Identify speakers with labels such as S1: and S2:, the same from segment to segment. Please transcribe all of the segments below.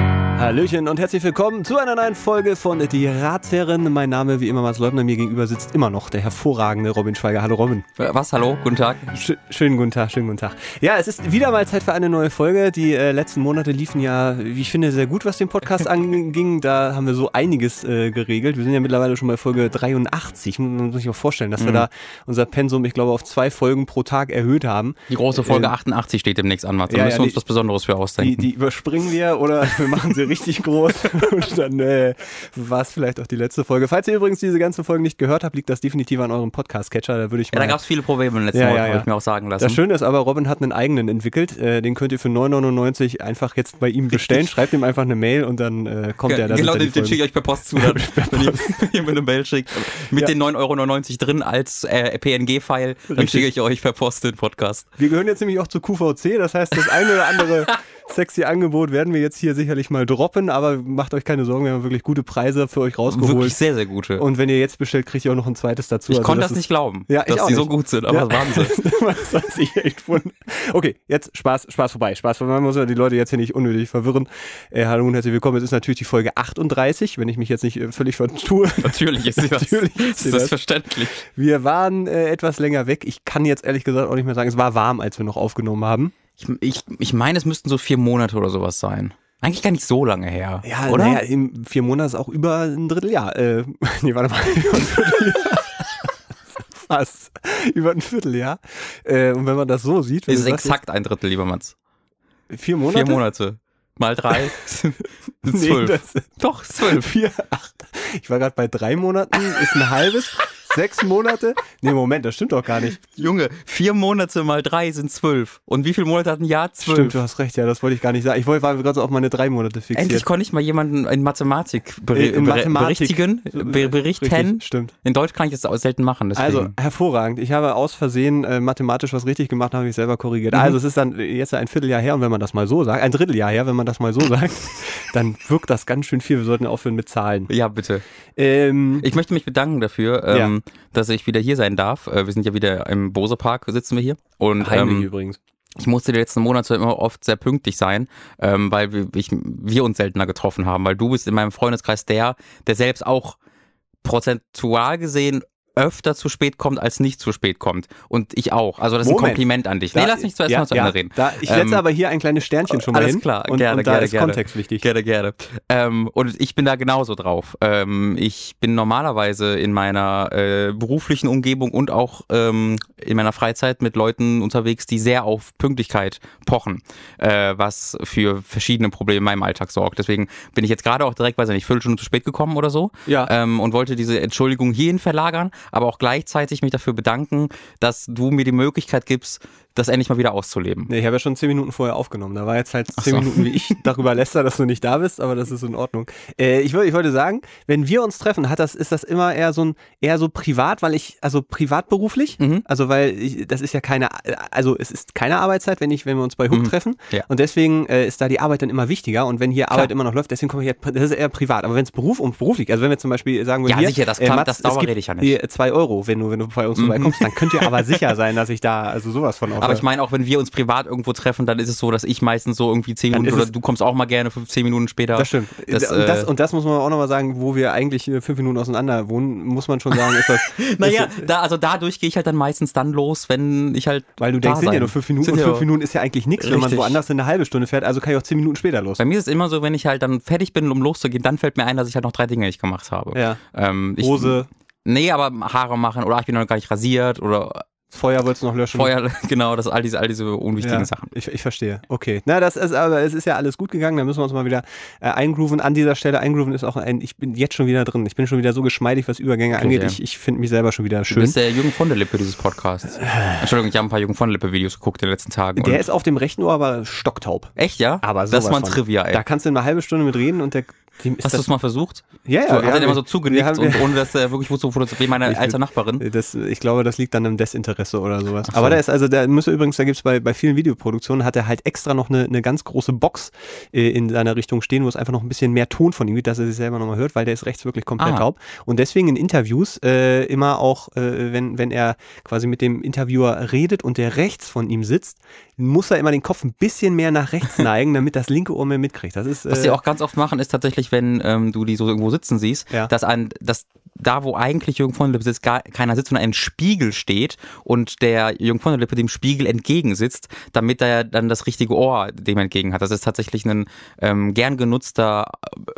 S1: Hallöchen und herzlich willkommen zu einer neuen Folge von Die Ratsherren. Mein Name, wie immer, Mats Leubner. Mir gegenüber sitzt immer noch der hervorragende Robin Schweiger. Hallo Robin.
S2: Was? Hallo? Guten Tag.
S1: Sch schönen guten Tag, schönen guten Tag. Ja, es ist wieder mal Zeit für eine neue Folge. Die äh, letzten Monate liefen ja, wie ich finde, sehr gut, was den Podcast anging. Da haben wir so einiges äh, geregelt. Wir sind ja mittlerweile schon bei Folge 83. Man muss sich auch vorstellen, dass wir da unser Pensum, ich glaube, auf zwei Folgen pro Tag erhöht haben.
S2: Die große Folge 88 steht demnächst an, Mats. Da
S1: Ähm, ja,
S2: müssen
S1: ja,
S2: wir uns
S1: die-
S2: was Besonderes für
S1: Die,
S2: ausdenken.
S1: die überspringen wir oder wir machen sie richtig groß und dann äh, war es vielleicht auch die letzte Folge. Falls ihr übrigens diese ganzen Folgen nicht gehört habt, liegt das definitiv an eurem Podcast-Catcher. Da würde ich mal.
S2: ja, da ne? gab es viele Probleme in den letzten
S1: Ja,
S2: Wochen,
S1: ja,
S2: habe
S1: ja.
S2: ich mir auch sagen lassen.
S1: das Schöne ist aber, Robin hat einen eigenen entwickelt. Äh, den könnt ihr für 9,99 einfach jetzt bei ihm bestellen. Schreibt ihm einfach eine Mail und dann äh, kommt
S2: Ja,
S1: er. Da sind
S2: genau,
S1: dann die
S2: den, den
S1: Folgen.
S2: schicke ich euch per Post zu, dann, wenn ihr- ihr mir eine Mail schickt. Mit
S1: Ja.
S2: den 9,99 Euro drin als äh, PNG-File, dann
S1: Richtig.
S2: schicke ich euch per Post den Podcast.
S1: Wir gehören jetzt nämlich auch zu QVC. Das heißt, das eine oder andere sexy Angebot werden wir jetzt hier sicherlich mal droppen. Aber macht euch keine Sorgen, wir haben wirklich gute Preise für euch
S2: Wirklich
S1: rausgeholt.
S2: sehr, sehr gute.
S1: Und wenn ihr jetzt bestellt, kriegt ihr auch noch ein zweites dazu.
S2: ich
S1: Also
S2: konnte das,
S1: ist-
S2: nicht glauben,
S1: Ja, ich
S2: dass
S1: auch
S2: die so
S1: nicht.
S2: gut sind, aber
S1: Ja.
S2: Wahnsinn.
S1: Was weiß ich echt wund- Okay, jetzt Spaß, Spaß vorbei. Spaß vorbei. Man muss ja die Leute jetzt hier nicht unnötig verwirren. Äh, hallo und herzlich willkommen. Es ist natürlich die Folge 38, wenn ich mich jetzt nicht äh, völlig vertue.
S2: Natürlich ist sie das.
S1: Natürlich ist
S2: ist
S1: sie
S2: das,
S1: das.
S2: verständlich.
S1: Wir waren äh, etwas länger weg. Ich kann jetzt ehrlich gesagt auch nicht mehr sagen, es war warm, als wir noch aufgenommen haben.
S2: Ich, ich, ich meine, es müssten so vier Monate oder sowas sein. Eigentlich gar nicht so lange her, oder?
S1: naja, in vier Monaten ist auch über ein Dritteljahr. Äh, nee, warte mal. Fast. Über ein Vierteljahr. Äh, und wenn man das so sieht, wenn
S2: Es ist
S1: du sagst,
S2: exakt ein Drittel, lieber Mats.
S1: vier Monate.
S2: Vier Monate. Mal drei. sind
S1: Nee,
S2: zwölf.
S1: das-
S2: Doch, zwölf.
S1: vier, acht. Ich war gerade bei drei Monaten, ist ein halbes, sechs Monate. Nee, Moment, das stimmt doch gar nicht.
S2: Junge, vier Monate mal drei sind zwölf. Und wie viele Monate hat ein Jahr? Zwölf.
S1: Stimmt, du hast recht, ja, das wollte ich gar nicht sagen. Ich wollte, war gerade so auf meine drei Monate fixiert.
S2: Endlich konnte ich mal jemanden in Mathematik, ber
S1: In
S2: ber-
S1: Mathematik.
S2: berichtigen, ber berichten.
S1: Richtig, stimmt.
S2: In Deutsch kann ich das auch selten machen, deswegen.
S1: Also, hervorragend. Ich habe aus Versehen äh, mathematisch was richtig gemacht, habe ich selber korrigiert.
S2: Mhm.
S1: Also, es ist dann jetzt ein Vierteljahr her und wenn man das mal so sagt, ein Dritteljahr her, wenn man das mal so sagt, dann wirkt das ganz schön viel. Wir sollten aufhören mit Zahlen.
S2: ja, bitte.
S1: Ähm,
S2: Ich möchte mich bedanken dafür, ähm, dass ich wieder hier sein darf. Äh, Wir sind ja wieder im Bose Park, sitzen wir hier. Und
S1: heimlich
S2: ähm,
S1: übrigens.
S2: ich musste die letzten Monate immer oft sehr pünktlich sein, ähm, weil wir, ich, wir uns seltener getroffen haben, weil du bist in meinem Freundeskreis der, der selbst auch prozentual gesehen öfter zu spät kommt, als nicht zu spät kommt. Und ich auch. Also das ist ein
S1: Moment.
S2: Kompliment an dich. nee, lass nicht zuerst
S1: ja,
S2: mal zu
S1: ja,
S2: Ende reden.
S1: Da, ich
S2: Ähm,
S1: setze aber hier ein kleines Sternchen schon mal
S2: alles
S1: hin.
S2: klar,
S1: und,
S2: gerne,
S1: und da
S2: gerne,
S1: ist
S2: gerne.
S1: Kontext wichtig.
S2: Gerne, gerne. Ähm, und ich bin da genauso drauf. Ähm, ich bin normalerweise in meiner äh, beruflichen Umgebung und auch ähm, in meiner Freizeit mit Leuten unterwegs, die sehr auf Pünktlichkeit pochen, äh, was für verschiedene Probleme in meinem Alltag sorgt. Deswegen bin ich jetzt gerade auch direkt, weiß ich nicht, Viertelstunde zu spät gekommen oder so
S1: Ja.
S2: ähm, und wollte diese Entschuldigung hierhin verlagern, aber auch gleichzeitig mich dafür bedanken, dass du mir die Möglichkeit gibst, das endlich mal wieder auszuleben.
S1: Nee, ich habe ja schon zehn Minuten vorher aufgenommen. Da war jetzt halt zehn
S2: so.
S1: Minuten, wie ich darüber läster, dass du nicht da bist, aber das ist in Ordnung. Äh, ich, würd, ich wollte sagen, wenn wir uns treffen, hat das, ist das immer eher so ein, eher so privat, weil ich, also privatberuflich,
S2: Mhm.
S1: also weil ich, das ist ja keine, also es ist keine Arbeitszeit, wenn ich, wenn wir uns bei Hook
S2: Mhm.
S1: treffen.
S2: Ja.
S1: Und deswegen äh, ist da die Arbeit dann immer wichtiger und wenn hier Arbeit immer noch läuft, deswegen komme ich ja, das ist eher privat. Aber wenn es Beruf und beruflich, also wenn wir zum Beispiel sagen würden,
S2: Ja,
S1: hier,
S2: sicher, das
S1: äh,
S2: klar,
S1: Mats,
S2: das
S1: es gibt
S2: dauerrede ich ja nicht. Mhm.
S1: dir zwei Euro, wenn du, wenn du bei uns vorbeikommst, dann könnt ihr aber sicher sein, dass ich da, also sowas von
S2: Aber ich meine, auch wenn wir uns privat irgendwo treffen, dann ist es so, dass ich meistens so irgendwie zehn
S1: Dann
S2: Minuten
S1: ist
S2: oder
S1: es-
S2: du kommst auch mal gerne fünf, zehn Minuten später.
S1: Das stimmt.
S2: Das,
S1: und, das,
S2: äh,
S1: und das muss man auch nochmal sagen, wo wir eigentlich äh, fünf Minuten auseinander wohnen, muss man schon sagen, ist das.
S2: Naja,
S1: ist,
S2: da, also dadurch gehe ich halt dann meistens dann los, wenn ich halt.
S1: weil du
S2: da
S1: denkst, sind
S2: sein.
S1: ja nur fünf Minuten
S2: Sind
S1: und
S2: ja-
S1: fünf Minuten ist ja eigentlich nichts, wenn man
S2: Richtig.
S1: woanders in eine halbe Stunde fährt, also kann ich auch zehn Minuten später los.
S2: Bei mir ist es immer so, wenn ich halt dann fertig bin, um loszugehen, dann fällt mir ein, dass ich halt noch drei Dinge nicht gemacht habe.
S1: Ja.
S2: Ähm, ich,
S1: Hose,
S2: Nee, aber Haare machen oder ich bin noch gar nicht rasiert oder
S1: das Feuer wolltest du noch löschen.
S2: Feuer, genau, das all diese, all diese unwichtigen
S1: Hm. Ja,
S2: Sachen.
S1: ich, ich verstehe. Okay. Na, das ist aber, es ist ja alles gut gegangen, da müssen wir uns mal wieder äh, eingrooven. An dieser Stelle eingrooven ist auch ein, ich bin jetzt schon wieder drin. Ich bin schon wieder so geschmeidig, was Übergänge angeht.
S2: ja.
S1: Ich, ich finde mich selber schon wieder
S2: Du
S1: schön.
S2: bist der Jürgen von der Lippe dieses Podcasts. Entschuldigung, ich habe ein paar Jürgen von der Lippe Videos geguckt in den letzten Tagen.
S1: der
S2: und-
S1: ist auf dem rechten Ohr aber stocktaub.
S2: echt, ja?
S1: Aber
S2: das
S1: sowas
S2: war ein
S1: von.
S2: Trivia, ey.
S1: Da kannst du eine halbe Stunde mit reden und der Dem ist
S2: Hast du
S1: das,
S2: es mal versucht?
S1: ja, ja,
S2: so, hat
S1: wir
S2: er
S1: haben-
S2: immer so
S1: wir haben-
S2: zugenickt und ohne dass er wirklich wusste, wovon das wie meine
S1: Ich-
S2: alte Nachbarin.
S1: Das, ich glaube, das liegt dann am Desinteresse oder sowas.
S2: so.
S1: Aber da ist also, da müsste übrigens, da gibt's bei, bei vielen Videoproduktionen, hat er halt extra noch eine, eine ganz große Box äh, in seiner Richtung stehen, wo es einfach noch ein bisschen mehr Ton von ihm gibt, dass er sich selber nochmal hört, weil der ist rechts wirklich komplett
S2: Ah.
S1: taub. Und deswegen in Interviews äh, immer auch, äh, wenn, wenn er quasi mit dem Interviewer redet und der rechts von ihm sitzt, muss er immer den Kopf ein bisschen mehr nach rechts neigen, damit das linke Ohr mehr mitkriegt. Das ist,
S2: Was
S1: äh,
S2: die auch ganz oft machen, ist tatsächlich, wenn ähm, du die so irgendwo sitzen siehst,
S1: Ja.
S2: dass, ein, dass da, wo eigentlich Jürgen von der Lippe sitzt, gar keiner sitzt, sondern ein Spiegel steht und der Jürgen von der Lippe dem Spiegel entgegen sitzt, damit er dann das richtige Ohr dem entgegen hat. Das ist tatsächlich ein ähm, gern genutzter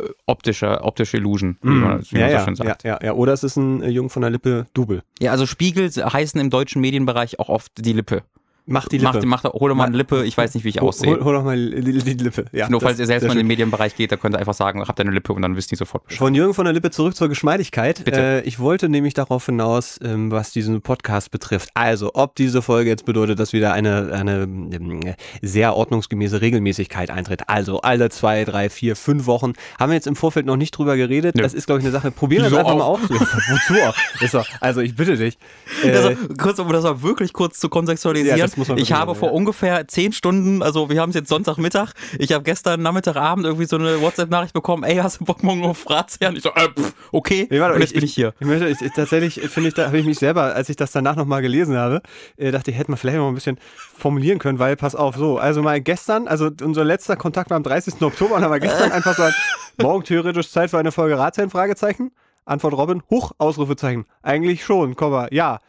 S2: äh, optischer, optische Illusion, wie man, halt, wie
S1: Mm.
S2: man
S1: Mhm. ja,
S2: so
S1: ja,
S2: schön sagt.
S1: ja, ja, ja. Oder es ist ein äh, Jung von der Lippe Double.
S2: Ja, also Spiegel heißen im deutschen Medienbereich auch oft die Lippe.
S1: Mach die Lippe.
S2: Macht, macht, hol doch mal eine Lippe, ich weiß nicht, wie ich aussehe.
S1: Hol, hol doch mal die, die Lippe. Ja,
S2: Nur
S1: das-
S2: falls ihr selbst
S1: sehr
S2: mal in
S1: schön.
S2: den Medienbereich geht, da könnt ihr einfach sagen, habt ihr eine Lippe und dann wisst ihr sofort Bescheid.
S1: Von Jürgen von der Lippe zurück zur Geschmeidigkeit. Äh,
S2: Bitte.
S1: ich wollte nämlich darauf hinaus, ähm, was diesen Podcast betrifft. Also, ob diese Folge jetzt bedeutet, dass wieder eine, eine ähm, sehr ordnungsgemäße Regelmäßigkeit eintritt. Also alle zwei, drei, vier, fünf Wochen. Haben wir jetzt im Vorfeld noch nicht drüber geredet.
S2: Nö.
S1: Das ist, glaube ich, eine Sache. Probieren wir
S2: Wieso
S1: das einfach mal auf. Wozu? auch? Ist doch, also, ich bitte dich. Äh,
S2: Also, kurz, um das mal wirklich kurz zu kontextualisieren.
S1: Ja, das muss man
S2: ich
S1: wirklich
S2: habe
S1: sagen,
S2: vor
S1: ja.
S2: ungefähr zehn Stunden, also wir haben es jetzt Sonntagmittag, ich habe gestern Nachmittagabend irgendwie so eine WhatsApp-Nachricht bekommen, ey, hast du Bock morgen auf Razzia? Und ich so, äh, pff, okay,
S1: Nee, warte,
S2: und jetzt bin ich hier.
S1: Ich möchte, ich, ich, tatsächlich finde ich, da habe ich mich selber, als ich das danach nochmal gelesen habe, äh, dachte ich, hätte man vielleicht noch ein bisschen formulieren können, weil, pass auf, so, also mal gestern, also unser letzter Kontakt war am 30. Oktober und haben wir gestern einfach so, ein, morgen theoretisch Zeit für eine Folge Ratsherren, Fragezeichen, Antwort Robin, hoch, Ausrufezeichen, eigentlich schon, Komma, ja.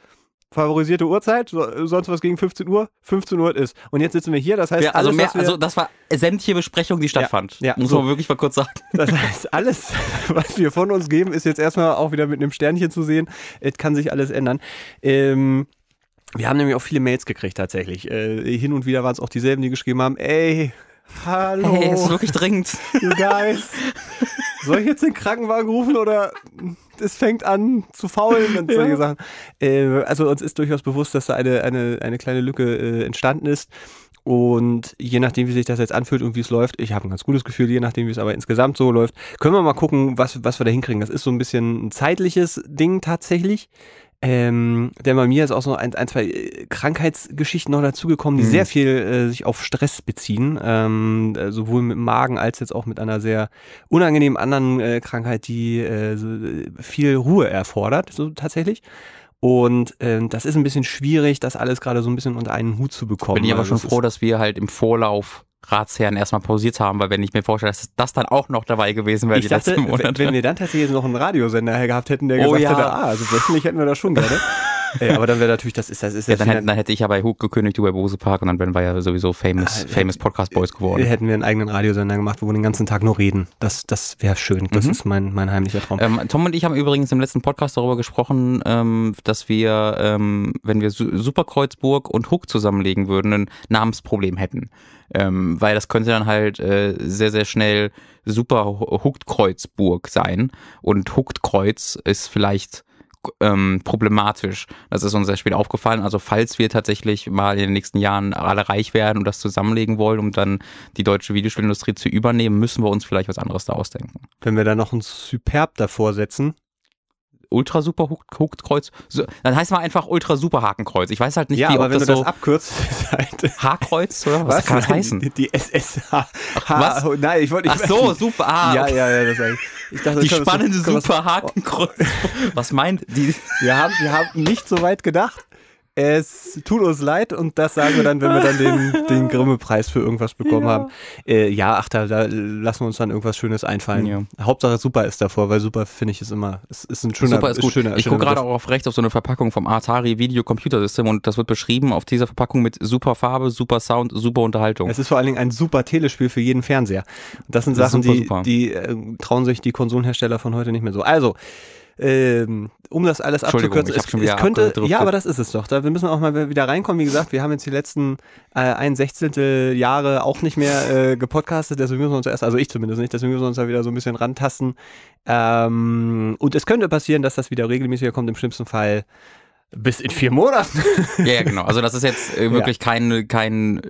S1: Favorisierte Uhrzeit, so, sonst was gegen 15 Uhr, 15 Uhr ist. Und jetzt sitzen wir hier, das heißt,
S2: Ja, also,
S1: alles,
S2: mehr,
S1: was wir,
S2: also das war sämtliche Besprechung, die stattfand.
S1: ja,
S2: Muss
S1: so.
S2: man wirklich mal kurz sagen.
S1: Das heißt, alles, was wir von uns geben, ist jetzt erstmal auch wieder mit einem Sternchen zu sehen. Es kann sich alles ändern. Ähm, wir haben nämlich auch viele Mails gekriegt tatsächlich. Äh, hin und wieder waren es auch dieselben, die geschrieben haben, ey, hallo,
S2: Hey, es ist wirklich dringend.
S1: you guys. Soll ich jetzt den Krankenwagen rufen oder es fängt an zu faulen und solche
S2: Ja.
S1: Sachen. Äh, also uns ist durchaus bewusst, dass da eine, eine, eine kleine Lücke äh, entstanden ist. Und je nachdem, wie sich das jetzt anfühlt und wie es läuft, ich habe ein ganz gutes Gefühl, je nachdem, wie es aber insgesamt so läuft, können wir mal gucken, was, was wir da hinkriegen. Das ist so ein bisschen ein zeitliches Ding tatsächlich. Ähm, denn bei mir ist auch so ein, ein zwei äh, Krankheitsgeschichten noch dazugekommen, die
S2: Mhm.
S1: sehr viel äh, sich auf Stress beziehen, ähm, äh, sowohl mit dem Magen als jetzt auch mit einer sehr unangenehmen anderen äh, Krankheit, die äh, so, äh, viel Ruhe erfordert, so tatsächlich. Und ähm, das ist ein bisschen schwierig, das alles gerade so ein bisschen unter einen Hut zu bekommen.
S2: Bin ich aber
S1: Also
S2: schon
S1: es
S2: froh, dass wir halt im Vorlauf Ratsherren erstmal pausiert haben, weil wenn ich mir vorstelle, dass das dann auch noch dabei gewesen wäre
S1: ich
S2: die
S1: dachte,
S2: letzten Monate.
S1: wenn wenn wir dann tatsächlich noch einen Radiosender gehabt hätten, der
S2: Oh
S1: gesagt
S2: ja.
S1: hätte, ah, also wöchentlich hätten wir das schon gerne. Äh, aber dann wäre natürlich, das ist, das ist
S2: Ja, dann,
S1: wieder-
S2: hätte, dann hätte ich ja bei Hook gekündigt, du bei Bose Park und dann wären wir ja sowieso famous,
S1: Ah,
S2: famous Podcast Boys geworden.
S1: Hätten wir einen eigenen Radiosender gemacht, wo wir den ganzen Tag nur reden. Das, das wäre schön. Das ist mein, mein heimlicher Traum.
S2: Mhm. Ähm, Tom und ich haben übrigens im letzten Podcast darüber gesprochen, ähm, dass wir, ähm, wenn wir Su Superkreuzburg und Hook zusammenlegen würden, ein Namensproblem hätten. Ähm, weil das könnte dann halt äh, sehr, sehr schnell Super Ho- Hook-Kreuzburg sein. Und Hook-Kreuz ist vielleicht ähm, problematisch. Das ist uns sehr spät aufgefallen. Also falls wir tatsächlich mal in den nächsten Jahren alle reich werden und das zusammenlegen wollen, um dann die deutsche Videospielindustrie zu übernehmen, müssen wir uns vielleicht was anderes da ausdenken.
S1: Wenn wir da noch einen Superb davor setzen.
S2: Ultra Super Hook- Hook-Kreuz. So, dann heißt man einfach Ultra Super Hakenkreuz. Ich weiß halt nicht,
S1: ja,
S2: wie,
S1: aber
S2: ob
S1: wenn
S2: das
S1: du
S2: so
S1: das abkürzt, ist halt.
S2: Haarkreuz oder was, kann das
S1: Nein,
S2: heißen?
S1: Die, die SSH.
S2: was?
S1: H- Oh, Nein, ich wollte
S2: Ach
S1: nicht.
S2: so, super. Ah,
S1: Ja, ja, ja, das sag ich. ich dachte,
S2: Die
S1: komm, das-
S2: spannende
S1: komm, das-
S2: Super Hakenkreuz. Was meint die?
S1: Wir haben, wir haben nicht so weit gedacht. Es tut uns leid und das sagen wir dann, wenn wir dann den, den Grimme-Preis für irgendwas bekommen
S2: Ja.
S1: haben. Äh, ja, ach, da, da lassen wir uns dann irgendwas Schönes einfallen.
S2: Ja.
S1: Hauptsache Super ist davor, weil Super finde ich ist immer, ist, ist ein schöner,
S2: Super ist gut.
S1: schöner
S2: ich
S1: schöner
S2: gucke gerade
S1: Begriff.
S2: auch auf rechts auf so eine Verpackung vom Atari Video Computer System und das wird beschrieben auf dieser Verpackung mit super Farbe, super Sound, super Unterhaltung.
S1: Es ist vor allen Dingen ein super Telespiel für jeden Fernseher. Das sind
S2: Das ist
S1: Sachen,
S2: super,
S1: die,
S2: super.
S1: die äh, trauen sich die Konsolenhersteller von heute nicht mehr so. Also, ähm, um das alles
S2: Entschuldigung,
S1: abzukürzen,
S2: ich hab schon wieder
S1: könnte,
S2: abgedriftet.
S1: ja, aber das ist es doch. Da, wir müssen auch mal wieder reinkommen. Wie gesagt, wir haben jetzt die letzten äh, ein Sechzehntel Jahre auch nicht mehr äh, gepodcastet, deswegen müssen wir uns erst, also ich zumindest nicht, deswegen müssen wir uns da wieder so ein bisschen rantasten. Ähm, und es könnte passieren, dass das wieder regelmäßiger kommt, im schlimmsten Fall bis in vier Monaten.
S2: Ja, ja, genau. Also das ist jetzt äh, wirklich kein, kein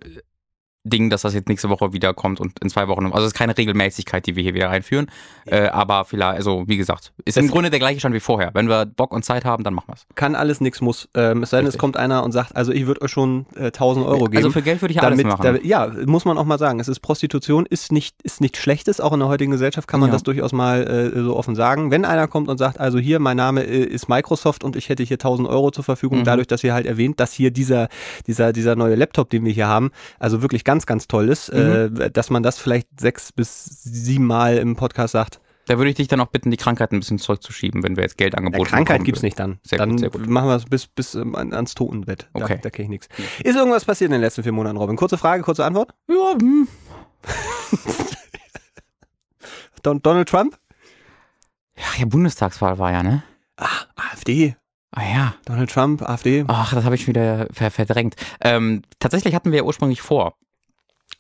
S2: Ding, dass das jetzt nächste Woche wieder kommt und in zwei Wochen. Also es ist keine Regelmäßigkeit, die wir hier wieder einführen. Äh, aber vielleicht, also wie gesagt, ist im Grunde der gleiche Stand wie vorher. Wenn wir Bock und Zeit haben, dann machen wir es.
S1: Kann alles, nix muss. Ähm, es sei denn, es
S2: Richtig. kommt
S1: kommt einer und sagt, also ich würde euch schon äh, 1000 Euro geben.
S2: Also für Geld würde ich ja
S1: damit,
S2: alles machen.
S1: damit- ja, muss man auch mal sagen. Es ist Prostitution, ist nicht, ist nicht Schlechtes. Auch in der heutigen Gesellschaft kann man
S2: Ja.
S1: das durchaus mal äh, so offen sagen. Wenn einer kommt und sagt, also hier, mein Name äh, ist Microsoft und ich hätte hier 1000 Euro zur Verfügung,
S2: Mhm.
S1: dadurch, dass ihr halt erwähnt, dass hier dieser, dieser, dieser neue Laptop, den wir hier haben, also wirklich ganz, ganz toll
S2: Mhm.
S1: ist, äh, dass man das vielleicht sechs bis sieben Mal im Podcast sagt.
S2: da würde ich dich dann auch bitten, die Krankheit ein bisschen zurückzuschieben, wenn wir jetzt Geldangebote
S1: Na, Krankheit gibt's nicht dann.
S2: Sehr
S1: dann
S2: gut, sehr gut.
S1: machen wir es bis, bis ähm, an- ans Totenbett. Da,
S2: Okay. Hm.
S1: da krieg ich nichts. Ist irgendwas passiert in den letzten vier Monaten, Robin? Kurze Frage, kurze Antwort.
S2: Ja, hm.
S1: Don Donald Trump?
S2: Ach ja, Bundestagswahl war ja, ne?
S1: Ah, AfD.
S2: Ah ja.
S1: Donald Trump, AfD.
S2: Ach, das habe ich wieder ver verdrängt. Ähm, tatsächlich hatten wir ja ursprünglich vor,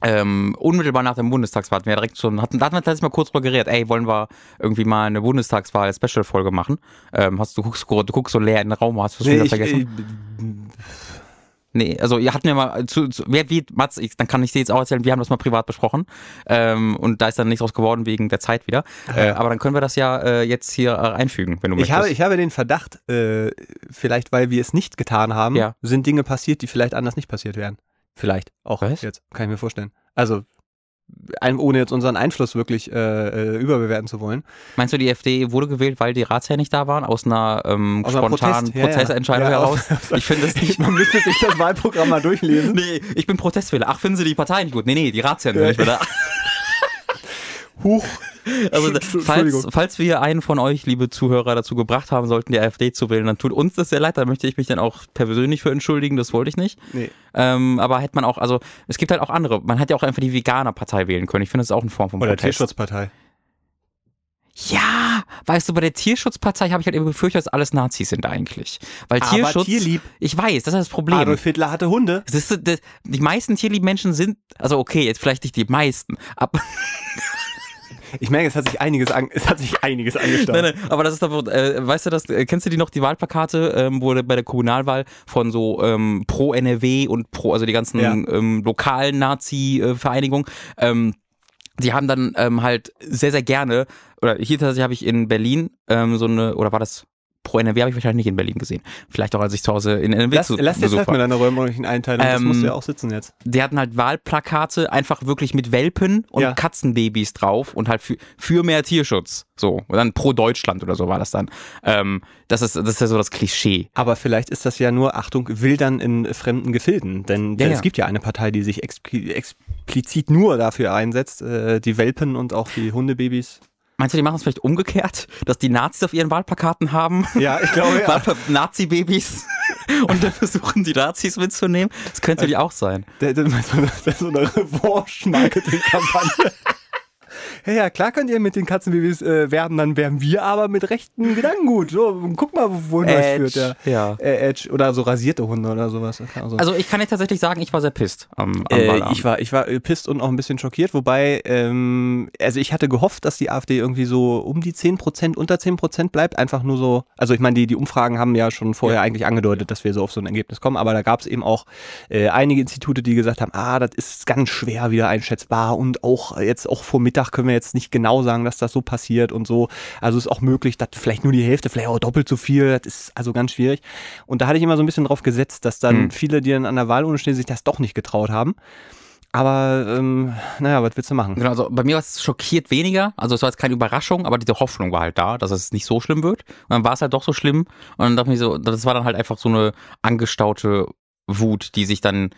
S2: ähm, unmittelbar nach dem Bundestagswahl hatten wir ja direkt schon, hatten, da hatten wir tatsächlich mal kurz drüber geredet, ey, wollen wir irgendwie mal eine Bundestagswahl-Special-Folge machen? Ähm, hast du, guckst, du guckst so leer in den Raum, hast du schon wieder
S1: äh,
S2: vergessen? nee, also ihr hatten wir mal zu, zu wie, wie Mats, ich, dann kann ich dir jetzt auch erzählen, wir haben das mal privat besprochen ähm, und da ist dann nichts draus geworden wegen der Zeit wieder. Äh, aber dann können wir das ja äh, jetzt hier äh, einfügen, wenn du
S1: ich,
S2: möchtest.
S1: habe, ich habe den Verdacht, äh, vielleicht weil wir es nicht getan haben,
S2: Ja.
S1: sind Dinge passiert, die vielleicht anders nicht passiert wären. Vielleicht auch
S2: Was?
S1: jetzt, kann ich mir vorstellen. Also, ein, ohne jetzt unseren Einfluss wirklich äh, äh, überbewerten zu wollen.
S2: Meinst du, die FDI wurde gewählt, weil die Ratsherren nicht da waren, aus einer ähm,
S1: Aus einem
S2: spontanen
S1: Protest, ja, ja.
S2: Prozessentscheidung
S1: Ja, aus-
S2: heraus? ich finde das nicht.
S1: Man müsste sich das Wahlprogramm mal durchlesen.
S2: Nee, ich bin Protestwähler. Ach, finden Sie die Partei nicht gut? Nee, nee, die Ratsherren sind
S1: Ja.
S2: nicht mehr da.
S1: Huch.
S2: Also,
S1: Entsch- Entschuldigung.
S2: falls, falls wir einen von euch, liebe Zuhörer, dazu gebracht haben sollten, die AfD zu wählen, dann tut uns das sehr leid. Da möchte ich mich dann auch persönlich für entschuldigen. Das wollte ich nicht.
S1: Nee.
S2: Ähm, aber hätte man auch, also, es gibt halt auch andere. Man hat ja auch einfach die Veganer-Partei wählen können. Ich finde, das ist auch eine Form von
S1: Oder
S2: Protest.
S1: Tierschutzpartei.
S2: Ja, weißt du, bei der Tierschutzpartei habe ich halt eben befürchtet, dass alles Nazis sind eigentlich. Weil
S1: Aber
S2: Tierschutz.
S1: tierlieb.
S2: Ich weiß, das ist das Problem.
S1: Adolf Hitler hatte Hunde.
S2: Das ist, das, die meisten tierlieben Menschen sind, also okay, jetzt vielleicht nicht die meisten, aber,
S1: Ich merke, es hat sich einiges, an, es hat sich einiges angestaut.
S2: nein, nein, aber das ist doch, äh, weißt du das, äh, kennst du die noch, die Wahlplakate, ähm, wo bei der Kommunalwahl von so ähm, pro NRW und pro, also die ganzen
S1: Ja.
S2: ähm, lokalen Nazi-Vereinigungen, ähm, die haben dann ähm, halt sehr, sehr gerne, oder hier tatsächlich habe ich in Berlin ähm, so eine, oder war das pro NRW, habe ich wahrscheinlich nicht in Berlin gesehen, vielleicht auch als ich zu Hause in NRW
S1: Lass,
S2: zu
S1: lass jetzt
S2: Besuch
S1: halt
S2: war.
S1: mal deine räumlichen Einteilung. das
S2: Ähm,
S1: musst du ja auch sitzen jetzt.
S2: die hatten halt Wahlplakate einfach wirklich mit Welpen und
S1: Ja.
S2: Katzenbabys drauf und halt für, für mehr Tierschutz. So. Und dann pro Deutschland oder so war das dann. Ähm, das, ist, das ist ja so das Klischee.
S1: Aber vielleicht ist das ja nur, Achtung, Wildern in fremden Gefilden. Denn, denn
S2: Ja, ja.
S1: es gibt ja eine Partei, die sich expli- explizit nur dafür einsetzt, äh, die Welpen und auch die Hundebabys.
S2: Meinst du, die machen es vielleicht umgekehrt, dass die Nazis auf ihren Wahlplakaten haben?
S1: Ja, ich glaube
S2: Wahlpla- Nazi-Babys und dann versuchen die Nazis mitzunehmen? Das könnte natürlich auch sein.
S1: Das ist so eine Revanche-Marketing-Kampagne. Ja, ja, klar könnt ihr mit den Katzenbabys äh, werben, dann werben wir aber mit rechten Gedankengut. So, guck mal, wohin das
S2: Edge,
S1: führt. Ja.
S2: ja.
S1: Äh, Edge oder so rasierte Hunde oder sowas. Also,
S2: Also ich kann dir tatsächlich sagen, ich war sehr pisst am, am
S1: Äh,
S2: Wahlabend.
S1: ich war, ich war äh, pisst und auch ein bisschen schockiert, wobei, ähm, also ich hatte gehofft, dass die AfD irgendwie so um die 10 Prozent, unter 10 Prozent bleibt, einfach nur so, also ich meine, die, die Umfragen haben ja schon vorher eigentlich angedeutet, dass wir so auf so ein Ergebnis kommen, aber da gab es eben auch äh, einige Institute, die gesagt haben, ah, das ist ganz schwer wieder einschätzbar und auch äh, jetzt, auch vor Mittag können wir jetzt nicht genau sagen, dass das so passiert und so, also ist auch möglich, dass vielleicht nur die Hälfte, vielleicht auch doppelt so viel, das ist also ganz schwierig und da hatte ich immer so ein bisschen drauf gesetzt, dass dann
S2: Hm.
S1: viele, die dann an der Wahl ohne stehen, sich das doch nicht getraut haben. Aber ähm, naja, was willst du machen?
S2: Genau, also bei mir war es schockiert weniger. Also es war jetzt keine Überraschung, aber diese Hoffnung war halt da, dass es nicht so schlimm wird. Und dann war es halt doch so schlimm. Und dann dachte ich mir so, das war dann halt einfach so eine angestaute Wut, die sich dann.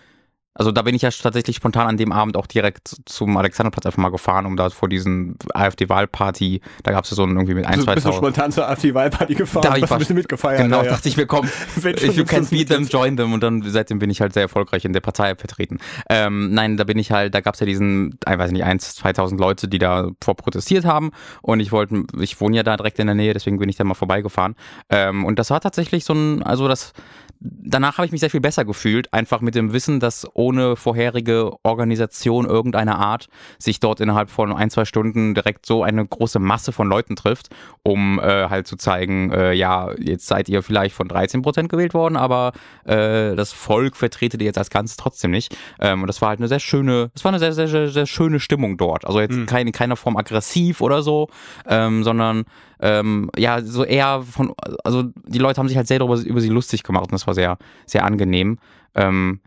S2: Also da bin ich ja tatsächlich spontan an dem Abend auch direkt zum Alexanderplatz einfach mal gefahren, um da vor diesen AfD-Wahlparty, da gab es ja so einen irgendwie mit ein, zwei Tausend.
S1: spontan zur AfD-Wahlparty gefahren,
S2: Da hab ich was-
S1: mitgefeiert.
S2: Genau, dachte ich mir, komm,
S1: Wenn schon,
S2: if you
S1: dann
S2: can
S1: ist das
S2: beat them,
S1: jetzt.
S2: join them. Und dann seitdem bin ich halt sehr erfolgreich in der Partei vertreten. Ähm, nein, da bin ich halt, da gab's ja diesen, ich weiß nicht, 1, 2000 Leute, die da vor protestiert haben. Und ich wollte, ich wohne ja da direkt in der Nähe, deswegen bin ich da mal vorbeigefahren. Ähm, und das war tatsächlich so ein, also das, danach habe ich mich sehr viel besser gefühlt, einfach mit dem Wissen, dass, ohne vorherige Organisation irgendeiner Art sich dort innerhalb von ein, zwei Stunden direkt so eine große Masse von Leuten trifft, um äh, halt zu zeigen, äh, ja, jetzt seid ihr vielleicht von 13 Prozent gewählt worden, aber äh, das Volk vertretet ihr jetzt als Ganzes trotzdem nicht. Ähm, und das war halt eine sehr schöne, es war eine sehr, sehr, sehr, sehr schöne Stimmung dort. Also jetzt kein, in keiner Form aggressiv oder so, ähm, sondern ähm, ja, so eher von, also die Leute haben sich halt sehr darüber, über sie lustig gemacht und das war sehr, sehr angenehm. Ähm,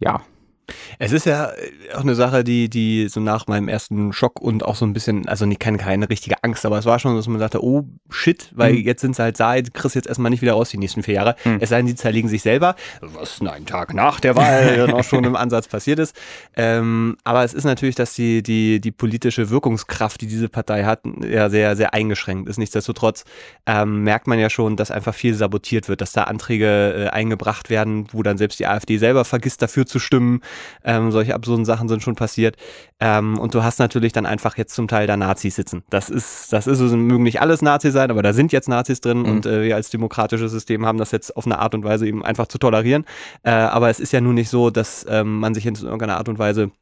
S2: ja.
S1: Es ist ja äh, auch eine Sache, die, die so nach meinem ersten Schock und auch so ein bisschen, also nicht, keine, keine richtige Angst, aber es war schon, so, dass man sagte, oh shit, weil
S2: Mhm.
S1: jetzt sind sie halt da, jetzt kriegst du jetzt erstmal nicht wieder raus die nächsten vier Jahre.
S2: Mhm.
S1: Es sei denn, sie zerlegen sich selber, was ein Tag nach der Wahl dann auch schon im Ansatz passiert ist. Ähm, aber es ist natürlich, dass die, die, die politische Wirkungskraft, die diese Partei hat, ja sehr, sehr eingeschränkt ist. Nichtsdestotrotz ähm, merkt man ja schon, dass einfach viel sabotiert wird, dass da Anträge äh, eingebracht werden, wo dann selbst die AfD selber vergisst, dafür zu stimmen. Ähm, solche absurden Sachen sind schon passiert. Ähm, und du hast natürlich dann einfach jetzt zum Teil da Nazis sitzen. Das ist, das ist, es mögen nicht alles Nazis sein, aber da sind jetzt Nazis drin und äh, wir als demokratisches System haben das jetzt auf eine Art und Weise eben einfach zu tolerieren. Äh, aber es ist ja nun nicht so, dass ähm, man sich in irgendeiner Art und Weise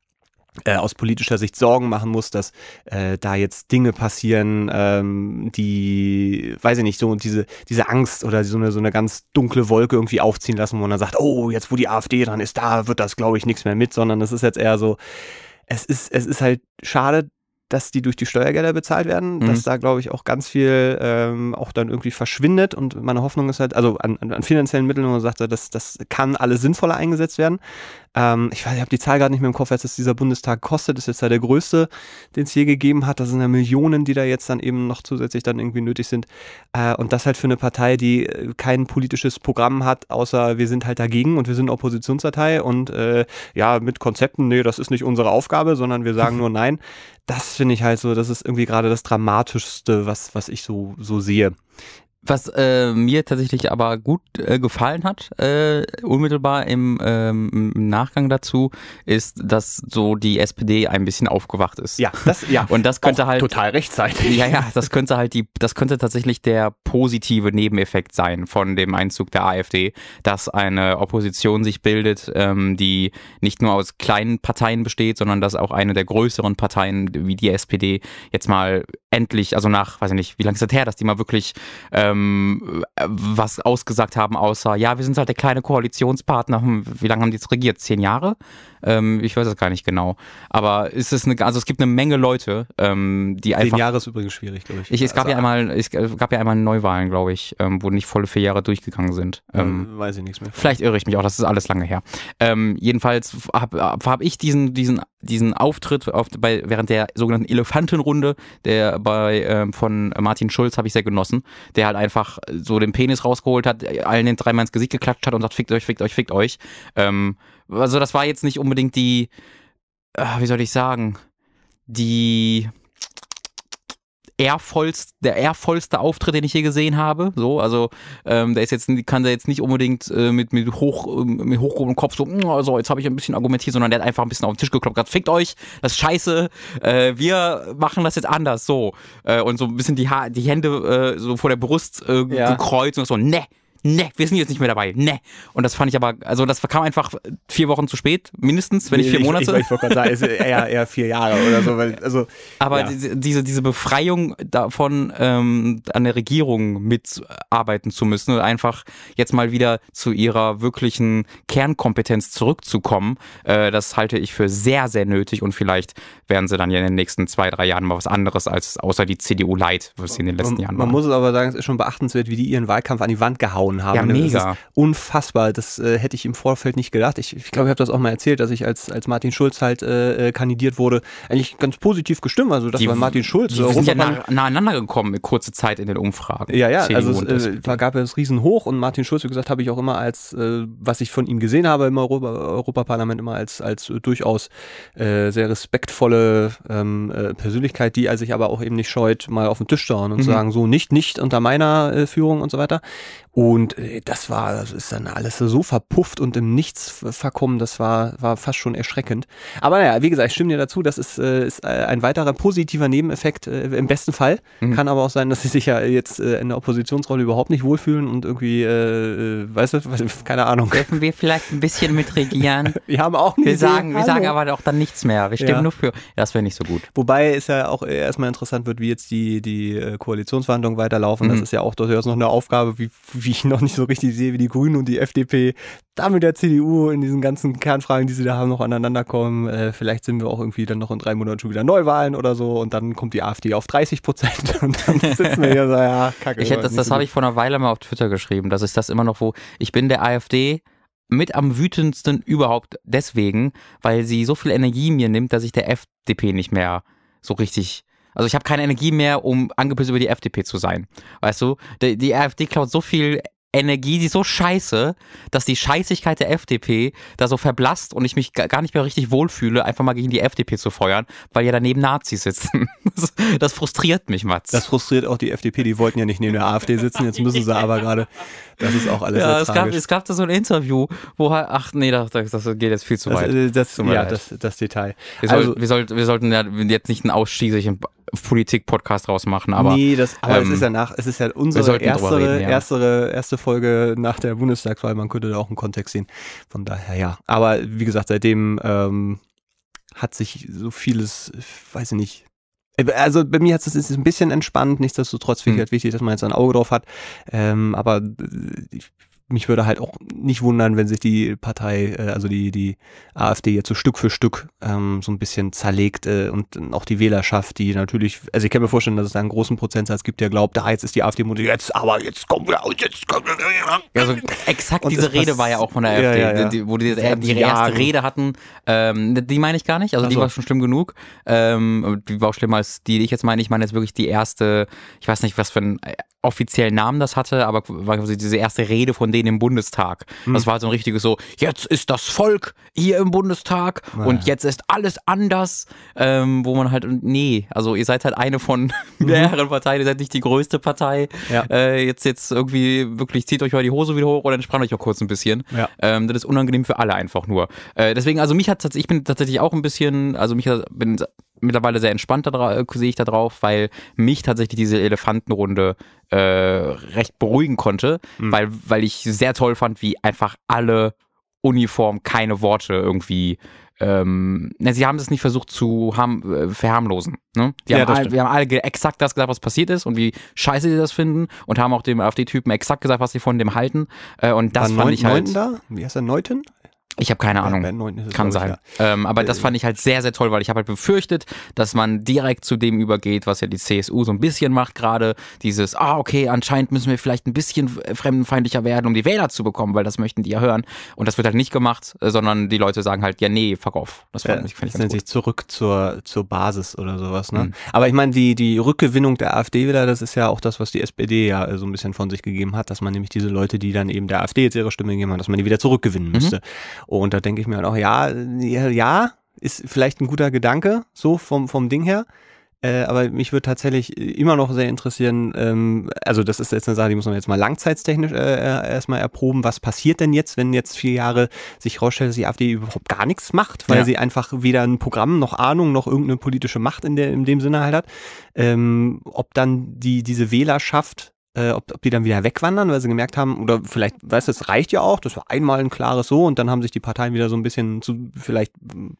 S1: äh, aus politischer Sicht Sorgen machen muss, dass äh, da jetzt Dinge passieren, ähm, die, weiß ich nicht, so diese, diese Angst oder so eine, so eine ganz dunkle Wolke irgendwie aufziehen lassen, wo man dann sagt, oh, jetzt wo die AfD dran ist, da wird das, glaube ich, nichts mehr mit, sondern das ist jetzt eher so, es ist, es ist halt schade, dass die durch die Steuergelder bezahlt werden,
S2: Mhm.
S1: dass da, glaube ich, auch ganz viel ähm, auch dann irgendwie verschwindet und meine Hoffnung ist halt, also an, an an finanziellen Mitteln, wo man sagt, das, das kann alles sinnvoller eingesetzt werden. Ähm, ich weiß, ich habe die Zahl gerade nicht mehr im Kopf, was das dieser Bundestag kostet. Ist jetzt ja der größte, den es je gegeben hat. Das sind ja Millionen, die da jetzt dann eben noch zusätzlich dann irgendwie nötig sind. Äh, und das halt für eine Partei, die äh, kein politisches Programm hat, außer wir sind halt dagegen und wir sind Oppositionspartei und äh, ja, mit Konzepten, nee, das ist nicht unsere Aufgabe, sondern wir sagen nur nein. Das finde ich halt so, das ist irgendwie gerade das Dramatischste, was, was ich so, so sehe.
S2: Was äh, mir tatsächlich aber gut äh, gefallen hat, äh, unmittelbar im, ähm, im Nachgang dazu, ist, dass so die SPD ein bisschen aufgewacht ist.
S1: Ja, das, ja.
S2: Und das könnte
S1: Auch
S2: halt
S1: total rechtzeitig.
S2: Ja, ja, das könnte halt die, das könnte tatsächlich der positive Nebeneffekt sein von dem Einzug der AfD, dass eine Opposition sich bildet, ähm, die nicht nur aus kleinen Parteien besteht, sondern dass auch eine der größeren Parteien wie die SPD jetzt mal endlich, also nach, weiß ich nicht, wie lange ist das her, dass die mal wirklich ähm, äh, was ausgesagt haben, außer, ja, wir sind halt der kleine Koalitionspartner, Hm, wie lange haben die jetzt regiert? Zehn Jahre? Ähm, ich weiß es gar nicht genau. Aber es ist eine, also es gibt eine Menge Leute, ähm, die einfach
S1: Zehn Jahre ist übrigens schwierig, glaube ich.
S2: ich, es gab
S1: Also,
S2: ja einmal, es gab ja einmal Neuwahlen, glaube ich, ähm, wo nicht volle vier Jahre durchgegangen sind. Ähm,
S1: ähm, weiß ich nichts mehr.
S2: Vielleicht irre ich mich auch, das ist alles lange her. Ähm, jedenfalls habe hab ich diesen, diesen, diesen Auftritt auf, bei, während der sogenannten Elefantenrunde der bei, ähm, von Martin Schulz habe ich sehr genossen, der halt einfach so den Penis rausgeholt hat, allen den dreimal ins Gesicht geklatscht hat und sagt, fickt euch, fickt euch, fickt euch. Ähm, also das war jetzt nicht unbedingt die, äh, wie soll ich sagen, die ehrvollst, der ehrvollste Auftritt, den ich je gesehen habe. So, also ähm, der ist jetzt, kann der jetzt nicht unbedingt äh, mit, mit hoch, ähm, mit hochgehobenem Kopf so, "Mm, also jetzt habe ich ein bisschen argumentiert, sondern der hat einfach ein bisschen auf den Tisch geklopft, gesagt, fickt euch, das ist scheiße, äh, wir machen das jetzt anders, so. Äh, und so ein bisschen die, ha die Hände äh, so vor der Brust äh,
S1: Ja.
S2: gekreuzt und so, ne. Ne, wir sind jetzt nicht mehr dabei. Ne. Und das fand ich aber, also das kam einfach vier Wochen zu spät, mindestens, wenn nicht vier Monate.
S1: Ich, ich, ich wollte gerade sagen, ist eher, eher vier Jahre oder so. Weil, also,
S2: Aber
S1: Ja.
S2: diese, diese- diese Befreiung davon, ähm, an der Regierung mitarbeiten zu müssen und einfach jetzt mal wieder zu ihrer wirklichen Kernkompetenz zurückzukommen, äh, das halte ich für sehr, sehr nötig und vielleicht werden sie dann ja in den nächsten zwei, drei Jahren mal was anderes als außer die CDU Light, was sie in den letzten
S1: man,
S2: Jahren
S1: man
S2: waren.
S1: muss es aber sagen, es ist schon beachtenswert, wie die ihren Wahlkampf an die Wand gehauen haben.
S2: Ja,
S1: Ne,
S2: mega.
S1: Das ist unfassbar. Das äh, hätte ich im Vorfeld nicht gedacht. Ich, ich glaube, ich habe das auch mal erzählt, dass ich als, als Martin Schulz halt äh, äh, kandidiert wurde, eigentlich ganz positiv gestimmt. Also, das
S2: Die-
S1: war Martin Schulz.
S2: die sind ja
S1: Europaparlament-
S2: nah, nahe aneinander gekommen in kurze Zeit in den Umfragen.
S1: Ja, ja,
S2: CDU
S1: also
S2: und
S1: es äh,
S2: SPD.
S1: war- gab es Riesenhoch und Martin Schulz, wie gesagt, habe ich auch immer als, äh, was ich von ihm gesehen habe im Europa Europaparlament, immer als, als äh, durchaus äh, sehr respektvolle ähm, äh, Persönlichkeit, die sich aber auch eben nicht scheut, mal auf den Tisch zu hauen und zu sagen, so nicht, nicht unter meiner äh, Führung und so weiter. Und äh, das war, das ist dann alles so verpufft und im Nichts ver- verkommen, das war, war fast schon erschreckend. Aber naja, wie gesagt, ich stimme dir dazu, das ist, äh, ist äh, ein weiterer positiver Nebeneffekt äh, im besten Fall.
S2: Mhm.
S1: Kann aber auch sein, dass sie sich ja jetzt äh, in der Oppositionsrolle überhaupt nicht wohlfühlen und irgendwie, äh, äh, weißt du, weiß- keine Ahnung.
S2: Dürfen wir vielleicht ein bisschen mitregieren?
S1: Wir haben auch eine
S2: Wir
S1: Idee.
S2: sagen, wir
S1: Hallo.
S2: sagen aber auch dann nichts mehr. Wir stimmen
S1: Ja.
S2: nur für. Das wäre nicht so gut.
S1: Wobei es ja auch erstmal interessant wird, wie jetzt die, die äh, Koalitionsverhandlungen weiterlaufen. Das
S2: Mhm.
S1: ist ja auch durchaus noch eine Aufgabe, wie, wie ich noch nicht so richtig sehe, wie die Grünen und die FDP da mit der CDU in diesen ganzen Kernfragen, die sie da haben, noch aneinander kommen. Äh, vielleicht sind wir auch irgendwie dann noch in drei Monaten schon wieder Neuwahlen oder so und dann kommt die AfD auf 30 Prozent und dann sitzen wir hier und sagen, ja, kacke.
S2: Ich hätte das,
S1: nicht
S2: das
S1: so
S2: habe
S1: gut.
S2: ich vor einer Weile mal auf Twitter geschrieben, dass ich das immer noch wo. Ich bin der AfD mit am wütendsten überhaupt deswegen, weil sie so viel Energie mir nimmt, dass ich der FDP nicht mehr so richtig. Also ich habe keine Energie mehr, um angepisst über die FDP zu sein. Weißt du, die, die AfD klaut so viel Energie, die ist so scheiße, dass die Scheißigkeit der FDP da so verblasst und ich mich ga- gar nicht mehr richtig wohlfühle, einfach mal gegen die FDP zu feuern, weil ja daneben Nazis sitzen. Das, das frustriert mich, Mats.
S1: Das frustriert auch die FDP, die wollten ja nicht neben der AfD sitzen, jetzt müssen sie aber gerade. Das ist auch alles
S2: Ja,
S1: sehr
S2: es gab,
S1: tragisch.
S2: es gab da so ein Interview, wo halt, ach nee, das, das, das geht jetzt viel zu
S1: das,
S2: weit.
S1: äh, das,
S2: Tut mir
S1: ja,
S2: leid.
S1: das, das Detail.
S2: wir,
S1: also
S2: soll, wir, soll, wir sollten ja jetzt nicht einen ausschließlichen Politik-Podcast draus machen, aber
S1: nee, das, aber es
S2: ähm,
S1: ist ja nach, es ist ja unsere
S2: sollten drüber
S1: erste,
S2: reden, ja.
S1: erste, erste Folge nach der Bundestagswahl. Man könnte da auch einen Kontext sehen. Von daher, ja. Aber wie gesagt, seitdem ähm, hat sich so vieles, ich weiß ich nicht. Also bei mir hat es ist es ein bisschen entspannt, nichtsdestotrotz finde ich
S2: Hm.
S1: halt wichtig, dass man jetzt ein Auge drauf hat. Ähm, aber äh, ich, mich würde halt auch nicht wundern, wenn sich die Partei, äh, also die, die AfD jetzt so Stück für Stück ähm, so ein bisschen zerlegt äh, und dann auch die Wählerschaft, die natürlich, also ich kann mir vorstellen, dass es da einen großen Prozentsatz gibt, der glaubt, da jetzt ist die AfD im Mund, jetzt aber, jetzt kommen wir aus, jetzt kommen wir.
S2: also exakt
S1: Und
S2: diese
S1: es pass-
S2: Rede war ja auch von der
S1: Ja,
S2: AfD,
S1: ja, ja.
S2: Die, wo die, die, die
S1: Jagen.
S2: ihre erste Rede hatten, ähm, die meine ich gar nicht, also
S1: Ach
S2: die
S1: so.
S2: war schon schlimm genug, ähm, die war auch schlimmer als die, die ich jetzt meine, ich meine jetzt wirklich die erste, ich weiß nicht, was für einen äh, offiziellen Namen das hatte, aber war quasi diese erste Rede von denen im Bundestag.
S1: Hm.
S2: Das war halt so ein richtiges so, jetzt ist das Volk hier im Bundestag und jetzt ist alles anders, ähm, wo man halt, und nee, also ihr seid halt eine von mehreren Parteien, ihr seid nicht die größte Partei.
S1: Ja.
S2: Äh, jetzt, jetzt irgendwie wirklich zieht euch mal die Hose wieder hoch oder entspannt euch auch kurz ein bisschen.
S1: Ja.
S2: Ähm, das ist unangenehm für alle einfach nur. Äh, deswegen, also mich hat ich bin tatsächlich auch ein bisschen, also mich hat- bin mittlerweile sehr entspannt da dra- äh, sehe ich da drauf, weil mich tatsächlich diese Elefantenrunde äh, recht beruhigen konnte,
S1: Hm.
S2: weil, weil ich sehr toll fand, wie einfach alle uniform keine Worte irgendwie. Ähm, na, sie haben es nicht versucht zu harm, äh, verharmlosen. Ne? Die
S1: Ja,
S2: haben
S1: das
S2: alle,
S1: stimmt.
S2: wir haben alle ge- exakt das gesagt, was passiert ist und wie scheiße sie das finden und haben auch dem AfD-Typen exakt gesagt, was sie von dem halten. Äh, und das
S1: War
S2: fand
S1: Neun-
S2: ich halt.
S1: Neunten da? Wie heißt er? Neuten?
S2: Ich habe keine Ahnung.
S1: Ja, Neunten ist es,
S2: Kann
S1: glaub ich, Äh,
S2: sein. Ähm, aber das fand ich halt sehr, sehr toll, weil ich habe halt befürchtet, dass man direkt zu dem übergeht, was ja die CSU so ein bisschen macht gerade. Dieses, ah, okay, anscheinend müssen wir vielleicht ein bisschen äh, fremdenfeindlicher werden, um die Wähler zu bekommen, weil das möchten die ja hören. Und das wird halt nicht gemacht, äh, sondern die Leute sagen halt, ja, nee, fuck off. Das fand
S1: Äh,
S2: ich, fand
S1: das
S2: ich ganz
S1: nennt
S2: gut.
S1: sich zurück zur, zur Basis oder sowas. Ne?
S2: Mhm.
S1: Aber ich meine, die, die Rückgewinnung der AfD wieder, das ist ja auch das, was die SPD ja äh, so ein bisschen von sich gegeben hat, dass man nämlich diese Leute, die dann eben der AfD jetzt ihre Stimme gegeben haben, dass man die wieder
S2: Mhm.
S1: zurückgewinnen müsste. Und da denke ich mir halt auch, ja, ja, ja, ist vielleicht ein guter Gedanke, so vom, vom Ding her. Äh, aber mich würde tatsächlich äh, immer noch sehr interessieren, ähm, also das ist jetzt eine Sache, die muss man jetzt mal langzeitstechnisch äh, äh, erstmal erproben. Was passiert denn jetzt, wenn jetzt vier Jahre sich herausstellt, dass die AfD überhaupt gar nichts macht, weil
S2: Ja.
S1: sie einfach weder ein Programm noch Ahnung noch irgendeine politische Macht in, der, in dem Sinne halt hat? Ähm, ob dann die, diese Wählerschaft äh, ob, ob die dann wieder wegwandern, weil sie gemerkt haben, oder vielleicht, weißt du, es reicht ja auch, das war einmal ein klares So und dann haben sich die Parteien wieder so ein bisschen zu, vielleicht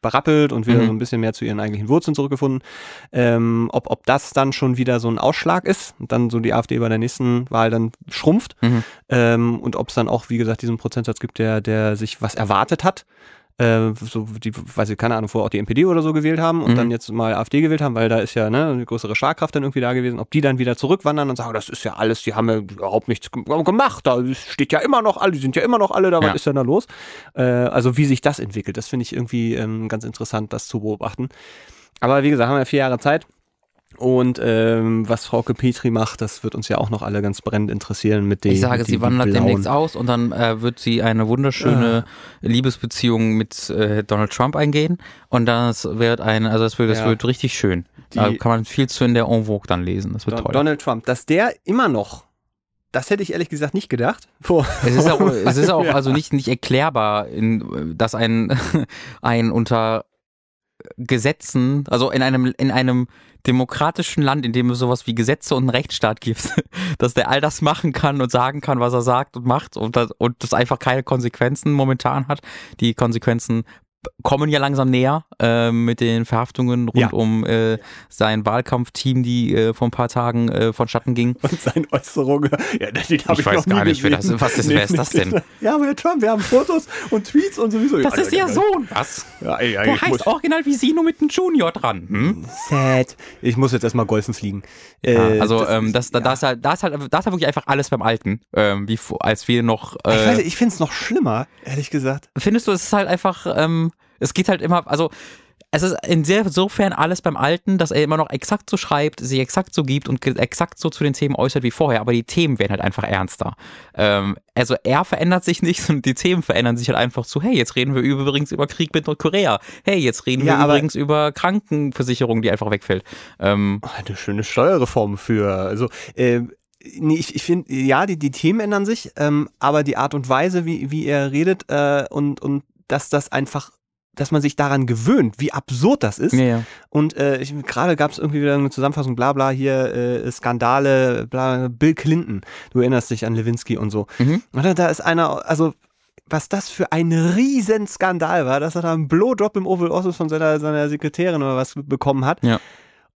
S1: berappelt und wieder
S2: Mhm.
S1: so ein bisschen mehr zu ihren eigentlichen Wurzeln zurückgefunden. Ähm, ob, ob das dann schon wieder so ein Ausschlag ist und dann so die AfD bei der nächsten Wahl dann schrumpft
S2: Mhm.
S1: ähm, und ob es dann auch, wie gesagt, diesen Prozentsatz gibt, der, der sich was erwartet hat. Äh, so die, weiß ich, keine Ahnung, vorher auch die NPD oder so gewählt haben und
S2: Mhm.
S1: dann jetzt mal AfD gewählt haben, weil da ist ja ne, eine größere Schlagkraft dann irgendwie da gewesen, ob die dann wieder zurückwandern und sagen, das ist ja alles, die haben ja überhaupt nichts gem- gemacht, da steht ja immer noch alle, die sind ja immer noch alle da,
S2: Ja.
S1: was ist denn da los? Äh, also wie sich das entwickelt, das finde ich irgendwie ähm, ganz interessant, das zu beobachten. Aber wie gesagt, haben wir vier Jahre Zeit. Und ähm, was Frauke Petri macht, das wird uns ja auch noch alle ganz brennend interessieren mit den
S2: Ich sage,
S1: die,
S2: sie wandert
S1: die
S2: demnächst
S1: blauen.
S2: aus und dann äh, wird sie eine wunderschöne Liebesbeziehung mit äh, Donald Trump eingehen und das wird ein, also das wird, das
S1: Ja.
S2: wird richtig schön. da
S1: Die-
S2: kann man viel zu in der En Vogue dann lesen. Das wird
S1: Don
S2: toll.
S1: Donald Trump, dass der immer noch Das hätte ich ehrlich gesagt nicht gedacht. Vor
S2: Es ist auch, es ist auch also nicht, nicht erklärbar, in, dass ein, ein unter Gesetzen, also in einem, in einem demokratischen Land, in dem es sowas wie Gesetze und einen Rechtsstaat gibt, dass der all das machen kann und sagen kann, was er sagt und macht und das, und das einfach keine Konsequenzen momentan hat. Die Konsequenzen kommen ja langsam näher äh, mit den Verhaftungen rund
S1: Ja.
S2: um äh, sein Wahlkampfteam, die äh, vor ein paar Tagen äh, vonstatten ging.
S1: und seinen Äußerungen. Ja, den hab ich
S2: Ich weiß
S1: noch nie
S2: gar nicht, wer
S1: gesehen.
S2: das- was ist- wer ist das denn?
S1: Ja, aber Herr Trump, wir haben Fotos und Tweets und sowieso.
S2: Das ist ja Sohn. Was?
S1: Ja, ey, ey,
S2: Der
S1: Äh, ich muss-
S2: heißt original Visino mit einem Junior dran. Hm?
S1: Sad. Ich muss jetzt erstmal golfen fliegen. Äh,
S2: Ja, also
S1: das
S2: ähm,
S1: ist-
S2: das, da, da ist halt, da ist halt, da ist halt wirklich einfach alles beim Alten, ähm, wie vor- als wir noch.
S1: Ich, weiß
S2: Äh,
S1: nicht, ich finde es noch schlimmer, ehrlich gesagt.
S2: findest du, es ist halt einfach, ähm, es geht halt immer, also es ist insofern alles beim Alten, dass er immer noch exakt so schreibt, sie exakt so gibt und ge- exakt so zu den Themen äußert wie vorher, aber die Themen werden halt einfach ernster. Ähm, also er verändert sich nicht, sondern die Themen verändern sich halt einfach zu, hey, jetzt reden wir übrigens über Krieg mit Nordkorea, hey, jetzt reden
S1: Ja,
S2: wir
S1: aber-
S2: übrigens über Krankenversicherung, die einfach wegfällt. Ähm,
S1: Oh, eine schöne Steuerreform für. Also, ähm, nee, ich, ich finde, ja, die, die Themen ändern sich, ähm, aber die Art und Weise, wie, wie er redet äh, und, und dass das einfach, dass man sich daran gewöhnt, wie absurd das ist.
S2: ja.
S1: Und äh, ich- gerade gab es irgendwie wieder eine Zusammenfassung, bla bla, hier äh, Skandale, bla, Bill Clinton, du erinnerst dich an Lewinsky und so.
S2: Mhm.
S1: Oder da ist einer, also was das für ein Riesenskandal war, dass er da einen Blowjob im Oval Office von seiner, seiner Sekretärin oder was bekommen hat.
S2: Ja.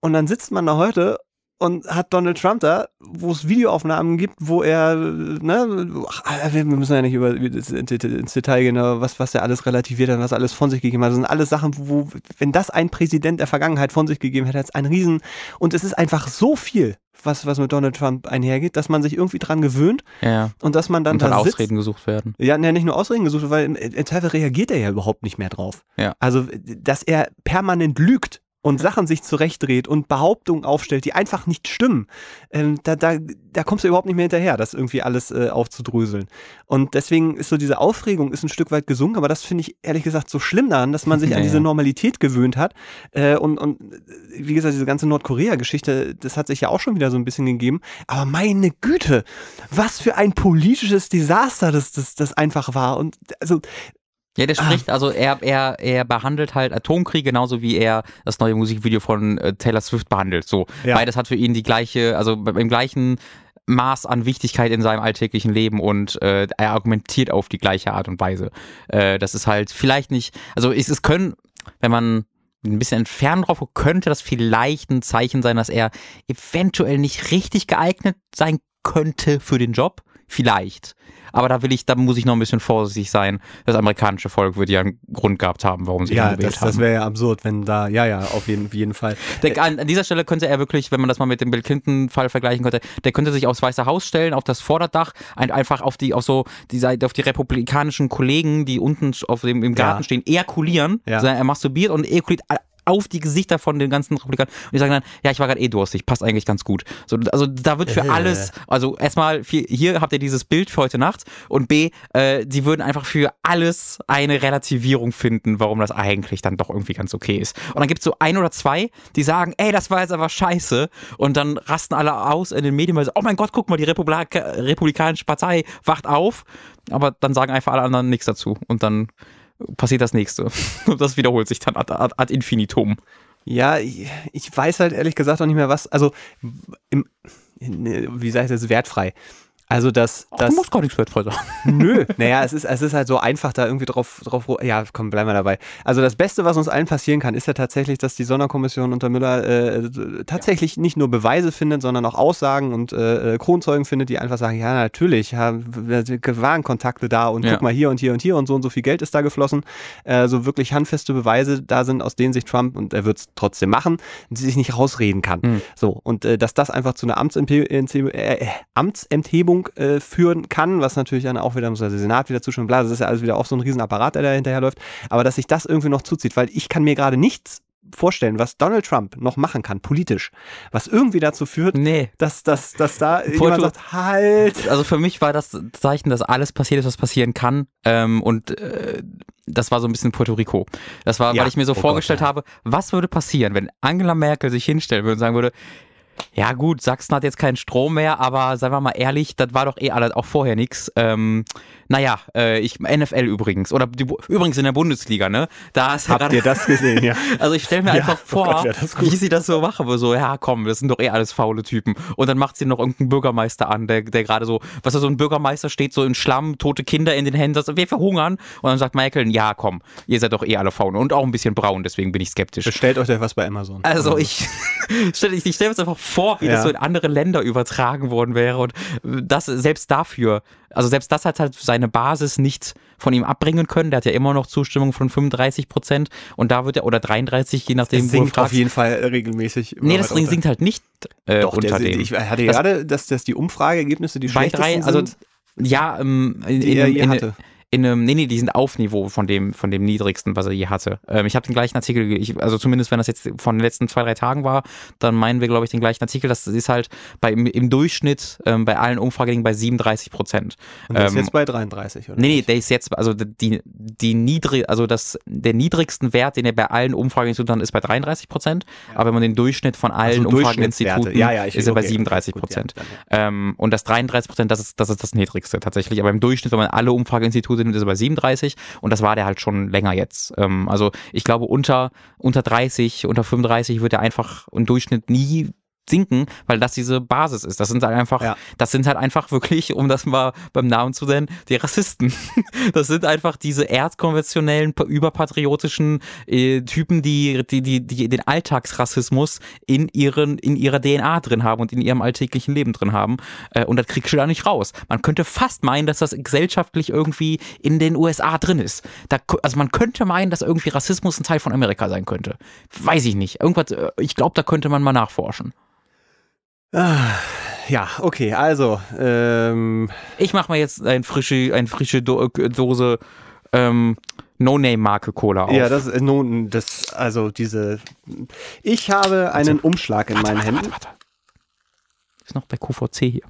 S1: Und dann sitzt man da heute und hat Donald Trump da, wo es Videoaufnahmen gibt, wo er, ne, ach, wir müssen ja nicht über ins ins Detail gehen, aber was, was er alles relativiert hat, was er alles von sich gegeben hat, das sind alles Sachen, wo, wenn das ein Präsident der Vergangenheit von sich gegeben hätte, hat es einen Riesen, und es ist einfach so viel, was, was mit Donald Trump einhergeht, dass man sich irgendwie dran gewöhnt
S2: ja, ja.
S1: und dass man dann
S2: Und dann
S1: da sitzt.
S2: Ausreden gesucht werden.
S1: Ja, ne, nicht nur Ausreden gesucht, weil im, E-, im Zweifel reagiert er ja überhaupt nicht mehr drauf.
S2: Ja.
S1: Also, dass er permanent lügt und Sachen sich zurechtdreht und Behauptungen aufstellt, die einfach nicht stimmen, ähm, da, da, da kommst du überhaupt nicht mehr hinterher, das irgendwie alles äh, aufzudröseln. Und deswegen ist so diese Aufregung ist ein Stück weit gesunken, aber das finde ich ehrlich gesagt so schlimm daran, dass man sich an
S2: Ja,
S1: diese
S2: ja.
S1: Normalität gewöhnt hat. Äh, und, und äh, wie gesagt, diese ganze Nordkorea-Geschichte, das hat sich ja auch schon wieder so ein bisschen gegeben. Aber meine Güte, was für ein politisches Desaster das, das, das einfach war. Und also,
S2: Ja, der spricht, also er, er, er behandelt halt Atomkrieg genauso wie er das neue Musikvideo von äh, Taylor Swift behandelt. So,
S1: Ja.
S2: beides hat für ihn die gleiche, also b- im gleichen Maß an Wichtigkeit in seinem alltäglichen Leben und äh, er argumentiert auf die gleiche Art und Weise. Äh, das ist halt vielleicht nicht, also es, es können, wenn man ein bisschen entfernt drauf guckt, könnte das vielleicht ein Zeichen sein, dass er eventuell nicht richtig geeignet sein könnte für den Job. Vielleicht. Aber da will ich, da muss ich noch ein bisschen vorsichtig sein. Das amerikanische Volk wird ja einen Grund gehabt haben, warum sie ihn gewählt haben.
S1: wäre ja absurd, wenn da, ja, ja, auf jeden, jeden Fall.
S2: Der, an, an dieser Stelle könnte er wirklich, wenn man das mal mit dem Bill Clinton-Fall vergleichen könnte, der könnte sich aufs Weiße Haus stellen, auf das Vorderdach, ein, einfach auf die, auf so, die, Seite- auf die republikanischen Kollegen, die unten sch- auf dem, im Garten
S1: Ja.
S2: stehen, ejakulieren.
S1: Ja.
S2: Also er masturbiert und ejakuliert a- auf die Gesichter von den ganzen Republikanern. Und die sagen dann, ja, ich war gerade eh durstig, passt eigentlich ganz gut. So, also da wird für
S1: Äh.
S2: alles, also erstmal, viel- hier habt ihr dieses Bild für heute Nacht und B, äh, die würden einfach für alles eine Relativierung finden, warum das eigentlich dann doch irgendwie ganz okay ist. Und dann gibt es so ein oder zwei, die sagen, ey, das war jetzt aber scheiße und dann rasten alle aus in den Medien, weil sie, oh mein Gott, guck mal, die Republika Republikanische Partei wacht auf, aber dann sagen einfach alle anderen nichts dazu und dann passiert das nächste. Und das wiederholt sich dann ad, ad, ad infinitum.
S1: Ja, ich, ich weiß halt ehrlich gesagt auch nicht mehr was, also, im, ne, wie sage ich das, wertfrei. Also, dass, dass
S2: gar nichts wertvoll sagen.
S1: Nö. Naja, es ist, es ist halt so einfach, da irgendwie drauf, drauf. Ja, komm, bleiben wir dabei. Also das Beste, was uns allen passieren kann, ist ja tatsächlich, dass die Sonderkommission unter Müller äh, tatsächlich nicht nur Beweise findet, sondern auch Aussagen und äh, äh, Kronzeugen findet, die einfach sagen, ja, natürlich, ja, w- w- waren Kontakte da und
S2: Ja.
S1: guck mal hier und hier und hier und so und so viel Geld ist da geflossen. Äh, so wirklich handfeste Beweise da sind, aus denen sich Trump, und er wird es trotzdem machen, sich nicht rausreden kann.
S2: Mhm.
S1: So, und äh, dass das einfach zu einer Amtsempe- Enthe- äh, äh, Amtsenthebung äh, führen kann, was natürlich dann auch wieder muss der Senat wieder zustimmen, bla, das ist ja alles wieder auch so ein Riesenapparat, der da hinterherläuft, aber dass sich das irgendwie noch zuzieht, weil ich kann mir gerade nichts vorstellen, was Donald Trump noch machen kann, politisch, was irgendwie dazu führt,
S2: Nee.
S1: dass, dass, dass da jemand
S2: Porto-
S1: sagt, halt,
S2: Also für mich war das Zeichen, dass alles passiert ist, was passieren kann. Ähm, und äh, das war so ein bisschen Puerto Rico. Das war,
S1: Ja.
S2: weil ich mir so
S1: Oh Gott,
S2: vorgestellt
S1: ja.
S2: habe, was würde passieren, wenn Angela Merkel sich hinstellen würde und sagen würde, Ja, gut, Sachsen hat jetzt keinen Strom mehr, aber seien wir mal ehrlich, das war doch eh alles auch vorher nix. Ähm, naja, äh, ich, NFL übrigens, oder die, Bu- übrigens in der Bundesliga, ne? Da ist ja
S1: Habt
S2: gerade-
S1: ihr das gesehen? Ja.
S2: Also ich stelle mir
S1: Ja,
S2: einfach
S1: oh
S2: vor,
S1: Gott, wär das gut.
S2: wie sie das so machen. wo So, ja komm, das sind doch eh alles faule Typen. Und dann macht sie noch irgendeinen Bürgermeister an, der, der gerade so, was da so ein Bürgermeister steht, so im Schlamm, tote Kinder in den Händen, sagt, wir verhungern. Und dann sagt Michael, ja komm, ihr seid doch eh alle faul und auch ein bisschen braun, deswegen bin ich skeptisch.
S1: Bestellt euch da was bei Amazon.
S2: Also ich stelle ich, ich stell mir das einfach vor, wie
S1: Hm. Ja.
S2: das so in andere Länder übertragen worden wäre und das selbst dafür, also selbst das hat halt seine Basis nicht von ihm abbringen können. Der hat ja immer noch Zustimmung von 35 Prozent und da wird er oder 33, je nachdem,
S1: Es
S2: wo du
S1: singt auf
S2: fragst.
S1: jeden Fall äh, regelmäßig. immer
S2: Nee, das
S1: weiter
S2: Ding
S1: runter.
S2: singt halt nicht äh,
S1: Doch,
S2: unter
S1: der,
S2: dem.
S1: Ich hatte
S2: Das-
S1: gerade, dass, dass die Umfrageergebnisse die
S2: bei
S1: schlechtesten
S2: drei, also
S1: sind.
S2: ja, ähm, in,
S1: Die
S2: in,
S1: er
S2: einem-
S1: je
S2: in,
S1: hatte.
S2: in einem, nee, nee, die sind auf Niveau von dem, von dem niedrigsten, was er je hatte. Ähm, ich habe den gleichen Artikel, ge- ich, also zumindest wenn das jetzt von den letzten zwei, drei Tagen war, dann meinen wir, glaube ich, den gleichen Artikel. Das ist halt bei, im, im Durchschnitt ähm, bei allen Umfragedingen bei 37 Prozent.
S1: Und der ist
S2: Ähm,
S1: jetzt bei 33, oder?
S2: Nee, nee, der ist jetzt, also die, die niedrig, also das, der niedrigsten Wert, den er bei allen Umfrageinstituten hat, ist bei 33 Prozent. Aber wenn man den Durchschnitt von allen
S1: Also Durchschnittswerte.
S2: Umfrageinstituten,
S1: Ja, ja, ich-
S2: ist er bei
S1: okay.
S2: 37
S1: Gut,
S2: Prozent.
S1: ja, dann,
S2: ähm, und das 33 Prozent, das ist, das ist das niedrigste tatsächlich. Aber im Durchschnitt, wenn man alle Umfrageinstitute nimmt, ist er bei 37. Und das war der halt schon länger jetzt. Ähm, also ich glaube, unter, unter 30, unter 35 wird er einfach im Durchschnitt nie sinken, weil das diese Basis ist. Das sind halt einfach,
S1: Ja.
S2: das sind halt einfach wirklich, um das mal beim Namen zu nennen, die Rassisten. Das sind einfach diese erdkonventionellen, pa- überpatriotischen äh, Typen, die, die, die, die den Alltagsrassismus in, ihren, in ihrer DNA drin haben und in ihrem alltäglichen Leben drin haben. Äh, und das kriegst du da nicht raus. Man könnte fast meinen, dass das gesellschaftlich irgendwie in den USA drin ist. Da, ko- also man könnte meinen, dass irgendwie Rassismus ein Teil von Amerika sein könnte. Weiß ich nicht. Irgendwas, äh, ich glaube, da könnte man mal nachforschen.
S1: Ja, okay, also, ähm,
S2: Ich mache mir jetzt ein frische, ein frische Do äh, Dose ähm, No-Name-Marke Cola auf.
S1: ja, das, äh, nun, das, also diese, ich habe einen Umschlag in
S2: Warte,
S1: meinen
S2: warte,
S1: Händen.
S2: warte, warte. Ist noch bei QVC hier.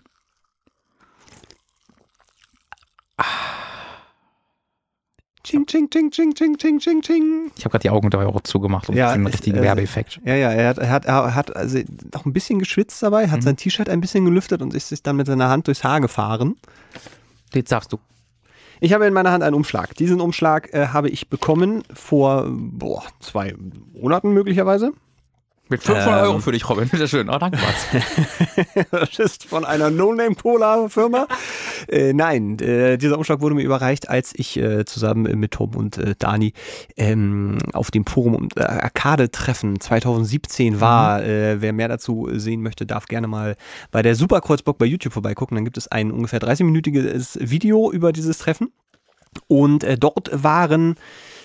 S1: Ching, ching, ching, ching, ching, ching, ching, ching.
S2: Ich habe gerade die Augen dabei auch zugemacht, um
S1: Ja,
S2: einen
S1: ich-
S2: richtigen
S1: äh,
S2: Werbeeffekt.
S1: Ja, ja, er hat, er hat, er hat also noch ein bisschen geschwitzt dabei,
S2: Mhm.
S1: hat sein T-Shirt ein bisschen gelüftet und ist sich dann mit seiner Hand durchs Haar gefahren.
S2: Jetzt sagst du.
S1: Ich habe in meiner Hand einen Umschlag. Diesen Umschlag äh, habe ich bekommen vor boah, zwei Monaten möglicherweise.
S2: Mit 500
S1: Ähm.
S2: Euro für dich, Robin. Bitte schön. Oh, danke, Mats.
S1: Das ist von einer No-Name-Cola-Firma. äh, nein, äh, dieser Umschlag wurde mir überreicht, als ich äh, zusammen mit Tom und äh, Dani ähm, auf dem Forum und äh, Arcade-Treffen 2017
S2: Mhm.
S1: war. Äh, wer mehr dazu sehen möchte, darf gerne mal bei der Superkreuzbock bei YouTube vorbeigucken. Dann gibt es ein ungefähr 30-minütiges Video über dieses Treffen. Und äh, dort waren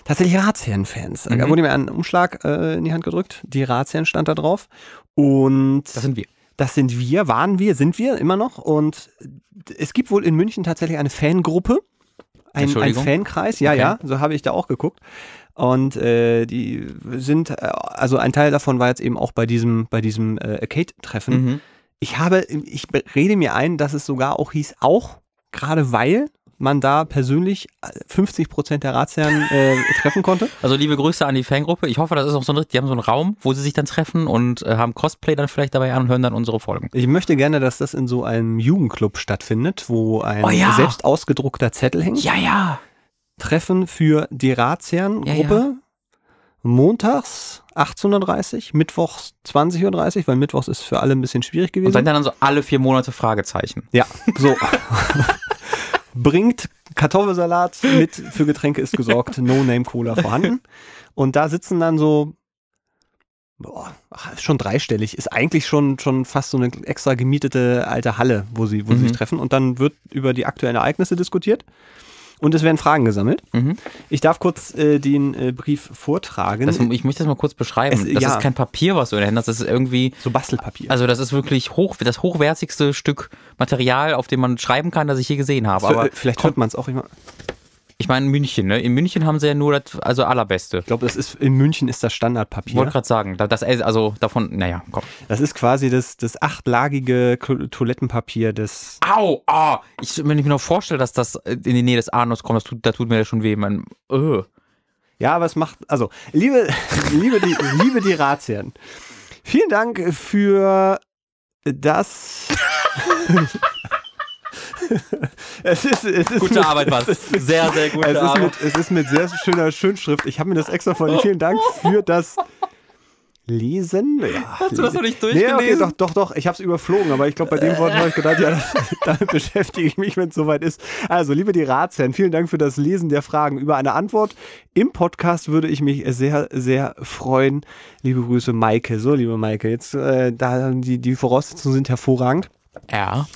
S1: tatsächlich Ratsherren-Fans. Da
S2: Mhm.
S1: wurde mir ein Umschlag äh, in die Hand gedrückt. Die Ratsherren stand da drauf. Und
S2: Das sind wir.
S1: das sind wir, waren wir, sind wir immer noch. Und es gibt wohl in München tatsächlich eine Fangruppe, ein, ein
S2: Entschuldigung?
S1: Fankreis. Ja,
S2: Okay.
S1: ja, so habe ich da auch geguckt. Und äh, die sind, äh, also ein Teil davon war jetzt eben auch bei diesem, bei diesem äh, Arcade-Treffen.
S2: Mhm.
S1: Ich habe, ich rede mir ein, dass es sogar auch hieß, auch gerade weil man da persönlich 50 Prozent der Ratsherren äh, treffen konnte.
S2: Also liebe Grüße an die Fangruppe. Ich hoffe, das ist auch so ein, die haben so einen Raum, wo sie sich dann treffen und äh, haben Cosplay dann vielleicht dabei an und hören dann unsere Folgen.
S1: Ich möchte gerne, dass das in so einem Jugendclub stattfindet, wo ein
S2: Oh ja.
S1: selbst ausgedruckter Zettel hängt.
S2: Ja, ja.
S1: Treffen für die Ratsherrengruppe.
S2: Ja, ja.
S1: Montags 18.30 Uhr, mittwochs 20.30 Uhr, weil mittwochs ist für alle ein bisschen schwierig
S2: Und
S1: gewesen.
S2: dann dann so alle vier Monate Fragezeichen.
S1: ja, so. Bringt Kartoffelsalat mit, für Getränke ist gesorgt, No-Name-Cola vorhanden. Und da sitzen dann so, boah, ach, ist schon dreistellig, ist eigentlich schon, schon fast so eine extra gemietete alte Halle, wo sie, wo sie
S2: Mhm.
S1: sich treffen. Und dann wird über die aktuellen Ereignisse diskutiert. Und es werden Fragen gesammelt.
S2: Mhm.
S1: Ich darf kurz äh, den äh, Brief vortragen.
S2: Das, ich möchte das mal kurz beschreiben.
S1: Es-
S2: das
S1: ja.
S2: ist kein Papier, was du in der Hand hast. Das ist irgendwie
S1: so Bastelpapier.
S2: Also das ist wirklich hoch, das hochwertigste Stück Material, auf dem man schreiben kann, das ich je gesehen habe.
S1: aber
S2: Aber
S1: äh, vielleicht hört man es auch immer.
S2: ich meine in München, ne? In München haben sie ja nur das, also allerbeste.
S1: Ich glaube, das ist in München ist das
S2: Ich wollte
S1: Standardpapier.
S2: gerade sagen, da- das also davon, naja, komm.
S1: Das ist quasi das, das achtlagige Ko- Toilettenpapier des.
S2: Au, ah, ich, wenn ich mir noch vorstelle, dass das in die Nähe des Anus kommt, das tut, da tut mir das schon weh. Man, äh.
S1: Ja, aber es macht. Also, liebe, liebe die, liebe die Ratsherren. Vielen Dank für das. es ist, es ist
S2: Gute
S1: mit-
S2: Arbeit war's. Sehr, sehr gute
S1: Es ist,
S2: Arbeit.
S1: mit, es ist mit sehr schöner Schönschrift. Ich habe mir das extra vorhin. Vielen Dank für das Lesen. Ja,
S2: Hast du das noch nicht
S1: Nee, okay,
S2: durchgelesen?
S1: doch, doch, doch. Ich habe es überflogen, aber ich glaube, bei dem Wort habe ich gedacht, ja, das, damit beschäftige ich mich, wenn es soweit ist. Also, liebe die Ratsherren, vielen Dank für das Lesen der Fragen. Über eine Antwort im Podcast würde ich mich sehr, sehr freuen. Liebe Grüße, Maike. So, liebe Maike, jetzt, äh, da, die, die Voraussetzungen sind hervorragend.
S2: Ja.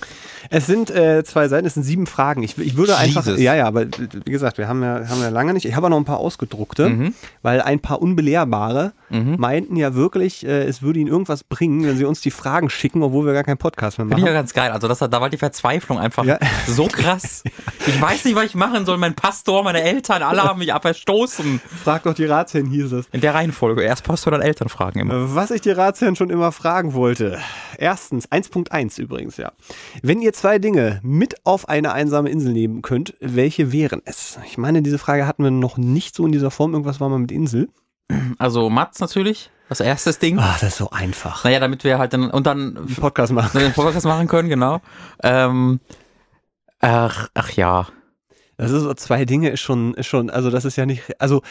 S1: Es sind äh, zwei Seiten, es sind sieben Fragen. Ich, ich würde einfach.
S2: Jesus.
S1: Ja, ja, aber äh, wie gesagt, wir haben ja, haben ja lange nicht. Ich habe aber noch ein paar ausgedruckte, weil ein paar Unbelehrbare meinten ja wirklich, äh, es würde ihnen irgendwas bringen, wenn sie uns die Fragen schicken, obwohl wir gar keinen Podcast mehr
S2: Finde ich ja
S1: machen.
S2: ganz geil. Also das, da war die Verzweiflung einfach
S1: Ja.
S2: so krass. Ich weiß nicht, was ich machen soll. Mein Pastor, meine Eltern, alle haben mich verstoßen.
S1: Frag doch die Ratsherren, hieß es.
S2: In der Reihenfolge. Erst Pastor, dann Eltern fragen immer.
S1: Was ich die Ratsherren schon immer fragen wollte. Erstens, 1.1 übrigens, ja. Wenn ihr zwei Dinge mit auf eine einsame Insel nehmen könnt, welche wären es? Ich meine, diese Frage hatten wir noch nicht so in dieser Form. Irgendwas war mal mit Insel. Ähm.
S2: Also Mats natürlich, das erste Ding.
S1: Ach, Ah, das ist so einfach.
S2: Naja, damit wir halt dann, und dann
S1: Podcast machen.
S2: den Podcast machen können, genau. Ähm, ach, ach ja.
S1: Das ist so zwei Dinge ist schon, ist schon, also das ist ja nicht, also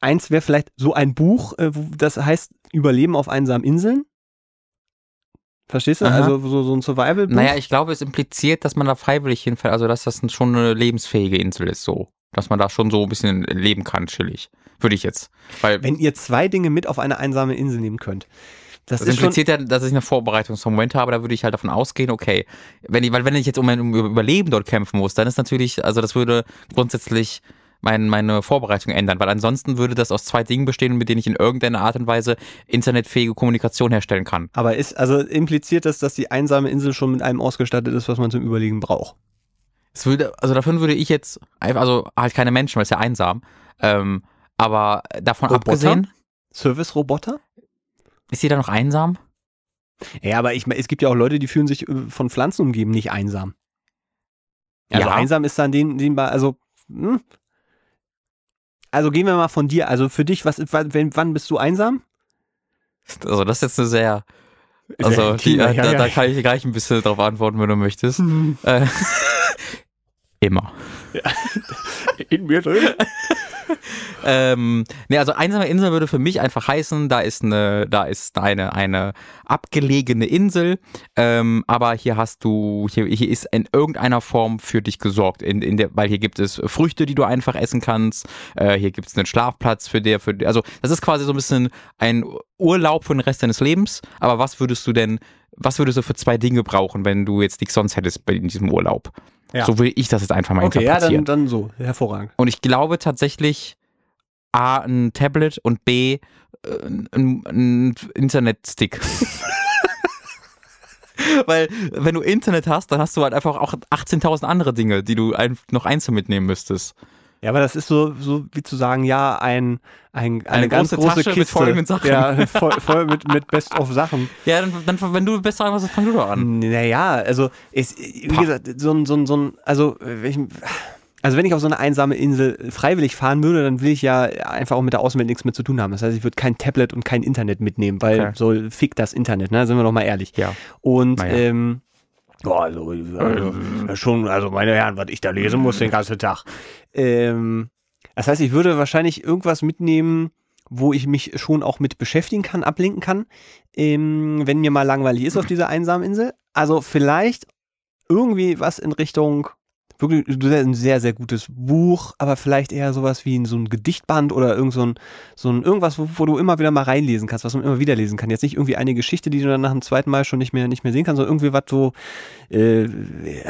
S1: eins wäre vielleicht so ein Buch, äh, wo- das heißt Überleben auf einsamen Inseln. Verstehst du?
S2: Aha.
S1: Also so, so ein Survival-Buch.
S2: Naja, ich glaube, es impliziert, dass man da freiwillig hinfällt. Also, dass das ein- schon eine lebensfähige Insel ist, so. Dass man da schon so ein bisschen leben kann, chillig. Würde ich jetzt. Weil
S1: Wenn ihr zwei Dinge mit auf eine einsame Insel nehmen könnt. Das,
S2: Das,
S1: ist schon,
S2: impliziert ja, dass ich eine Vorbereitung zum Moment habe, da würde ich halt davon ausgehen, okay, wenn ich, weil wenn ich jetzt um mein um Überleben dort kämpfen muss, dann ist natürlich, also das würde grundsätzlich mein, meine Vorbereitung ändern, weil ansonsten würde das aus zwei Dingen bestehen, mit denen ich in irgendeiner Art und Weise internetfähige Kommunikation herstellen kann.
S1: aber ist, also impliziert das, dass die einsame Insel schon mit allem ausgestattet ist, was man zum Überlegen braucht.
S2: Es würde, also davon würde ich jetzt, einfach- also halt keine Menschen, weil es ist ja einsam, ähm, aber davon
S1: Roboter?
S2: abgesehen,
S1: Service-Roboter?
S2: ist sie da noch einsam?
S1: Ja, aber ich, meine, es gibt ja auch Leute, die fühlen sich äh, von Pflanzen umgeben, nicht einsam. Also
S2: Ja.
S1: einsam ist dann den, den bei, also, hm. Also gehen wir mal von dir. Also für dich, was, wann, wenn- wann bist du einsam?
S2: Also das ist jetzt eine sehr, also
S1: Ja,
S2: die,
S1: ja,
S2: äh,
S1: ja,
S2: da,
S1: ja.
S2: da kann ich gleich ein bisschen drauf antworten, wenn du möchtest. Äh, immer.
S1: In mir drin.
S2: Ähm, nee, also einsame Insel würde für mich einfach heißen, da ist eine, da ist eine, eine abgelegene Insel, ähm, aber hier hast du, hier, hier ist in irgendeiner Form für dich gesorgt, in, in der, weil hier gibt es Früchte, die du einfach essen kannst, äh, hier gibt es einen Schlafplatz für dir, für, also das ist quasi so ein bisschen ein Urlaub für den Rest deines Lebens, aber was würdest du denn, was würdest du für zwei Dinge brauchen, wenn du jetzt nichts sonst hättest bei- in diesem Urlaub?
S1: Ja.
S2: So will ich das jetzt einfach mal
S1: Okay, ja,
S2: interpretieren.
S1: dann, dann so. Hervorragend.
S2: Und ich glaube tatsächlich, A, ein Tablet und B, äh, ein, ein Internetstick. Weil, wenn du Internet hast, dann hast du halt einfach auch 18.000 andere Dinge, die du ein, noch einzeln mitnehmen müsstest.
S1: Ja, aber das ist so, so wie zu sagen, ja, ein, ein, eine,
S2: Eine
S1: ganz
S2: große
S1: große
S2: Tasche
S1: Kiste.
S2: mit folgenden Sachen.
S1: Ja, voll, voll mit, mit Best-of-Sachen.
S2: Ja, dann, dann wenn du besser was fang du doch an.
S1: Naja, also, es, wie gesagt, so ein, so ein, so ein also, welchen, also wenn ich auf so eine einsame Insel äh, freiwillig fahren würde, dann will ich ja einfach auch mit der Außenwelt nichts mehr zu tun haben. Das heißt, ich würde kein Tablet und kein Internet mitnehmen, weil
S2: Okay.
S1: so fick das Internet, ne? Sind wir doch mal ehrlich.
S2: Ja.
S1: Und,
S2: Naja. Ähm.
S1: ähm, ja, also, also schon, also meine Herren, was ich da lesen muss den ganzen Tag. Ähm, das heißt, ich würde wahrscheinlich irgendwas mitnehmen, wo ich mich schon auch mit beschäftigen kann, ablenken kann, ähm, wenn mir mal langweilig ist auf dieser einsamen Insel. Also vielleicht irgendwie was in Richtung, wirklich du hast ein sehr, sehr gutes Buch, aber vielleicht eher sowas wie ein- so ein Gedichtband oder irgend so ein, so ein irgendwas, wo, wo du immer wieder mal reinlesen kannst, was man immer wieder lesen kann. Jetzt nicht irgendwie eine Geschichte, die du dann nach dem zweiten Mal schon nicht mehr, nicht mehr sehen kannst, sondern irgendwie was so äh,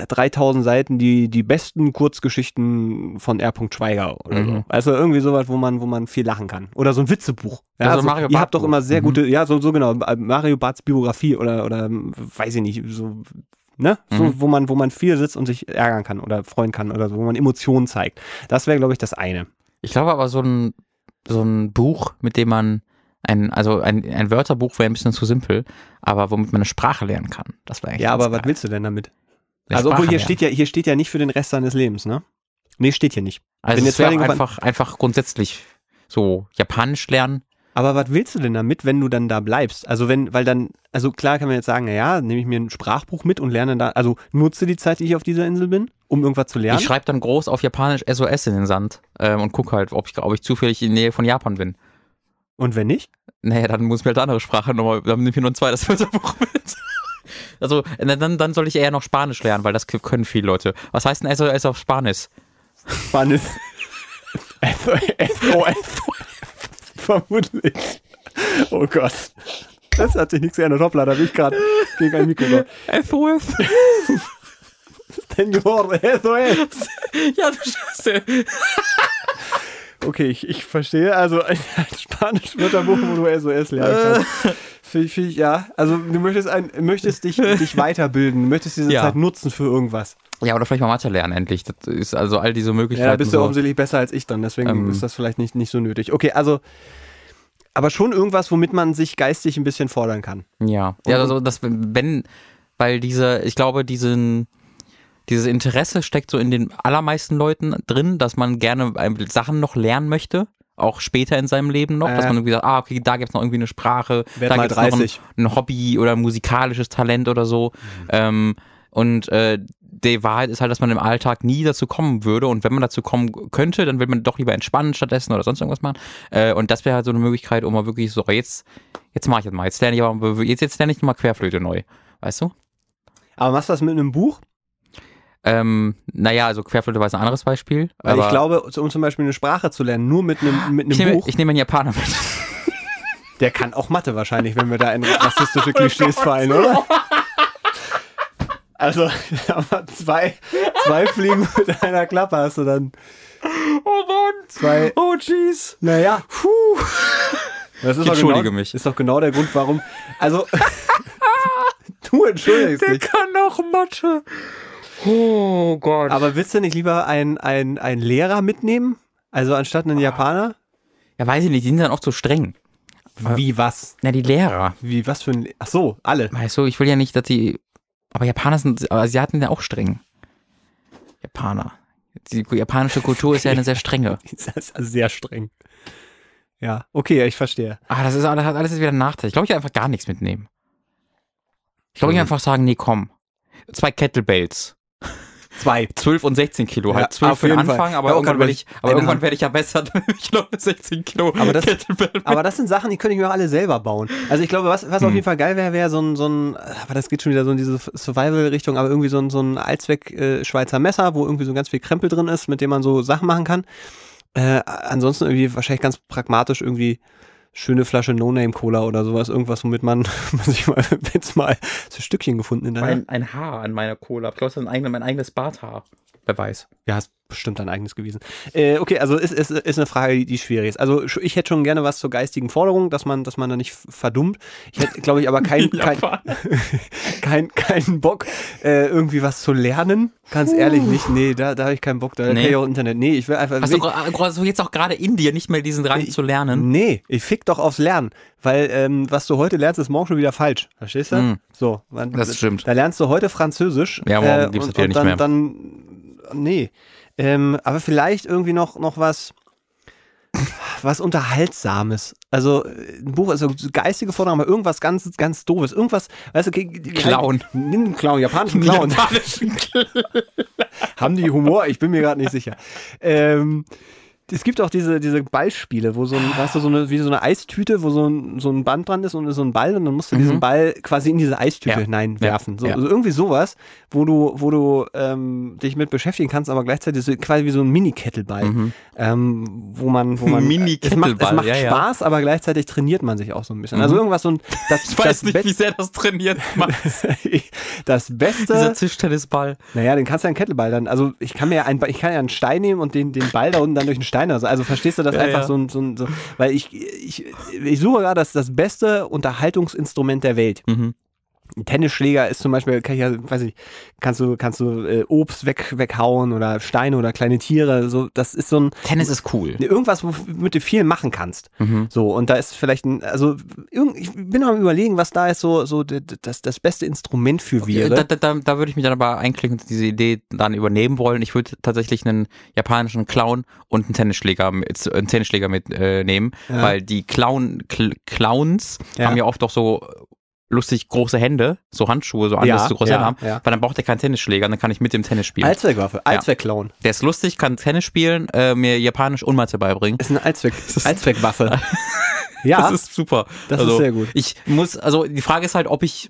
S1: 3000 Seiten, die, die besten Kurzgeschichten von R. Schweiger oder so.
S2: Mhm.
S1: Also irgendwie sowas, wo man, wo man viel lachen kann. Oder so ein Witzebuch. Ja,
S2: Ja, so
S1: also
S2: Mario
S1: ihr
S2: Barth
S1: habt doch
S2: Buch.
S1: immer sehr
S2: Mhm.
S1: gute, ja, so, so genau, Mario Barts Biografie oder, oder ähm, weiß ich nicht, so, ne? So,
S2: Mhm.
S1: wo man, wo man viel sitzt und sich ärgern kann oder freuen kann oder so, wo man Emotionen zeigt. Das wäre, glaube ich, das eine.
S2: Ich glaube aber, so ein, so ein Buch, mit dem man, ein, also ein, ein Wörterbuch wäre ein bisschen zu simpel, aber womit man eine Sprache lernen kann. Das wäre eigentlich
S1: ja,
S2: ganz
S1: aber was
S2: geil.
S1: willst du denn damit?
S2: Eine
S1: also, obwohl
S2: Sprache
S1: hier
S2: lernen.
S1: steht ja, hier steht ja nicht für den Rest seines Lebens, ne? Nee, steht hier nicht.
S2: Also
S1: Wenn
S2: Wenn
S1: jetzt
S2: jetzt wäre
S1: Ferdinand-
S2: einfach, einfach grundsätzlich so Japanisch lernen
S1: Aber was willst du denn damit, wenn du dann da bleibst? Also wenn, weil dann, also klar kann man jetzt sagen, na ja, nehme ich mir ein Sprachbuch mit und lerne da, also nutze die Zeit, die ich auf dieser Insel bin, um irgendwas zu lernen.
S2: Ich schreibe dann groß auf Japanisch SOS in den Sand ähm, und gucke halt, ob ich, ob ich zufällig in der Nähe von Japan bin.
S1: und wenn nicht?
S2: Naja, dann muss ich mir halt eine andere Sprache nochmal, dann nehme ich nur ein zweites Wörterbuch mit. Also, na, dann, dann soll ich eher noch Spanisch lernen, weil das können viele Leute. Was heißt ein SOS auf Spanisch?
S1: Spanisch. SOS. Vermutlich. Oh Gott. Das hat sich nichts geändert. Hoppla, da bin ich gerade gegen ein Mikro. gehauen.
S2: SOS?
S1: Senor, SOS.
S2: Ja, du Scheiße.
S1: Okay, ich, ich verstehe. Also ein Spanisch-Wörterbuch, wo du SOS
S2: Äh.
S1: lernen kannst. Finde ich, finde ich, ja. Also du möchtest, ein, möchtest dich, dich weiterbilden, du möchtest diese
S2: Ja.
S1: Zeit nutzen für irgendwas.
S2: Ja, oder vielleicht mal Mathe lernen endlich. Das ist also all diese
S1: Ja,
S2: Möglichkeiten.
S1: da bist du
S2: so.
S1: offensichtlich besser als ich dann, deswegen
S2: Ähm.
S1: ist das vielleicht nicht, nicht so nötig. Okay, also, aber schon irgendwas, womit man sich geistig ein bisschen fordern kann.
S2: Ja, ja, also das, wenn, weil diese, ich glaube, diesen, dieses Interesse steckt so in den allermeisten Leuten drin, dass man gerne ähm, Sachen noch lernen möchte, auch später in seinem Leben noch, dass
S1: Äh.
S2: man irgendwie sagt, ah, okay, da gibt's noch irgendwie eine Sprache,
S1: Werd
S2: da
S1: mal
S2: gibt's noch ein,
S1: 30.
S2: ein Hobby oder ein musikalisches Talent oder so. Ähm, und äh, die Wahrheit ist halt, dass man im Alltag nie dazu kommen würde und wenn man dazu kommen könnte, dann will man doch lieber entspannen stattdessen oder sonst irgendwas machen. Äh, und das wäre halt so eine Möglichkeit, um mal wirklich so, jetzt, jetzt mache ich das mal, jetzt lerne ich aber, jetzt, jetzt lerne ich mal Querflöte neu. Weißt du?
S1: Aber machst du das mit einem Buch?
S2: Ähm, naja, also Querflöte war jetzt ein anderes Beispiel.
S1: Weil
S2: aber
S1: ich glaube, um zum Beispiel eine Sprache zu lernen, nur mit einem, mit
S2: ich
S1: einem
S2: nehme,
S1: Buch,
S2: ich nehme einen Japaner mit.
S1: der kann auch Mathe wahrscheinlich, wenn wir da in
S2: Oh
S1: rassistische Klischees fallen, oder? Also, aber zwei, zwei Fliegen mit einer Klappe hast du dann.
S2: Oh Mann!
S1: Zwei,
S2: Oh jeez!
S1: naja.
S2: Puh!
S1: Das ist
S2: Ich
S1: doch
S2: entschuldige
S1: genau,
S2: mich.
S1: Ist doch genau der Grund, warum. Also, du entschuldigst dich.
S2: kann auch Mathe. Oh Gott.
S1: Aber willst du nicht lieber einen ein Lehrer mitnehmen? Also anstatt
S2: Ah.
S1: einen Japaner?
S2: Ja, weiß ich nicht, die sind dann auch so streng.
S1: Wie was?
S2: Na, die Lehrer.
S1: Wie was für ein. Ach so, alle.
S2: Weißt du, ich will ja nicht, dass die. Aber Japaner sind. Aber Asiaten sind ja auch streng. Japaner. Die japanische Kultur ist ja eine sehr strenge.
S1: Das ist sehr streng. Ja, okay, ich verstehe.
S2: Ah, das ist alles, hat alles wieder einen Nachteil. Ich glaube, ich will einfach gar nichts mitnehmen. Ich glaube, ich will einfach sagen, nee, komm. Zwei Kettlebells.
S1: Zwei.
S2: 12 und 16 Kilo.
S1: Ja,
S2: Halt 12
S1: auf
S2: für den
S1: jeden Fall.
S2: Anfang, aber
S1: Ja, oh
S2: irgendwann
S1: Gott,
S2: werde ich, aber
S1: eine
S2: irgendwann
S1: Hand.
S2: werde ich ja besser, wenn ich noch eine 16 Kilo
S1: Aber das-
S2: Kettlebell mit-
S1: Aber das sind Sachen, die könnte ich mir auch alle selber bauen. Also ich glaube, was, was auf jeden Fall geil wäre, wäre so ein, so ein, aber das geht schon wieder so in diese Survival-Richtung, aber irgendwie so ein, so ein Allzweck-Schweizer Messer, wo irgendwie so ganz viel Krempel drin ist, mit dem man so Sachen machen kann. Äh, ansonsten irgendwie wahrscheinlich ganz pragmatisch irgendwie schöne Flasche No-Name-Cola oder sowas, irgendwas, womit man, man sich mal, wenn's mal so Stückchen gefunden in der Hand.
S2: ein, ein Haar an meiner Cola. Ich glaube, das ist ein eigen- mein eigenes Barthaar. Wer weiß.
S1: Ja, ist bestimmt dein eigenes gewesen. Äh, okay, also ist, ist, ist eine Frage, die- die schwierig ist. Also sch- ich hätte schon gerne was zur geistigen Forderung, dass man, dass man da nicht f- verdummt. Ich hätte, glaube ich, aber kein, kein, kein, keinen Bock, äh, irgendwie was zu lernen. Ganz ehrlich nicht. Nee, da, da habe ich keinen Bock. Da
S2: Nee.
S1: kann ich auch Internet. Nee, ich will einfach.
S2: Hast
S1: will
S2: du gra- gra- so jetzt auch gerade in dir nicht mehr diesen Drang zu lernen?
S1: Nee, ich fick doch aufs Lernen. Weil ähm, was du heute lernst, ist morgen schon wieder falsch. Verstehst du?
S2: Mm.
S1: So, man,
S2: Das stimmt.
S1: Da lernst du heute Französisch. äh,
S2: Ja, morgen gibt's
S1: und-
S2: das wieder
S1: und
S2: nicht
S1: dann,
S2: mehr.
S1: Dann, nee. Ähm, aber vielleicht irgendwie noch, noch was, was Unterhaltsames. Also äh, ein Buch, also geistige Forderung, aber irgendwas ganz, ganz doofes. Irgendwas, weißt du, okay,
S2: Clown.
S1: Nimm einen Clown, japanischen Clown.
S2: Japanischen Clown.
S1: Haben die Humor? Ich bin mir gerade nicht sicher. Ähm, es gibt auch diese, diese Ballspiele, wo so ein, weißt du, so eine, wie so eine Eistüte, wo so ein, so ein Band dran ist und so ein Ball und dann musst du diesen Ball quasi in diese Eistüte
S2: Mhm. Ja.
S1: hineinwerfen.
S2: Ja.
S1: So,
S2: Ja.
S1: Also irgendwie sowas, wo du, wo du ähm, dich mit beschäftigen kannst, aber gleichzeitig so, quasi wie so ein Mini-Kettleball, ähm, wo man, wo man es macht, es
S2: Mhm. Mini-Kettleball,
S1: macht
S2: ja, ja. Mhm.
S1: Spaß, aber gleichzeitig trainiert man sich auch so ein bisschen. Also irgendwas so ein, das,
S2: Ich
S1: das,
S2: weiß nicht, wie sehr das trainiert macht.
S1: Be das Beste.
S2: Dieser Tischtennisball.
S1: Naja, den kannst du ja einen Kettleball dann. Also ich kann mir ja einen, Ba- ich kann ja einen Stein nehmen und den, den Ball da unten dann durch einen Stein. Also, also verstehst du das
S2: Ja,
S1: einfach
S2: ja.
S1: so ein, so ein so,
S2: Mhm.
S1: weil ich, ich, ich suche gerade das, das beste Unterhaltungsinstrument der Welt. Ein Tennisschläger ist zum Beispiel, kann ich ja, weiß ich, kannst du, kannst du äh, Obst weg, weghauen oder Steine oder kleine Tiere. So, das ist so ein
S2: Tennis ist cool.
S1: irgendwas, womit du viel machen kannst.
S2: Mhm.
S1: So, und da ist vielleicht ein, also irgend, ich bin am überlegen, was da ist so, so d- d- das, das beste Instrument für wäre.
S2: Da, da, da, da würde ich mich dann aber einklicken und diese Idee dann übernehmen wollen. Ich würde tatsächlich einen japanischen Clown und einen Tennisschläger, mit- einen Tennisschläger mitnehmen, äh, nehmen,
S1: Ja.
S2: weil die Clown, Cl Clowns
S1: Ja.
S2: haben ja oft doch so lustig große Hände, so Handschuhe, so anders so große
S1: ja,
S2: Hände haben,
S1: ja.
S2: weil dann braucht er keinen Tennisschläger, dann kann ich mit dem Tennis spielen.
S1: Allzweckwaffe, Allzweckclown.
S2: Der ist lustig, kann Tennis spielen, äh, mir Japanisch und Mathe beibringen.
S1: Ist eine Allzweck, Allzweckwaffe. ja,
S2: Das ist super.
S1: Das ist
S2: also,
S1: sehr gut.
S2: Ich muss, also die Frage ist halt, ob ich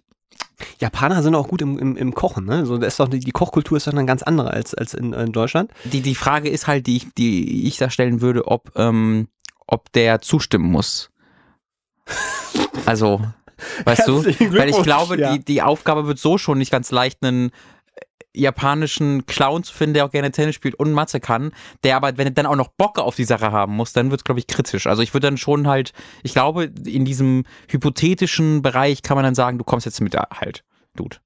S1: Japaner sind auch gut im, im, im Kochen, ne? So, da ist doch, die die Kochkultur ist doch eine ganz andere als, als in, in Deutschland.
S2: die, die Frage ist halt, die ich, die ich da stellen würde, ob, ähm, ob der zustimmen muss. Also, weißt du?
S1: Herzlichen
S2: Weil ich
S1: Glückwunsch,
S2: glaube,
S1: ja.
S2: die, die Aufgabe wird so schon nicht ganz leicht, einen äh, japanischen Clown zu finden, der auch gerne Tennis spielt und Mathe kann, der aber, wenn er dann auch noch Bock auf die Sache haben muss, dann wird es, glaube ich, kritisch. Also ich würde dann schon halt, ich glaube, in diesem hypothetischen Bereich kann man dann sagen, du kommst jetzt mit halt, Dude.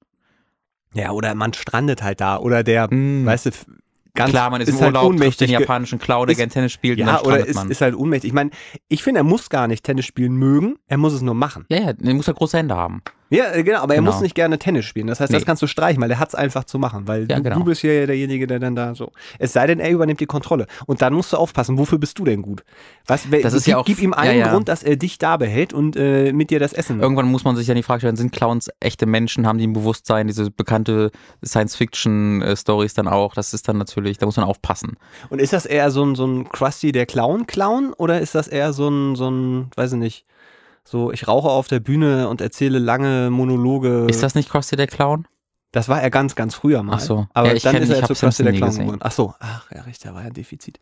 S1: Ja, oder man strandet halt da. Oder der,
S2: Mm.
S1: weißt du, f- ganz
S2: Klar, man ist, im
S1: halt
S2: Urlaub, trifft den
S1: ohnmächtig. ge-
S2: japanischen Clown, der
S1: ist-
S2: gerne Tennis spielt und
S1: Ja,
S2: dann
S1: oder
S2: strandet
S1: ist,
S2: man.
S1: ist halt ohnmächtig. Ich meine, ich finde, er muss gar nicht Tennis spielen mögen, er muss es nur machen.
S2: ja, ja, der muss ja große Hände haben.
S1: Ja, äh, genau, aber er
S2: Genau.
S1: muss nicht gerne Tennis spielen. Das heißt, das
S2: Nee.
S1: kannst du streichen, weil er hat es einfach zu machen, weil
S2: Ja,
S1: du,
S2: genau.
S1: du bist ja derjenige, der dann da so. Es sei denn, er übernimmt die Kontrolle. Und dann musst du aufpassen, wofür bist du denn gut? Was, wer-
S2: Das ist
S1: gib,
S2: ja auch-
S1: gib ihm
S2: ja,
S1: einen
S2: ja.
S1: Grund, dass er dich da behält und äh, mit dir das Essen.
S2: Irgendwann muss man sich dann die Frage stellen, sind Clowns echte Menschen, haben die ein Bewusstsein, diese bekannte Science-Fiction-Stories dann auch, das ist dann natürlich, da muss man aufpassen.
S1: Und ist das eher so ein, so ein Krusty der Clown-Clown oder ist das eher so ein, so ein, weiß ich nicht, so ich rauche auf der Bühne und erzähle lange Monologe.
S2: Ist das nicht Krusty der Clown?
S1: Das war er ganz, ganz früher mal.
S2: Ach so.
S1: Aber
S2: Ja, ich
S1: dann
S2: kenn-
S1: ist er
S2: ich
S1: ja zu
S2: hab
S1: Krusty
S2: Simpson
S1: der
S2: nie
S1: Clown
S2: gesehen.
S1: geworden. Ach so, ach ja, richtig, da war ja ein Defizit.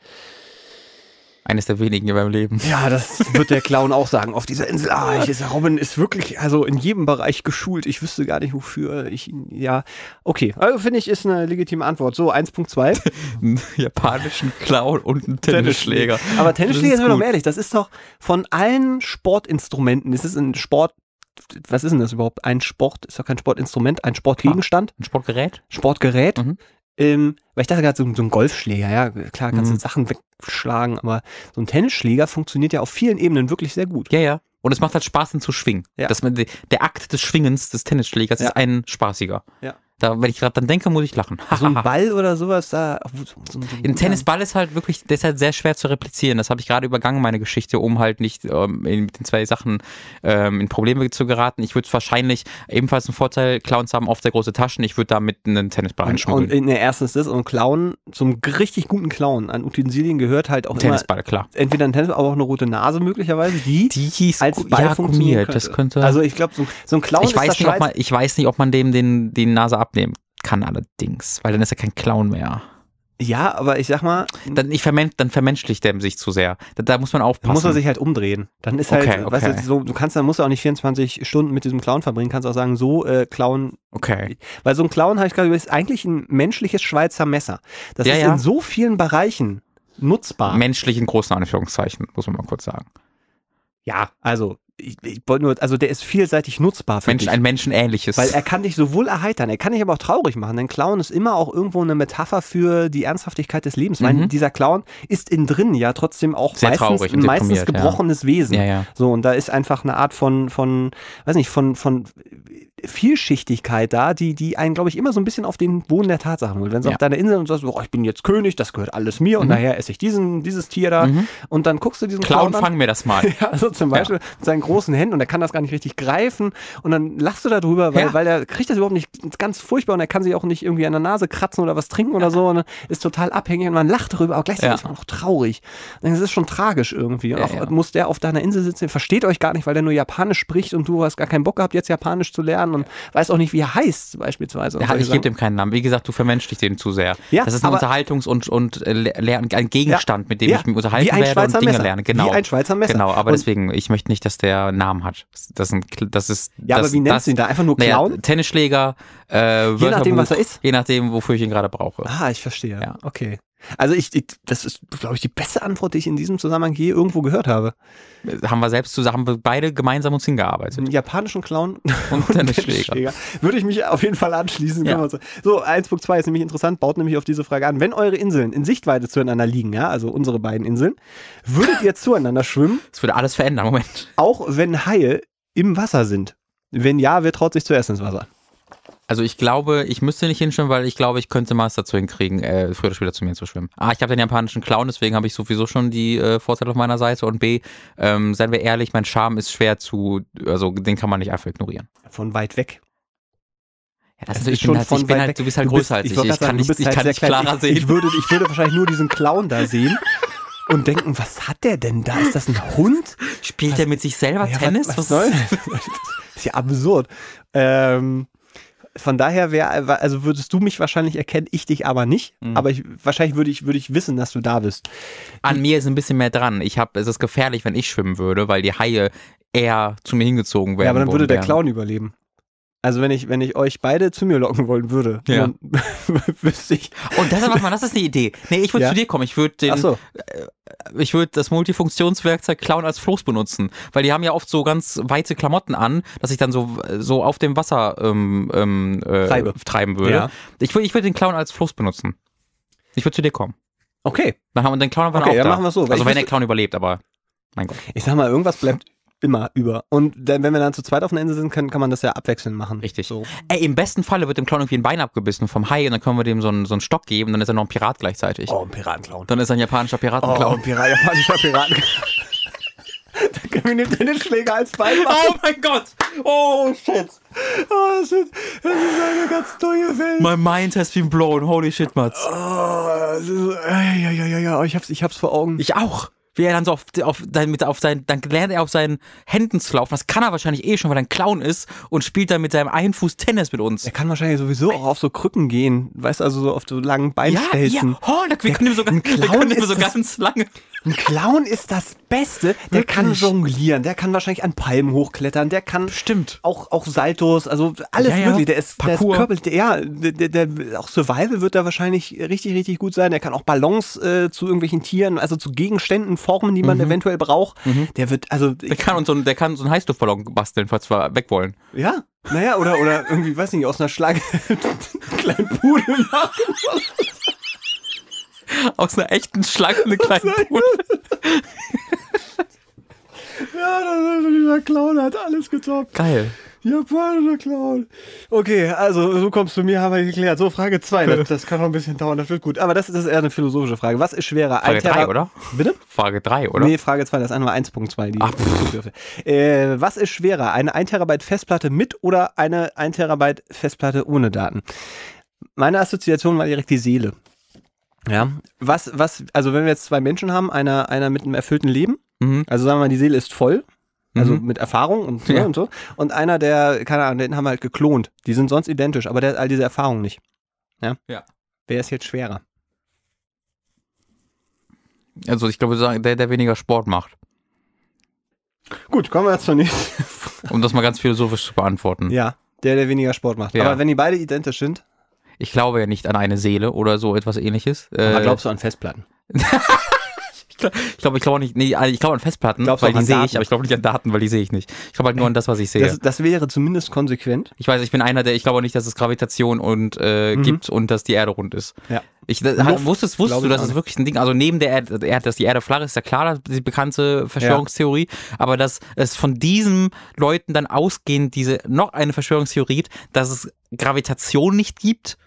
S2: Eines der wenigen in meinem Leben.
S1: Ja, das wird der Clown auch sagen auf dieser Insel. Ah, ich ist, Robin ist wirklich also in jedem Bereich geschult. Ich wüsste gar nicht wofür. Ich ja, okay. Also finde ich ist eine legitime Antwort. So 1.2
S2: Einen japanischen Clown und einen Tennisschläger.
S1: Aber
S2: Das
S1: Tennisschläger
S2: ist
S1: sind wir doch
S2: gut.
S1: mal ehrlich, das ist doch von allen Sportinstrumenten, ist es ein Sport was ist denn das überhaupt? Ein Sport ist doch kein Sportinstrument, ein Sportgegenstand,
S2: Ein Sportgerät?
S1: Sportgerät.
S2: Mhm.
S1: Ähm, weil ich dachte gerade, so, ein- so ein Golfschläger, ja, klar, kannst du
S2: Mhm.
S1: Sachen wegschlagen, aber so ein Tennisschläger funktioniert ja auf vielen Ebenen wirklich sehr gut.
S2: Ja, ja. Und es macht halt Spaß, ihn zu schwingen.
S1: Ja.
S2: Das, der Akt des Schwingens des Tennisschlägers
S1: Ja.
S2: ist ein spaßiger.
S1: Ja.
S2: Da, wenn ich gerade dann denke, muss ich lachen.
S1: So ein Ball oder sowas da. obwohl So, so, so,
S2: Ein Tennisball ist halt wirklich, der ist halt sehr schwer zu replizieren. Das habe ich gerade übergangen, meine Geschichte, um halt nicht ähm, in, mit den zwei Sachen ähm, in Probleme zu geraten. Ich würde wahrscheinlich ebenfalls einen Vorteil, Clowns haben oft sehr große Taschen, ich würde damit einen Tennisball
S1: Und, und
S2: einschmuggeln.
S1: in der ersten ist das und Clown, zum richtig guten Clown an Utensilien gehört halt auch immer
S2: Tennisball, klar.
S1: entweder ein Tennisball, aber auch eine rote Nase möglicherweise, die,
S2: Die hieß
S1: als Ball
S2: ja,
S1: funktionieren
S2: gummiert. Das könnte.
S1: Also ich glaube, so, so ein Clown ist
S2: ich,
S1: das
S2: weiß nicht, ob
S1: Schweiz-
S2: man, ich weiß nicht, ob man dem den, die Nase abnehmen kann allerdings, weil dann ist er kein Clown mehr.
S1: Ja, aber ich sag mal, dann
S2: Dann, ich vermen dann vermenschlicht der sich zu sehr. Da, da muss man aufpassen.
S1: muss man sich halt umdrehen. Dann ist halt,
S2: Okay,
S1: weißt
S2: okay.
S1: du, so, du kannst dann musst du auch nicht 24 Stunden mit diesem Clown verbringen, kannst auch sagen, so äh, Clown,
S2: okay.
S1: weil so ein Clown habe ich gerade ist eigentlich ein menschliches Schweizer Messer. Das
S2: Ja,
S1: ist
S2: ja.
S1: in so vielen Bereichen nutzbar.
S2: Menschlich in großen Anführungszeichen, muss man mal kurz sagen.
S1: ja, also ich, ich wollte nur, also der ist vielseitig nutzbar für
S2: Mensch,
S1: dich.
S2: ein menschenähnliches.
S1: Weil er kann dich sowohl erheitern, er kann dich aber auch traurig machen. Denn Clown ist immer auch irgendwo eine Metapher für die Ernsthaftig des Lebens. Weil
S2: Mhm.
S1: dieser Clown ist innen drin ja trotzdem auch
S2: Sehr
S1: meistens,
S2: traurig und
S1: meistens
S2: deprimiert, ja.
S1: gebrochenes Wesen.
S2: ja, ja.
S1: So, und da ist einfach eine Art von, von, weiß nicht, von, von Vielschichtigkeit da, die, die einen, glaube ich, immer so ein bisschen auf den Boden der Tatsachen holt. Wenn du
S2: Ja.
S1: auf deiner Insel und sagst, oh, ich bin jetzt König, das gehört alles mir und
S2: Mhm.
S1: nachher esse ich diesen, dieses Tier da.
S2: Mhm.
S1: Und dann guckst du diesen
S2: Clown,
S1: Clown, an.
S2: fang mir das mal.
S1: Ja, also zum Beispiel mit seinen großen Händen und er kann das gar nicht richtig greifen und dann lachst du darüber, weil,
S2: Ja.
S1: weil er kriegt das überhaupt nicht ist ganz furchtbar und er kann sich auch nicht irgendwie an der Nase kratzen oder was trinken oder so und ist total abhängig und man lacht darüber, aber gleichzeitig
S2: Ja.
S1: ist man auch traurig. Das ist schon tragisch irgendwie. Und
S2: Ja,
S1: auch
S2: ja.
S1: muss der auf deiner Insel sitzen, versteht euch gar nicht, weil der nur Japanisch spricht und du hast gar keinen Bock gehabt, jetzt Japanisch zu lernen und weiß auch nicht, wie er heißt beispielsweise. Und
S2: Ja,
S1: solche
S2: ich gebe
S1: Sachen.
S2: dem keinen Namen. Wie gesagt, du vermenschlichst den zu sehr.
S1: Ja,
S2: das ist ein
S1: aber-
S2: Unterhaltungs- und, und äh, Le- Lern- ein Gegenstand, mit dem
S1: Ja,
S2: ich mich unterhalten
S1: wie ein
S2: werde und
S1: Schweizer
S2: Dinge
S1: Messer.
S2: lerne. Genau.
S1: Wie ein Schweizer Messer.
S2: Genau, aber
S1: Und-
S2: deswegen, ich möchte nicht, dass der Namen hat. Das ist, ein, Kl- das ist
S1: Ja,
S2: das,
S1: aber wie nennst
S2: das,
S1: du ihn da? Einfach nur
S2: Naja,
S1: Clown?
S2: Tennisschläger, äh,
S1: Je nachdem, was er ist.
S2: Je nachdem, wofür ich ihn gerade brauche.
S1: Ah, ich verstehe.
S2: Ja.
S1: Okay. Also ich, ich das ist, glaube ich, die beste Antwort, die ich in diesem Zusammenhang je irgendwo gehört habe.
S2: Haben wir selbst zusammen, haben wir beide gemeinsam uns hingearbeitet.
S1: Einen japanischen Clown
S2: Und Tennisschläger.
S1: Würde ich mich auf jeden Fall anschließen.
S2: Ja.
S1: kann man So, so 1.2 ist nämlich interessant, baut nämlich auf diese Frage an. Wenn eure Inseln in Sichtweite zueinander liegen, ja, also unsere beiden Inseln, würdet ihr zueinander schwimmen,
S2: Das würde alles verändern. Moment.
S1: auch wenn Haie im Wasser sind? Wenn ja, wer traut sich zuerst ins Wasser?
S2: Also ich glaube, ich müsste nicht hinschwimmen, weil ich glaube, ich könnte Mars dazu hinkriegen, äh, früher oder später zu mir zu schwimmen. A, ich habe den japanischen Clown, deswegen habe ich sowieso schon die äh, Vorteile auf meiner Seite. Und B, ähm, seien wir ehrlich, mein Charme ist schwer zu, also den kann man nicht einfach ignorieren.
S1: Von weit weg.
S2: Ja, das
S1: Es
S2: ist ich bin halt, ich bin halt, du bist halt größer als ich.
S1: wollte gerade
S2: Ich kann
S1: sagen, du
S2: nicht,
S1: bist
S2: ich
S1: halt
S2: kann
S1: sehr
S2: nicht
S1: klein.
S2: klarer
S1: Ich-
S2: sehen.
S1: Ich würde, ich würde wahrscheinlich nur diesen Clown da sehen und denken, was hat der denn da? Ist das ein Hund?
S2: Spielt er mit sich selber
S1: Ja,
S2: Tennis?
S1: Was, was soll das? ist ja absurd. Ähm, von daher wäre, also würdest du mich wahrscheinlich erkennen, ich dich aber nicht.
S2: Mhm.
S1: Aber ich, wahrscheinlich würde ich, würde ich wissen, dass du da bist.
S2: An mir ist ein bisschen mehr dran. Ich hab, es ist gefährlich, wenn ich schwimmen würde, weil die Haie eher zu mir hingezogen werden.
S1: ja, aber dann würde
S2: worden
S1: der
S2: wären.
S1: Clown überleben. Also wenn ich, wenn ich euch beide zu mir locken wollen würde,
S2: Ja.
S1: dann wüsste ich.
S2: Und das, warte mal, das ist eine Idee. Nee, ich würde
S1: Ja.
S2: zu dir kommen. Ich würde den,
S1: Ach so,
S2: ich würde das Multifunktionswerkzeug Clown als Floß benutzen, weil die haben ja oft so ganz weite Klamotten an, dass ich dann so so auf dem Wasser ähm, ähm, äh,
S1: Treibe.
S2: treiben würde.
S1: Ja.
S2: Ich würde ich würde den Clown als Floß benutzen. Ich würde zu dir kommen.
S1: okay.
S2: Dann haben wir den Clown aber
S1: Okay,
S2: auch
S1: dann
S2: da.
S1: machen wir's so, weil
S2: Also
S1: ich
S2: wenn der
S1: wüsste-
S2: Clown überlebt, aber mein Gott.
S1: Ich sag mal, irgendwas bleibt immer über. Und dann, wenn wir dann zu zweit auf einer Insel sind, kann, kann man das ja abwechselnd machen.
S2: Richtig.
S1: So.
S2: Ey, im besten Falle wird dem Clown irgendwie ein Bein abgebissen vom Hai und dann können wir dem so einen, so einen Stock geben, dann ist er noch ein Pirat gleichzeitig.
S1: Oh, ein Piratenclown.
S2: Dann ist er ein japanischer
S1: Oh,
S2: Piratenclown.
S1: ein Pirat, japanischer Piraten. Dann können wir den Tennisschläger als Bein machen.
S2: mein Gott! Oh shit!
S1: Oh, shit. Das ist eine ganz neue Welt.
S2: My mind has been blown. Holy shit, Mats.
S1: Oh, es ist, ja, ja, ja, ja, ja, Oh, ich hab's, ich hab's vor Augen.
S2: Ich auch. Wie er dann so auf, auf, dann mit, auf sein, dann lernt er auf seinen Händen zu laufen. Das kann er wahrscheinlich eh schon, weil er ein Clown ist und spielt dann mit seinem einen Fuß Tennis mit uns.
S1: der kann wahrscheinlich sowieso auch auf so Krücken gehen. Weißt du, also so auf so langen Beinstelzen.
S2: Oh, da, wir können ihm so, ganz- wir
S1: Clown
S2: können ihm
S1: ist
S2: so
S1: das-
S2: ganz lange.
S1: Ein Clown ist das Beste. Der
S2: Wirklich?
S1: kann jonglieren, der kann wahrscheinlich an Palmen hochklettern, der kann
S2: Stimmt.
S1: auch, auch Saltos, also alles
S2: Ja, ja.
S1: mögliche. Der ist, der ist
S2: Parkour.
S1: körperlich, der, ja, der, der, der, auch Survival wird da wahrscheinlich richtig, richtig gut sein. Der kann auch Balance äh, zu irgendwelchen Tieren, also zu Gegenständen formen, die man eventuell braucht. Der wird, also,
S2: Der kann, uns so, einen- der kann so einen Heißluftballon basteln, falls wir weg wollen.
S1: ja, naja, oder, oder irgendwie, weiß nicht, aus einer Schlange einen kleinen Pudel machen.
S2: Aus einer echten Schlange eine kleine Pudel.
S1: Ja, das ist, dieser Clown hat alles getoppt.
S2: Geil.
S1: Japanischer Clown. Okay, also so kommst du mir, haben wir geklärt. So, Frage 2. Das, das kann noch ein bisschen dauern, das wird gut. Aber das, das ist eher eine philosophische Frage. Was ist schwerer?
S2: Frage
S1: Ein Terra-
S2: drei, oder?
S1: Bitte?
S2: Frage 3, oder? Ah,
S1: Nee, Frage 2, das eine war 1.2. die- Äh, was ist schwerer? Eine 1 Terabyte Festplatte mit oder eine 1 Terabyte Festplatte ohne Daten? Meine Assoziation war direkt die Seele. Ja, was, was, also wenn wir jetzt zwei Menschen haben, einer, einer mit einem erfüllten Leben,
S2: Mhm.
S1: also sagen wir mal, die Seele ist voll, also
S2: Mhm.
S1: mit Erfahrung und, ne,
S2: Ja.
S1: und so, und einer, der, keine Ahnung, den haben wir halt geklont. Die sind sonst identisch, aber der hat all diese Erfahrungen nicht. Ja.
S2: Ja.
S1: Wer ist jetzt schwerer?
S2: Also ich glaube, sagen, der, der weniger Sport macht.
S1: Gut, kommen wir jetzt zur nächsten
S2: Um das mal ganz philosophisch zu beantworten.
S1: Ja, der, der weniger Sport macht.
S2: Ja.
S1: Aber wenn die beide identisch sind,
S2: Ich glaube ja nicht an eine Seele oder so etwas ähnliches.
S1: aber
S2: Äh,
S1: glaubst du an Festplatten?
S2: ich glaube, ich glaube glaub auch nicht. Nee, also ich glaube an Festplatten,
S1: Glaubst du
S2: weil
S1: auch
S2: die
S1: an
S2: sehe ich,
S1: Daten?
S2: aber ich glaube nicht an Daten, weil die sehe ich nicht. Ich glaube halt nur an das, was ich sehe.
S1: Das, das wäre zumindest konsequent.
S2: ich weiß, ich bin einer, der ich glaube nicht, dass es Gravitation und äh,
S1: Mhm.
S2: gibt und dass die Erde rund ist.
S1: Ja.
S2: Ich das, hat-
S1: Luft,
S2: wusstest,
S1: glaub
S2: wusstest du,
S1: ich
S2: das
S1: auch
S2: ist
S1: nicht.
S2: wirklich ein Ding. Also neben der Erde, der Erde, dass die Erde flach ist, ist ja klar, die bekannte Verschwörungstheorie. Aber dass es von diesen Leuten dann ausgehend diese noch eine Verschwörungstheorie, gibt, dass es Gravitation nicht gibt,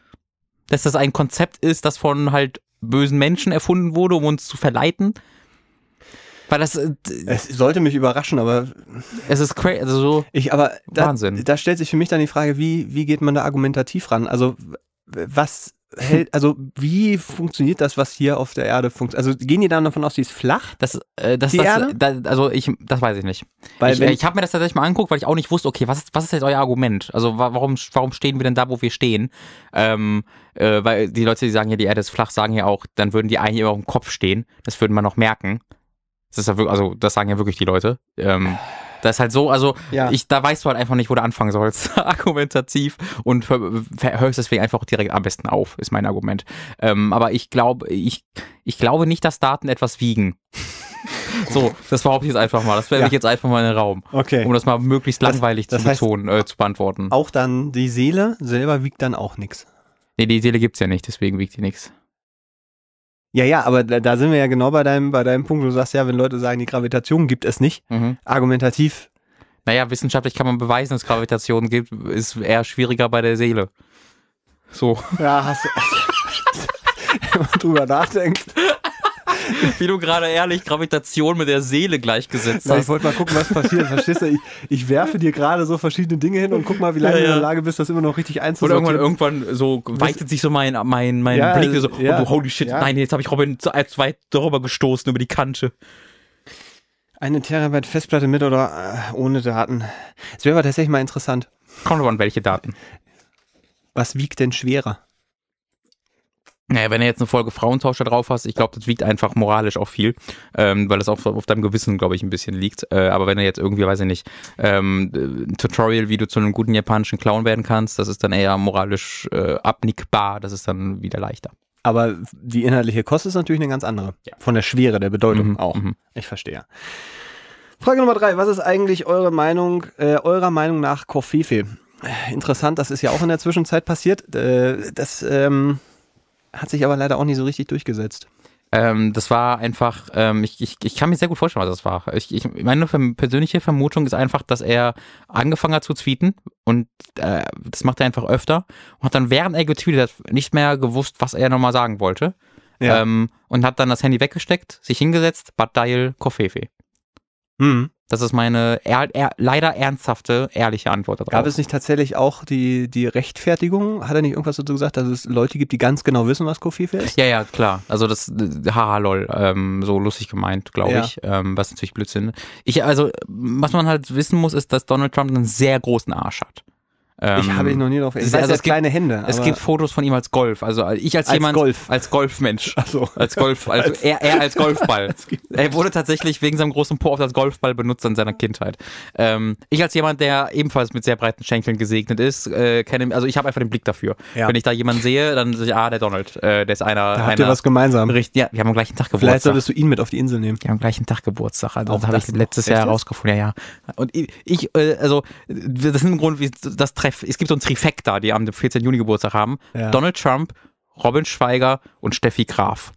S2: dass das ein Konzept ist, das von halt bösen Menschen erfunden wurde, um uns zu verleiten. Weil das, äh,
S1: Es sollte mich überraschen, aber
S2: es ist crazy, also so,
S1: ich, aber da,
S2: Wahnsinn.
S1: da stellt sich für mich dann die Frage, wie, wie geht man da argumentativ ran? Also, w- was hält, also, wie funktioniert das, was hier auf der Erde funktioniert? Also, gehen die dann davon aus, die ist flach?
S2: das, äh, das,
S1: Die
S2: das,
S1: Erde?
S2: da, also ich, das weiß ich nicht.
S1: Weil,
S2: ich
S1: wenn,
S2: äh, ich habe mir das tatsächlich mal angeguckt, weil ich auch nicht wusste, okay, was ist, was ist jetzt euer Argument? Also wa warum, warum stehen wir denn da, wo wir stehen? Ähm, äh, weil die Leute, die sagen ja, die Erde ist flach, sagen ja auch, dann würden die eigentlich immer auf dem Kopf stehen. Das würden wir noch merken. Das ist ja wirklich, also das sagen ja wirklich die Leute. Ähm, Das ist halt so, also
S3: Ja.
S2: ich, da weißt du halt einfach nicht, wo du anfangen sollst, argumentativ und hör- ver- hörst deswegen einfach direkt am besten auf, ist mein Argument. Ähm, aber ich glaube, ich, ich glaube nicht, dass Daten etwas wiegen. so, das behaupte ich jetzt einfach mal. Das werfe
S1: Ja.
S2: ich jetzt einfach mal in den Raum,
S1: Okay.
S2: um das mal möglichst
S1: Das-
S2: langweilig
S1: das
S2: zu,
S1: heißt-
S2: betonen, äh, zu beantworten.
S1: Auch dann die Seele selber wiegt dann auch nichts.
S2: Nee, die Seele gibt's ja nicht, deswegen wiegt die nichts.
S1: Ja, ja, aber da, da sind wir ja genau bei deinem, bei deinem Punkt. Du sagst ja, wenn Leute sagen, die Gravitation gibt es nicht,
S2: Mhm.
S1: argumentativ.
S2: Naja, wissenschaftlich kann man beweisen, dass es Gravitation gibt, ist eher schwieriger bei der Seele. So,
S1: Ja, hast du. wenn man drüber nachdenkt.
S2: wie du gerade ehrlich Gravitation mit der Seele gleichgesetzt
S1: Na, ich
S2: hast.
S1: wollte mal gucken, was passiert. Verstehst du? Ich, ich werfe dir gerade so verschiedene Dinge hin und guck mal, wie lange
S2: Ja,
S1: du in
S2: ja.
S1: der Lage bist, das immer noch richtig
S2: Oder
S1: einzusortieren.
S2: irgendwann, irgendwann so weitet sich so mein, mein, mein
S1: Ja,
S2: Blick so,
S1: ja,
S2: oh, holy shit,
S3: ja.
S2: nein, jetzt habe ich Robin zu allzu weit darüber gestoßen, über die Kante.
S1: Eine Terabyte Festplatte mit oder äh, ohne Daten. Es wäre aber tatsächlich mal interessant.
S2: Kommt aber an welche Daten.
S1: Was wiegt denn schwerer?
S2: Naja, wenn du jetzt eine Folge Frauentausch da drauf hast, ich glaube, das wiegt einfach moralisch auch viel, ähm, weil das auch auf deinem Gewissen, glaube ich, ein bisschen liegt. Äh, aber wenn du jetzt irgendwie, weiß ich nicht, ähm, ein Tutorial, wie du zu einem guten japanischen Clown werden kannst, das ist dann eher moralisch äh, abnickbar, das ist dann wieder leichter.
S1: Aber die inhaltliche Kost ist natürlich eine ganz andere.
S2: Ja.
S1: Von der Schwere, der Bedeutung
S2: Mhm,
S1: auch.
S2: mhm.
S1: Ich verstehe. Frage Nummer drei. Was ist eigentlich eure Meinung, äh, eurer Meinung nach Koffefe? Interessant, das ist ja auch in der Zwischenzeit passiert. Äh, das ähm, hat sich aber leider auch nicht so richtig durchgesetzt.
S2: Ähm, das war einfach, ähm, ich, ich, ich kann mir sehr gut vorstellen, was das war. Ich, ich, meine verm- persönliche Vermutung ist einfach, dass er angefangen hat zu tweeten und äh, das macht er einfach öfter und hat dann, während er getweetet hat, nicht mehr gewusst, was er nochmal sagen wollte.
S1: Ja.
S2: Ähm, und hat dann das Handy weggesteckt, sich hingesetzt, Bad Dial Koffefe.
S1: Hm.
S2: Das ist meine ehr- ehr- leider ernsthafte, ehrliche Antwort darauf.
S1: Gab es nicht tatsächlich auch die, die Rechtfertigung? Hat er nicht irgendwas dazu gesagt, dass es Leute gibt, die ganz genau wissen, was Koffefe ist?
S2: Ja, ja, klar. Also das, äh, haha, lol, ähm, so lustig gemeint, glaube
S1: Ja.
S2: ich, ähm, was natürlich Blödsinn. Ich, also, was man halt wissen muss, ist, dass Donald Trump einen sehr großen Arsch hat. Ähm,
S1: ich habe ihn noch nie drauf. Ich
S2: es-
S1: weiß, er
S2: also es
S1: hat
S2: gibt-
S1: kleine Hände.
S2: es
S1: aber-
S2: gibt Fotos von ihm als Golf, also ich als,
S1: Als
S2: jemand
S1: Golf.
S2: als Golfmensch,
S1: Ach so.
S2: als Golf, also er, er als Golfball. er wurde tatsächlich wegen seinem großen Po oft als Golfball benutzt in seiner Kindheit. Ähm, ich als jemand, der ebenfalls mit sehr breiten Schenkeln gesegnet ist, äh, kenne, also ich habe einfach den Blick dafür.
S1: Ja.
S2: Wenn ich da jemanden sehe, dann sehe ich, ah, der Donald, äh, der ist einer,
S1: da habt ihr
S2: einer
S1: was gemeinsam.
S2: Richtig, ja, wir haben am gleichen Tag
S1: Vielleicht
S2: Geburtstag.
S1: solltest du ihn mit auf die Insel nehmen.
S2: Wir haben am gleichen Tag Geburtstag. Also
S1: Auch
S2: das habe ich
S1: das noch.
S2: letztes
S1: Echt
S2: Jahr
S1: jetzt?
S2: herausgefunden, ja, ja. Und ich, ich äh, also äh, das ist im Grund, wie das Treff. Es gibt so ein Trifecta, die am 14. Juni Geburtstag haben.
S1: Ja.
S2: Donald Trump, Robin Schweiger und Steffi Graf.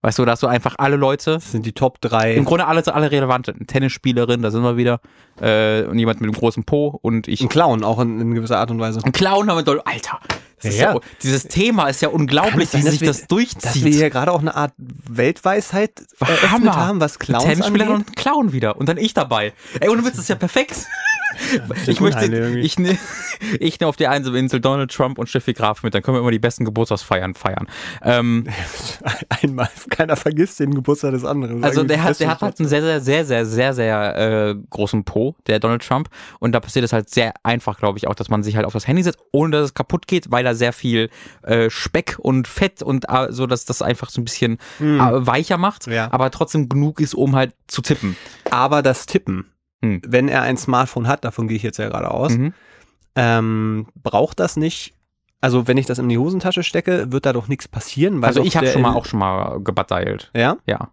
S2: Weißt du, da hast du einfach alle Leute,
S1: Das sind die Top 3.
S2: im Grunde alle, alle relevanten. Eine Tennisspielerin, da sind wir wieder. Äh, und jemand mit einem großen Po und ich.
S1: Ein Clown, auch in, in gewisser Art und Weise.
S2: Ein Clown haben wir Donald. Alter, das ist
S1: Ja,
S2: ja.
S1: ja.
S2: dieses Thema ist ja unglaublich,
S1: Kann es sein,
S2: wie sich
S1: dass wir-
S2: das durchzieht.
S1: Dass wir hier gerade auch eine Art Weltweisheit Äh, eröffnet
S2: Hammer.
S1: haben, was Clowns
S2: Tennisspieler
S1: angeht.
S2: und einen Clown wieder. Und dann ich dabei. Ey, ohne Witz, das ist ja perfekt. ich möchte,
S1: unheimlich irgendwie.
S2: ich, ne, ich nehme auf die einsame Insel Donald Trump und Steffi Graf mit, dann können wir immer die besten Geburtstagsfeiern feiern. Ähm,
S1: Einmal, keiner vergisst den Geburtstag des anderen.
S2: also der hat, der hat halt einen sehr, sehr, sehr, sehr, sehr, sehr äh, großen Po, der Donald Trump. Und da passiert es halt sehr einfach, glaube ich, auch, dass man sich halt auf das Handy setzt, ohne dass es kaputt geht, weil da sehr viel äh, Speck und Fett und äh, so, dass das einfach so ein bisschen äh, weicher macht,
S1: Hm. Ja.
S2: aber trotzdem genug ist, um halt zu tippen.
S1: Aber das Tippen,
S2: Hm.
S1: wenn er ein Smartphone hat, davon gehe ich jetzt ja gerade aus,
S2: Mhm.
S1: ähm, braucht das nicht. Also wenn ich das in die Hosentasche stecke, wird da doch nichts passieren. Weil
S2: Also
S1: doch
S2: ich habe
S1: der
S2: schon mal
S1: in-
S2: auch schon mal gebatteilt.
S1: Ja?
S2: Ja.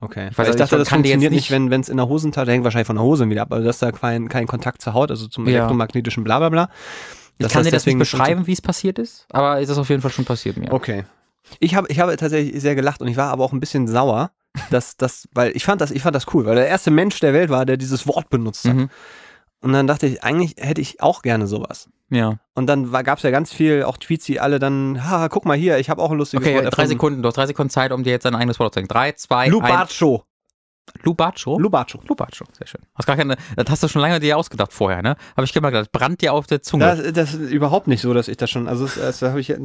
S1: Okay.
S2: weiß
S1: Weil ich
S2: nicht,
S1: dachte,
S2: ich
S1: das
S2: kann dir jetzt
S1: funktioniert
S2: nicht-
S1: nicht, wenn es in der Hosentasche hängt, wahrscheinlich von der Hose wieder ab, also dass da kein, kein Kontakt zur Haut, also zum
S2: Ja.
S1: elektromagnetischen Blablabla.
S2: Ich
S1: Dass
S2: kann dir das nicht
S1: deswegen
S2: beschreiben, wie es passiert ist, aber es ist auf jeden Fall schon passiert mir.
S1: Okay. Ich habe ich habe tatsächlich sehr gelacht und ich war aber auch ein bisschen sauer, dass das, weil ich fand das, ich fand das cool, weil der erste Mensch der Welt war, der dieses Wort benutzt hat.
S2: Mhm.
S1: Und dann dachte ich, eigentlich hätte ich auch gerne sowas.
S2: Ja.
S1: Und dann gab es ja ganz viel, auch Tweets, die alle dann, haha, guck mal hier, ich habe auch ein lustiges
S2: Okay,
S1: Wort
S2: drei
S1: erfunden.
S2: Sekunden. Du hast drei Sekunden Zeit, um dir jetzt dein eigenes Wort zu sagen. Drei, zwei, eins.
S1: Lubacho.
S2: Lubacho.
S1: Lubacho.
S2: Lubacho. Sehr schön. Hast gar keine, das hast du schon lange dir ausgedacht vorher, ne? Habe ich gemerkt, das brannt dir auf der Zunge.
S1: Das, das ist überhaupt nicht so, dass ich das schon, also das, das habe ich, ja-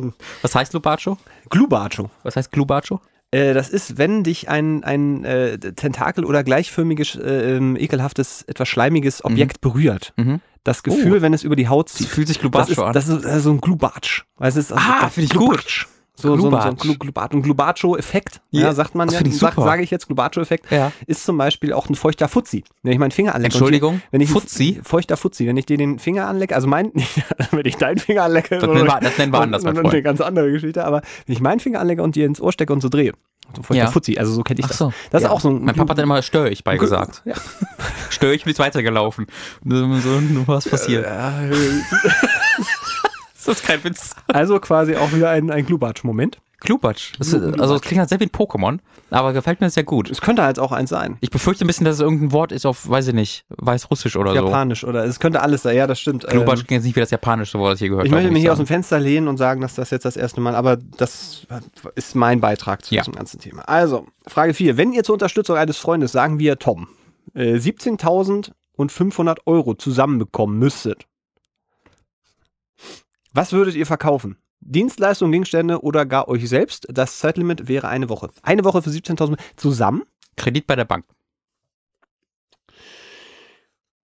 S2: Was heißt Lubacho?
S1: Glubacho.
S2: Was heißt Glubacho?
S1: Äh, das ist, wenn dich ein, ein äh, Tentakel oder gleichförmiges, äh, ähm, ekelhaftes, etwas schleimiges Objekt berührt.
S2: Mhm.
S1: Das Gefühl, wenn es über die Haut zieht.
S2: Fühlt sich
S1: Das
S2: Glubacho
S1: ist,
S2: an.
S1: das ist äh, so ein Glubatsch. Weißt du, das ist-
S2: Ah, finde ich gut.
S1: Glubatsch. So, so, ein- so ein
S2: Glubatsch.
S1: Glu- Glubat und Glubacho-Effekt, ja,
S2: Ja,
S1: sagt man
S2: das
S1: ja.
S2: find ich
S1: Sag,
S2: super.
S1: sage ich jetzt Glubacho-Effekt,
S2: Ja.
S1: ist zum Beispiel auch ein feuchter Fuzzi. Wenn ich meinen Finger anlecke. und
S2: Entschuldigung?
S1: Wenn ich
S2: Fuzzi?
S1: Feuchter Fuzzi. Wenn ich dir den Finger anlecke, also mein, wenn ich deinen Finger anlecke.
S2: Das nennen wir, das nennen wir anders, mein
S1: und, und eine
S2: Freund.
S1: ganz andere Geschichte, aber wenn ich meinen Finger anlecke und dir ins Ohr stecke und so drehe. So ein feuchter
S2: Ja.
S1: Fuzzi, also so kenne ich
S2: Ach
S1: das.
S2: so,
S1: Das
S2: ja.
S1: ist auch so ein
S2: Mein Papa hat dann immer Störch beigesagt.
S1: Ja.
S2: Störch ist weitergelaufen. So, "Hm, was
S1: Äh.
S2: passiert? Das ist kein Witz.
S1: Also quasi auch wieder ein, ein Glubatsch-Moment.
S2: Klubatsch. Das ist, also es klingt halt sehr wie ein Pokémon, aber gefällt mir sehr gut.
S1: Es könnte halt auch eins sein.
S2: Ich befürchte ein bisschen, dass es irgendein Wort ist auf, weiß ich nicht, weißrussisch oder so.
S1: Japanisch oder es könnte alles sein. Ja, das stimmt.
S2: Klubatsch
S1: Ähm,
S2: klingt jetzt nicht wie das japanische Wort, das ich hier gehört
S1: ich
S2: habe.
S1: möchte
S2: muss
S1: mich
S2: ich
S1: hier aus
S2: sagen.
S1: dem Fenster lehnen und sagen, dass das jetzt das erste Mal, aber das ist mein Beitrag zu
S2: Ja.
S1: diesem ganzen Thema. Also, Frage 4. Wenn ihr zur Unterstützung eines Freundes, sagen wir Tom, äh, 17.500 Euro zusammenbekommen müsstet, was würdet ihr verkaufen? Dienstleistungen, Gegenstände oder gar euch selbst? Das Zeitlimit wäre eine Woche. Eine Woche für 17.000 zusammen?
S2: Kredit bei der Bank.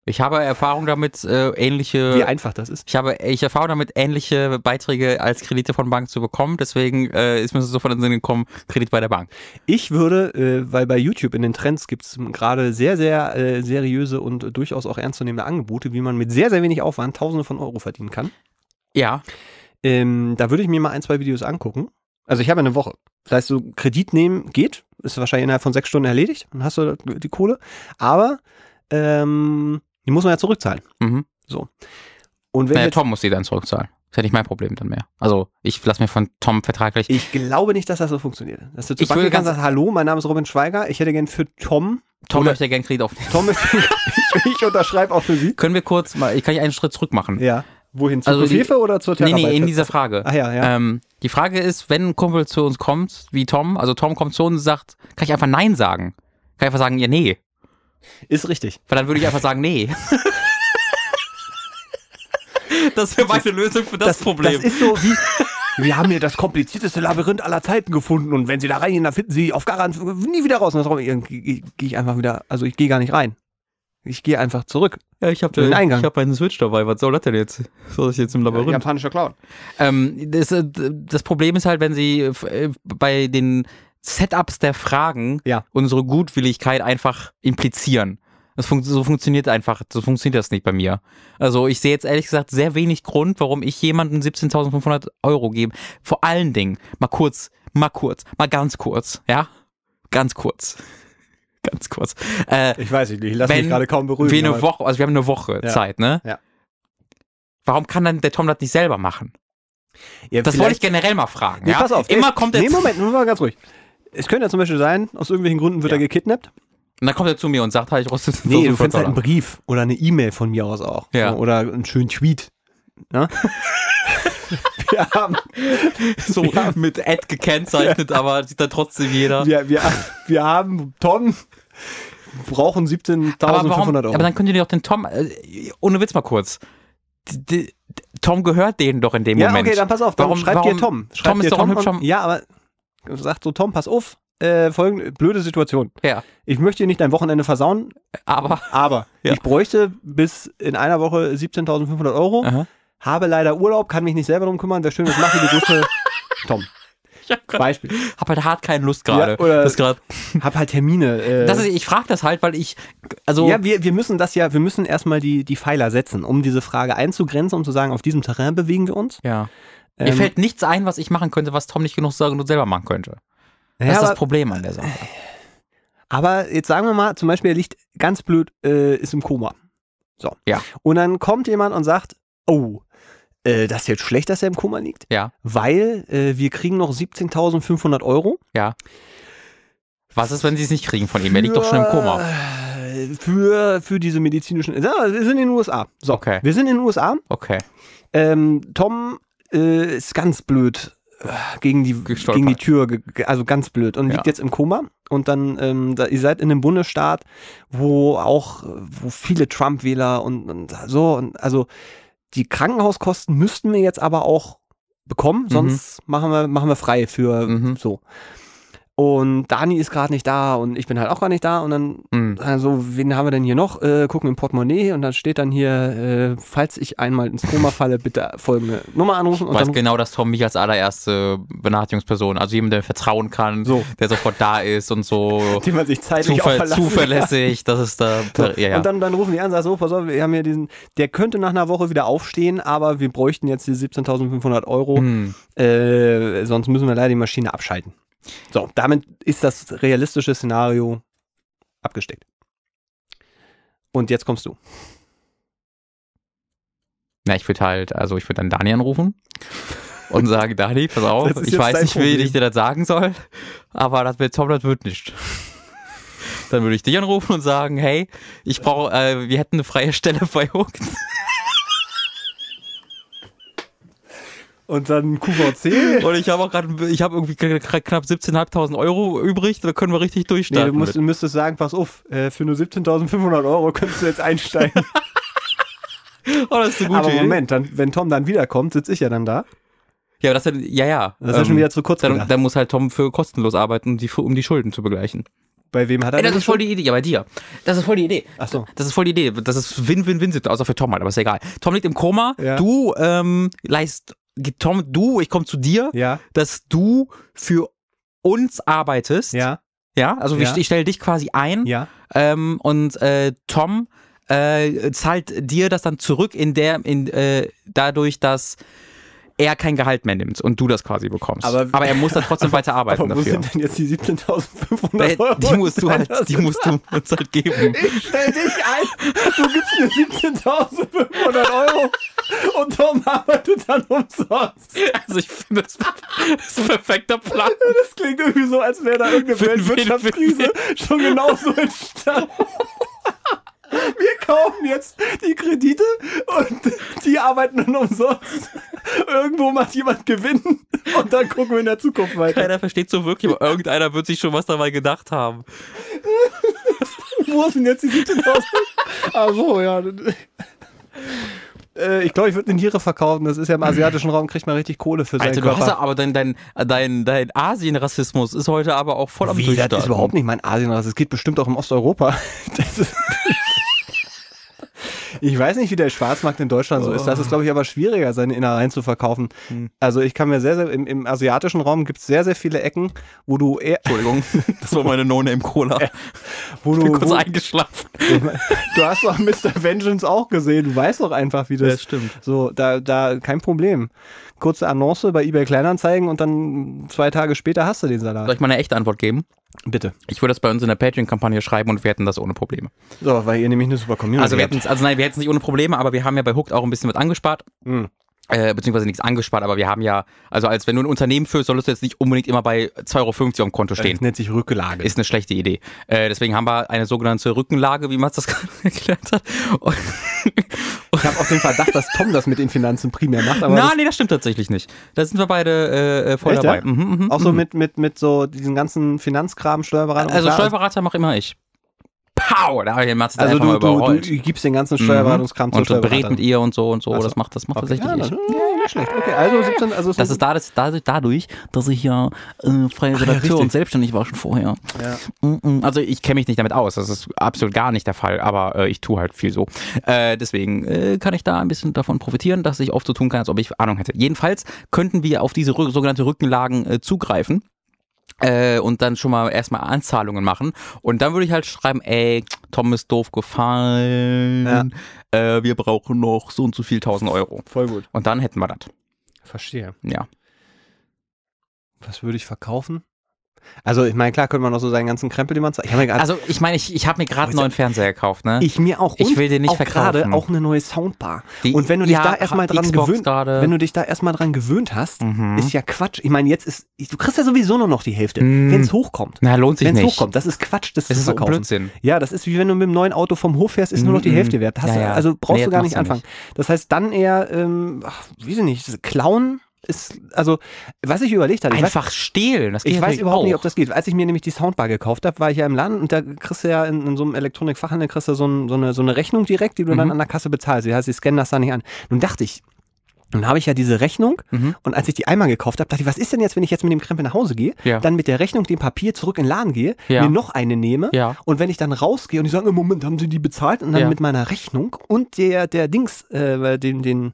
S2: Ich habe Erfahrung damit, äh, ähnliche.
S1: Wie einfach das ist.
S2: ich habe ich erfahre damit ähnliche Beiträge als Kredite von Banken zu bekommen, deswegen äh, ist mir das sofort in den Sinn gekommen, Kredit bei der Bank.
S1: Ich würde, äh, weil bei YouTube in den Trends gibt es gerade sehr, sehr äh, seriöse und durchaus auch ernstzunehmende Angebote, wie man mit sehr, sehr wenig Aufwand Tausende von Euro verdienen kann.
S2: Ja,
S1: Ähm, da würde ich mir mal ein, zwei Videos angucken. Also ich habe eine Woche. Das heißt, so Kredit nehmen geht, ist wahrscheinlich innerhalb von sechs Stunden erledigt, dann hast du die Kohle. Aber ähm, die muss man ja zurückzahlen.
S2: mhm.
S1: Und wenn
S2: naja,
S1: jetzt,
S2: Tom muss die dann zurückzahlen. Das ist ja nicht mein Problem dann mehr. Also ich lasse mir von Tom vertraglich.
S1: ich glaube nicht, dass das so funktioniert. Dass du zu
S2: Ich würde
S1: Banken kannst,
S2: ganz-
S1: sagst, hallo, mein Name ist Robin Schweiger, ich hätte gern für Tom,
S2: Tom
S1: Oder-
S2: möchte gerne Kredit aufnehmen.
S1: Tom ist, ich, ich unterschreibe auch für Sie.
S2: Können wir kurz mal, ich kann ich einen Schritt zurück machen.
S1: Ja. Wohin? Zur
S2: Also die-
S1: Hilfe oder zur
S2: nee,
S1: Therapie?
S2: nee, in dieser Frage.
S1: Ach ja, Ah, ja.
S2: Ähm, die Frage ist, wenn ein Kumpel zu uns kommt, wie Tom, also Tom kommt zu uns und sagt, kann ich einfach Nein sagen? Kann ich einfach sagen, ja, nee. Äh,
S1: Ist richtig.
S2: Weil dann würde ich einfach sagen, nee. das wäre meine Lösung für das, Problem.
S1: Das ist so wie. Wir haben hier das komplizierteste Labyrinth aller Zeiten gefunden und wenn Sie da reingehen, dann finden Sie auf Garant nie wieder raus. Und dann sage ich, gehe ich einfach wieder, also ich gehe gar nicht rein. Ich gehe einfach zurück.
S2: ja, ich habe
S1: den Eingang.
S2: hab meinen Switch dabei. Was soll das denn jetzt? Soll ich jetzt im
S1: Japanischer Clown.
S2: Ähm, das, äh, das Problem ist halt, wenn sie äh, bei den Setups der Fragen
S1: Ja.
S2: unsere Gutwilligkeit einfach implizieren. Das fun so funktioniert einfach, so funktioniert das nicht bei mir. Also ich sehe jetzt ehrlich gesagt sehr wenig Grund, warum ich jemandem 17.500 Euro gebe. Vor allen Dingen, mal kurz, mal kurz, mal ganz kurz, ja? Ganz kurz. Ganz kurz. Äh,
S1: Ich weiß nicht, ich lasse
S2: Wenn
S1: mich gerade kaum beruhigen.
S2: wir eine
S1: aber-
S2: Woche, also wir haben eine Woche
S1: Ja.
S2: Zeit, ne?
S1: Ja.
S2: Warum kann dann der Tom das nicht selber machen?
S1: Ja,
S2: Das wollte ich generell mal fragen.
S1: Nee,
S2: ja?
S1: pass auf.
S2: Immer
S1: nee,
S2: kommt er
S1: Nee,
S2: zu-
S1: Moment, nur mal ganz ruhig. Es könnte ja zum Beispiel sein, aus irgendwelchen Gründen wird
S2: Ja.
S1: er gekidnappt.
S2: Und dann kommt er zu mir und sagt halt, ich roste jetzt
S1: Nee,
S2: so
S1: du findest halt einen
S2: Dollar.
S1: Brief oder eine E-Mail von mir aus auch.
S2: Ja.
S1: Oder einen schönen Tweet. Ne? wir haben
S2: so mit Ad gekennzeichnet, aber sieht dann trotzdem jeder.
S1: Wir, wir, wir haben Tom, brauchen
S2: aber, warum,
S1: 17.500
S2: aber
S1: um Euro.
S2: dann könnt ihr doch den Tom, äh, ohne Witz mal kurz. D- d- d- Tom gehört denen doch in dem
S1: Ja,
S2: Moment.
S1: okay, dann pass auf, dann
S2: Warum-
S1: schreibt
S2: warum-
S1: dir Tom. Schreibt
S2: Tom ist
S1: dir
S2: doch ein hübscher-
S1: und- Ja, aber sagt so, Tom, pass auf, äh, folgende blöde Situation.
S2: ja,
S1: Ich möchte dir nicht dein Wochenende versauen,
S2: aber
S1: aber
S2: Ja.
S1: ich bräuchte bis in einer Woche 17.500 Euro,
S2: Aha.
S1: habe leider Urlaub, kann mich nicht selber drum kümmern, wäre schön, das mache ich Grüße. Tom,
S2: ich hab, grad,
S1: Beispiel.
S2: hab halt hart keine Lust gerade.
S1: Ja, oder-
S2: das grad,
S1: Hab halt Termine. Äh,
S2: das ist, ich frage das halt, weil ich, also
S1: Ja, wir, wir müssen das ja, wir müssen erstmal die, die Pfeiler setzen, um diese Frage einzugrenzen, um zu sagen, auf diesem Terrain bewegen wir uns.
S2: ja. mir
S1: Ähm,
S2: fällt nichts ein, was ich machen könnte, was Tom nicht genug sagen und selber machen könnte. Das
S1: Ja,
S2: ist das
S1: aber,
S2: Problem an der Sache.
S1: aber jetzt sagen wir mal, zum Beispiel, er liegt ganz blöd, äh, ist im Koma. So.
S2: Ja.
S1: Und dann kommt jemand und sagt, oh, äh, das ist jetzt schlecht, dass er im Koma liegt,
S2: Ja,
S1: weil äh, wir kriegen noch 17.500 Euro.
S2: ja. Was ist, wenn sie es nicht kriegen von ihm? Er liegt doch schon im Koma.
S1: Äh, Für, für diese medizinischen. Ja, wir sind in den USA. So,
S2: Okay.
S1: wir sind in den USA.
S2: Okay.
S1: Ähm, Tom äh, ist ganz blöd äh, gegen die,
S2: Gestolpert.
S1: gegen die Tür, ge- ge- also ganz blöd und
S2: Ja.
S1: liegt jetzt im Koma. Und dann, ähm, da, ihr seid in einem Bundesstaat, wo auch, äh, wo viele Trump-Wähler und, und so, und also die Krankenhauskosten müssten wir jetzt aber auch bekommen, sonst machen, wir, machen wir frei für
S2: Mhm.
S1: so. Und Dani ist gerade nicht da und ich bin halt auch gar nicht da. Und dann,
S2: Mhm.
S1: also, wen haben wir denn hier noch? Äh, gucken im Portemonnaie und dann steht dann hier, äh, falls ich einmal ins Koma falle, bitte folgende Nummer anrufen. Und
S2: Ich weiß
S1: dann,
S2: genau, dass Tom mich als allererste Benachrichtigungsperson, also jemand, der mir vertrauen kann,
S1: So.
S2: der sofort da ist und so
S1: die man sich zeitlich auch
S2: zuver
S1: verlassen kann.
S2: zuverlässig, das ist da.
S1: So,
S2: ja, ja.
S1: Und dann, dann rufen die an und sagen, so, pass auf, wir haben hier diesen, der könnte nach einer Woche wieder aufstehen, aber wir bräuchten jetzt die 17.500 Euro,
S2: Hm.
S1: äh, sonst müssen wir leider die Maschine abschalten. So, damit ist das realistische Szenario abgesteckt. Und jetzt kommst du.
S2: Na, ich würde halt, also ich würde dann Dani anrufen und sagen, Dani, pass auf,
S1: Das ist
S2: ich
S1: jetzt
S2: weiß
S1: dein
S2: nicht, wie
S1: Problem.
S2: ich dir das sagen soll, aber das wird Tom, das wird nicht. Dann würde ich dich anrufen und sagen, hey, ich brauche, äh, wir hätten eine freie Stelle bei Hooked.
S1: Und dann QVC.
S2: Und ich habe auch gerade, ich habe irgendwie k- k- knapp 17.500 Euro übrig, da können wir richtig
S1: Nee, du
S2: durchstarten.
S1: musst,
S2: mit.
S1: müsstest sagen, pass auf, äh, für nur 17.500 Euro könntest du jetzt einsteigen.
S2: oh, das ist eine gute
S1: aber
S2: Idee.
S1: Moment, dann, wenn Tom dann wiederkommt, sitze ich ja dann da.
S2: Ja, aber das ist ja, ja, ja. ähm,
S1: Das ist ja schon wieder zu kurz
S2: Dann,
S1: gedacht.
S2: dann muss halt Tom für kostenlos arbeiten, um die, um die Schulden zu begleichen.
S1: Bei wem hat er
S2: Ey, das
S1: denn
S2: ist voll die Idee, ja, bei dir. Das ist voll die Idee.
S1: Ach so.
S2: Das ist voll die Idee. Das ist Win-Win-Win, außer für Tom halt, aber ist ja egal. Tom liegt im Koma,
S1: Ja.
S2: du ähm, leist, Tom, du, ich komme zu dir,
S1: Ja,
S2: dass du für uns arbeitest.
S1: ja,
S2: Ja, also
S1: Ja.
S2: ich, ich stelle dich quasi ein
S1: ja.
S2: ähm, und äh, Tom äh, zahlt dir das dann zurück in der, in, äh, dadurch, dass er kein Gehalt mehr nimmt und du das quasi bekommst.
S1: Aber-
S2: er muss dann trotzdem weiter arbeiten
S1: Aber wo
S2: dafür.
S1: sind denn jetzt die 17.500 Euro?
S2: Äh, Die musst du halt, die musst du uns halt geben.
S1: Stell dich ein, du gibst mir 17.500 Euro und Tom arbeitet dann umsonst.
S2: Also ich finde, das, das ist ein perfekter Plan.
S1: Das klingt irgendwie so, als wäre da irgendeine
S2: Für wen,
S1: Weltwirtschaftskrise schon genauso entstanden. Wir kaufen jetzt die Kredite und die arbeiten dann umsonst. Irgendwo macht jemand Gewinn und dann gucken wir in der Zukunft weiter.
S2: Keiner versteht so wirklich, aber irgendeiner wird sich schon was dabei gedacht haben.
S1: Wo sind jetzt die 17.000? Ach so, ja. Äh, Ich glaube, ich würde eine Niere verkaufen. Das ist ja im asiatischen Raum, kriegt man richtig Kohle für seinen
S2: Alter, du
S1: Körper.
S2: hast ja aber dein, dein, dein, dein Asien-Rassismus ist heute aber auch voll am
S1: Wie, das ist
S2: Durchstarten.
S1: überhaupt nicht mein Asienrass. Es geht bestimmt auch in Osteuropa. Das ist ich weiß nicht, wie der Schwarzmarkt in Deutschland so ist. Das ist, glaube ich, aber schwieriger, seine Innereien zu verkaufen.
S2: Hm.
S1: Also ich kann mir sehr, sehr, im, im asiatischen Raum gibt es sehr, sehr viele Ecken, wo du eher,
S2: Entschuldigung, das war meine No-Name-Cola.
S1: wo
S2: Ich
S1: du,
S2: bin kurz
S1: wo,
S2: eingeschlafen.
S1: du hast doch Mr. Vengeance auch gesehen. Du weißt doch einfach, wie das,
S2: Ja, stimmt.
S1: So, da, da kein Problem. Kurze Annonce bei eBay Kleinanzeigen und dann zwei Tage später hast du den
S2: Soll
S1: Salat.
S2: ich mal eine echte Antwort geben?
S1: Bitte.
S2: Ich würde das bei uns in der Patreon-Kampagne schreiben und wir hätten das ohne Probleme.
S1: So, weil ihr nämlich eine super Community
S2: Also wir
S1: habt.
S2: hätten also nein, wir hätten es nicht ohne Probleme, aber wir haben ja bei Hooked auch ein bisschen was angespart.
S1: Mhm.
S2: Äh, beziehungsweise nichts angespart, aber wir haben ja, also als wenn du ein Unternehmen führst, solltest du jetzt nicht unbedingt immer bei 2,50 Euro auf dem Konto stehen.
S1: Das nennt sich Rückgelage.
S2: Ist eine schlechte Idee. Äh, deswegen haben wir eine sogenannte Rückenlage, wie Mats das gerade erklärt hat. Und
S1: Ich habe auch den Verdacht, dass Tom das mit den Finanzen primär macht, aber
S2: Na, nee, das stimmt tatsächlich nicht. Da sind wir beide äh, äh, voll
S1: Echt,
S2: dabei.
S1: ja?
S2: Mhm,
S1: das,
S2: mhm.
S1: auch so mit, mit, mit so diesen ganzen Finanzkram, Steuerberatung.
S2: Also
S1: klar,
S2: Steuerberater mache immer ich. Pow! Da habe ich den Mats jetzt
S1: also
S2: einfach mal
S1: du, du,
S2: überrollt. Mhm.
S1: du gibst den ganzen Steuerberatungskram zur
S2: und so berät
S1: Steuerberaterin.
S2: mit ihr und so und so.
S1: Ach so.
S2: Das macht, das macht
S1: Okay, ja,
S2: tatsächlich
S1: das,
S2: ich.
S1: ja, nicht schlecht. Okay, also 17, also
S2: Das ist dadurch, dadurch, dadurch dass ich ja äh, freier Redakteur
S1: richtig.
S2: und selbstständig war schon vorher.
S1: Ja.
S2: Mm, mm. Also ich kenne mich nicht damit aus, das ist absolut gar nicht der Fall, aber äh, ich tue halt viel so. Äh, deswegen äh, kann ich da ein bisschen davon profitieren, dass ich oft so tun kann, als ob ich Ahnung hätte. Jedenfalls könnten wir auf diese rück sogenannte Rückenlagen äh, zugreifen. Äh, und dann schon mal erstmal Anzahlungen machen. Und dann würde ich halt schreiben, ey, Tom ist doof gefallen. Äh, wir brauchen noch so und so viel 1000 Euro.
S1: voll gut.
S2: Und dann hätten wir das.
S1: Verstehe.
S2: Ja.
S1: Was würde ich verkaufen? Also ich meine, klar könnte man noch so seinen ganzen Krempel, den man zeigt. Ich habe mir gerade
S2: Also ich meine, ich, ich habe mir gerade einen neuen Fernseher gekauft, ne?
S1: Ich mir auch.
S2: Ich
S1: Und
S2: will den nicht
S1: auch gerade
S2: verkaufen.
S1: auch eine neue Soundbar.
S2: Die-
S1: und wenn du dich
S2: ja,
S1: da erstmal dran
S2: Xbox
S1: gewöhnt,
S2: gerade.
S1: wenn du dich da erstmal dran gewöhnt hast,
S2: Mhm.
S1: ist ja Quatsch. Ich meine, jetzt ist du kriegst ja sowieso nur noch die Hälfte,
S2: Mm.
S1: wenn es hochkommt.
S2: Na, lohnt sich
S1: Wenn es
S2: nicht.
S1: hochkommt, das ist Quatsch, das,
S2: Es
S1: zu
S2: ist so
S1: verkaufen.
S2: Blödsinn.
S1: Ja, das ist wie wenn du mit dem neuen Auto vom Hof fährst, ist nur noch die
S2: Mm,
S1: Hälfte wert. Hast
S2: ja,
S1: du-
S2: ja.
S1: Also brauchst
S2: Nee,
S1: du gar
S2: das
S1: nicht
S2: machst du
S1: anfangen. Das heißt dann eher, ähm, ach, weiß ich nicht, klauen ist, also was ich überlegt hatte, ich weiß-
S2: Einfach stehlen. Das geht
S1: ich weiß
S2: natürlich
S1: überhaupt
S2: auch.
S1: nicht, ob das geht. Als ich mir nämlich die Soundbar gekauft habe, war ich ja im Laden und da kriegst du ja in, in so einem Elektronikfachhandel
S2: Mhm.
S1: kriegst du so, ein, so, eine, so eine Rechnung direkt, die du dann an der Kasse bezahlst. Das heißt, sie scannen das da nicht an. Nun dachte ich, Nun habe ich ja diese Rechnung
S2: Mhm.
S1: und als ich die einmal gekauft habe, dachte ich, was ist denn jetzt, wenn ich jetzt mit dem Krempel nach Hause gehe,
S2: Ja.
S1: dann mit der Rechnung, dem Papier zurück in den Laden gehe,
S2: Ja.
S1: mir noch eine nehme
S2: Ja.
S1: und wenn ich dann rausgehe und die sagen, im Moment haben sie die bezahlt und dann
S2: Ja.
S1: mit meiner Rechnung und der, der Dings, äh, den, den,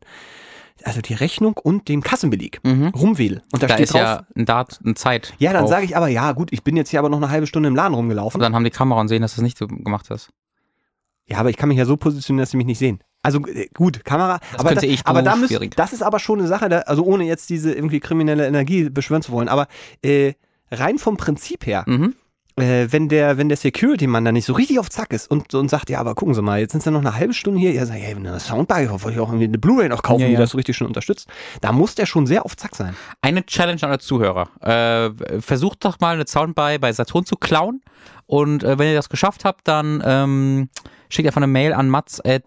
S1: also die Rechnung und dem Kassenbeleg
S2: Mhm.
S1: rumwähle und da,
S2: Da
S1: steht
S2: ist
S1: drauf, ja,
S2: ja ein Dat, eine Zeit.
S1: dann
S2: drauf.
S1: sage ich aber, ja gut, ich bin jetzt hier aber noch eine halbe Stunde im Laden rumgelaufen.
S2: Aber dann haben die Kamera und sehen, dass du es nicht so gemacht hast.
S1: Ja, aber ich kann mich ja so positionieren, dass sie mich nicht sehen. Also äh, gut, Kamera, aber,
S2: könnte
S1: da,
S2: ich
S1: aber da
S2: beruflich
S1: müsst,
S2: schwierig.
S1: das ist aber schon eine Sache, da, also ohne jetzt diese irgendwie kriminelle Energie beschwören zu wollen, aber äh, rein vom Prinzip her,
S2: Mhm.
S1: äh, wenn der, wenn der Security-Mann da nicht so richtig auf Zack ist und, und sagt, ja, aber gucken Sie mal, jetzt sind Sie noch eine halbe Stunde hier, ja, sag ich, hey, wenn eine Soundbar, ich wollte ich auch irgendwie eine Blu-ray noch kaufen,
S2: Ja,
S1: die
S2: ja.
S1: das so richtig schön unterstützt, da muss der schon sehr auf Zack sein.
S2: Eine Challenge an alle Zuhörer. Äh, versucht doch mal eine Soundbar bei Saturn zu klauen. Und äh, wenn ihr das geschafft habt, dann ähm, schickt einfach eine Mail an äh,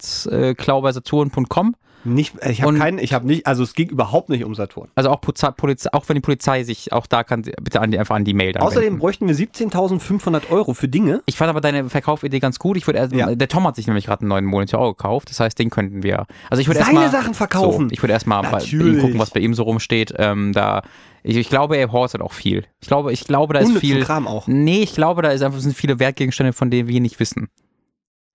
S2: mats.klaubersaturn.com.
S1: Nicht, äh, ich habe
S2: Und-
S1: keinen, ich habe nicht, also es ging überhaupt nicht um Saturn.
S2: Also auch, Poza- Polizei, auch wenn die Polizei sich, auch da kann sie- bitte an die, einfach an die Mail dann
S1: Außerdem
S2: wenden.
S1: bräuchten wir 17.500 Euro für Dinge,
S2: Ich fand aber deine Verkaufidee ganz gut. Ich würde erst,
S1: Ja.
S2: der Tom hat sich nämlich gerade einen neuen Monitor auch gekauft. Das heißt, den könnten wir. Also ich würde
S1: Seine
S2: erstmal-
S1: Sachen verkaufen.
S2: So, ich würde erstmal bei
S1: Natürlich.
S2: ihm gucken, was bei ihm so rumsteht. Ähm, da, ich, ich glaube, er horstet auch viel. Ich glaube, ich glaube, da ist
S1: unnützen
S2: viel.
S1: Kram auch.
S2: Nee, ich glaube, da ist einfach sind viele Wertgegenstände, von denen wir nicht wissen.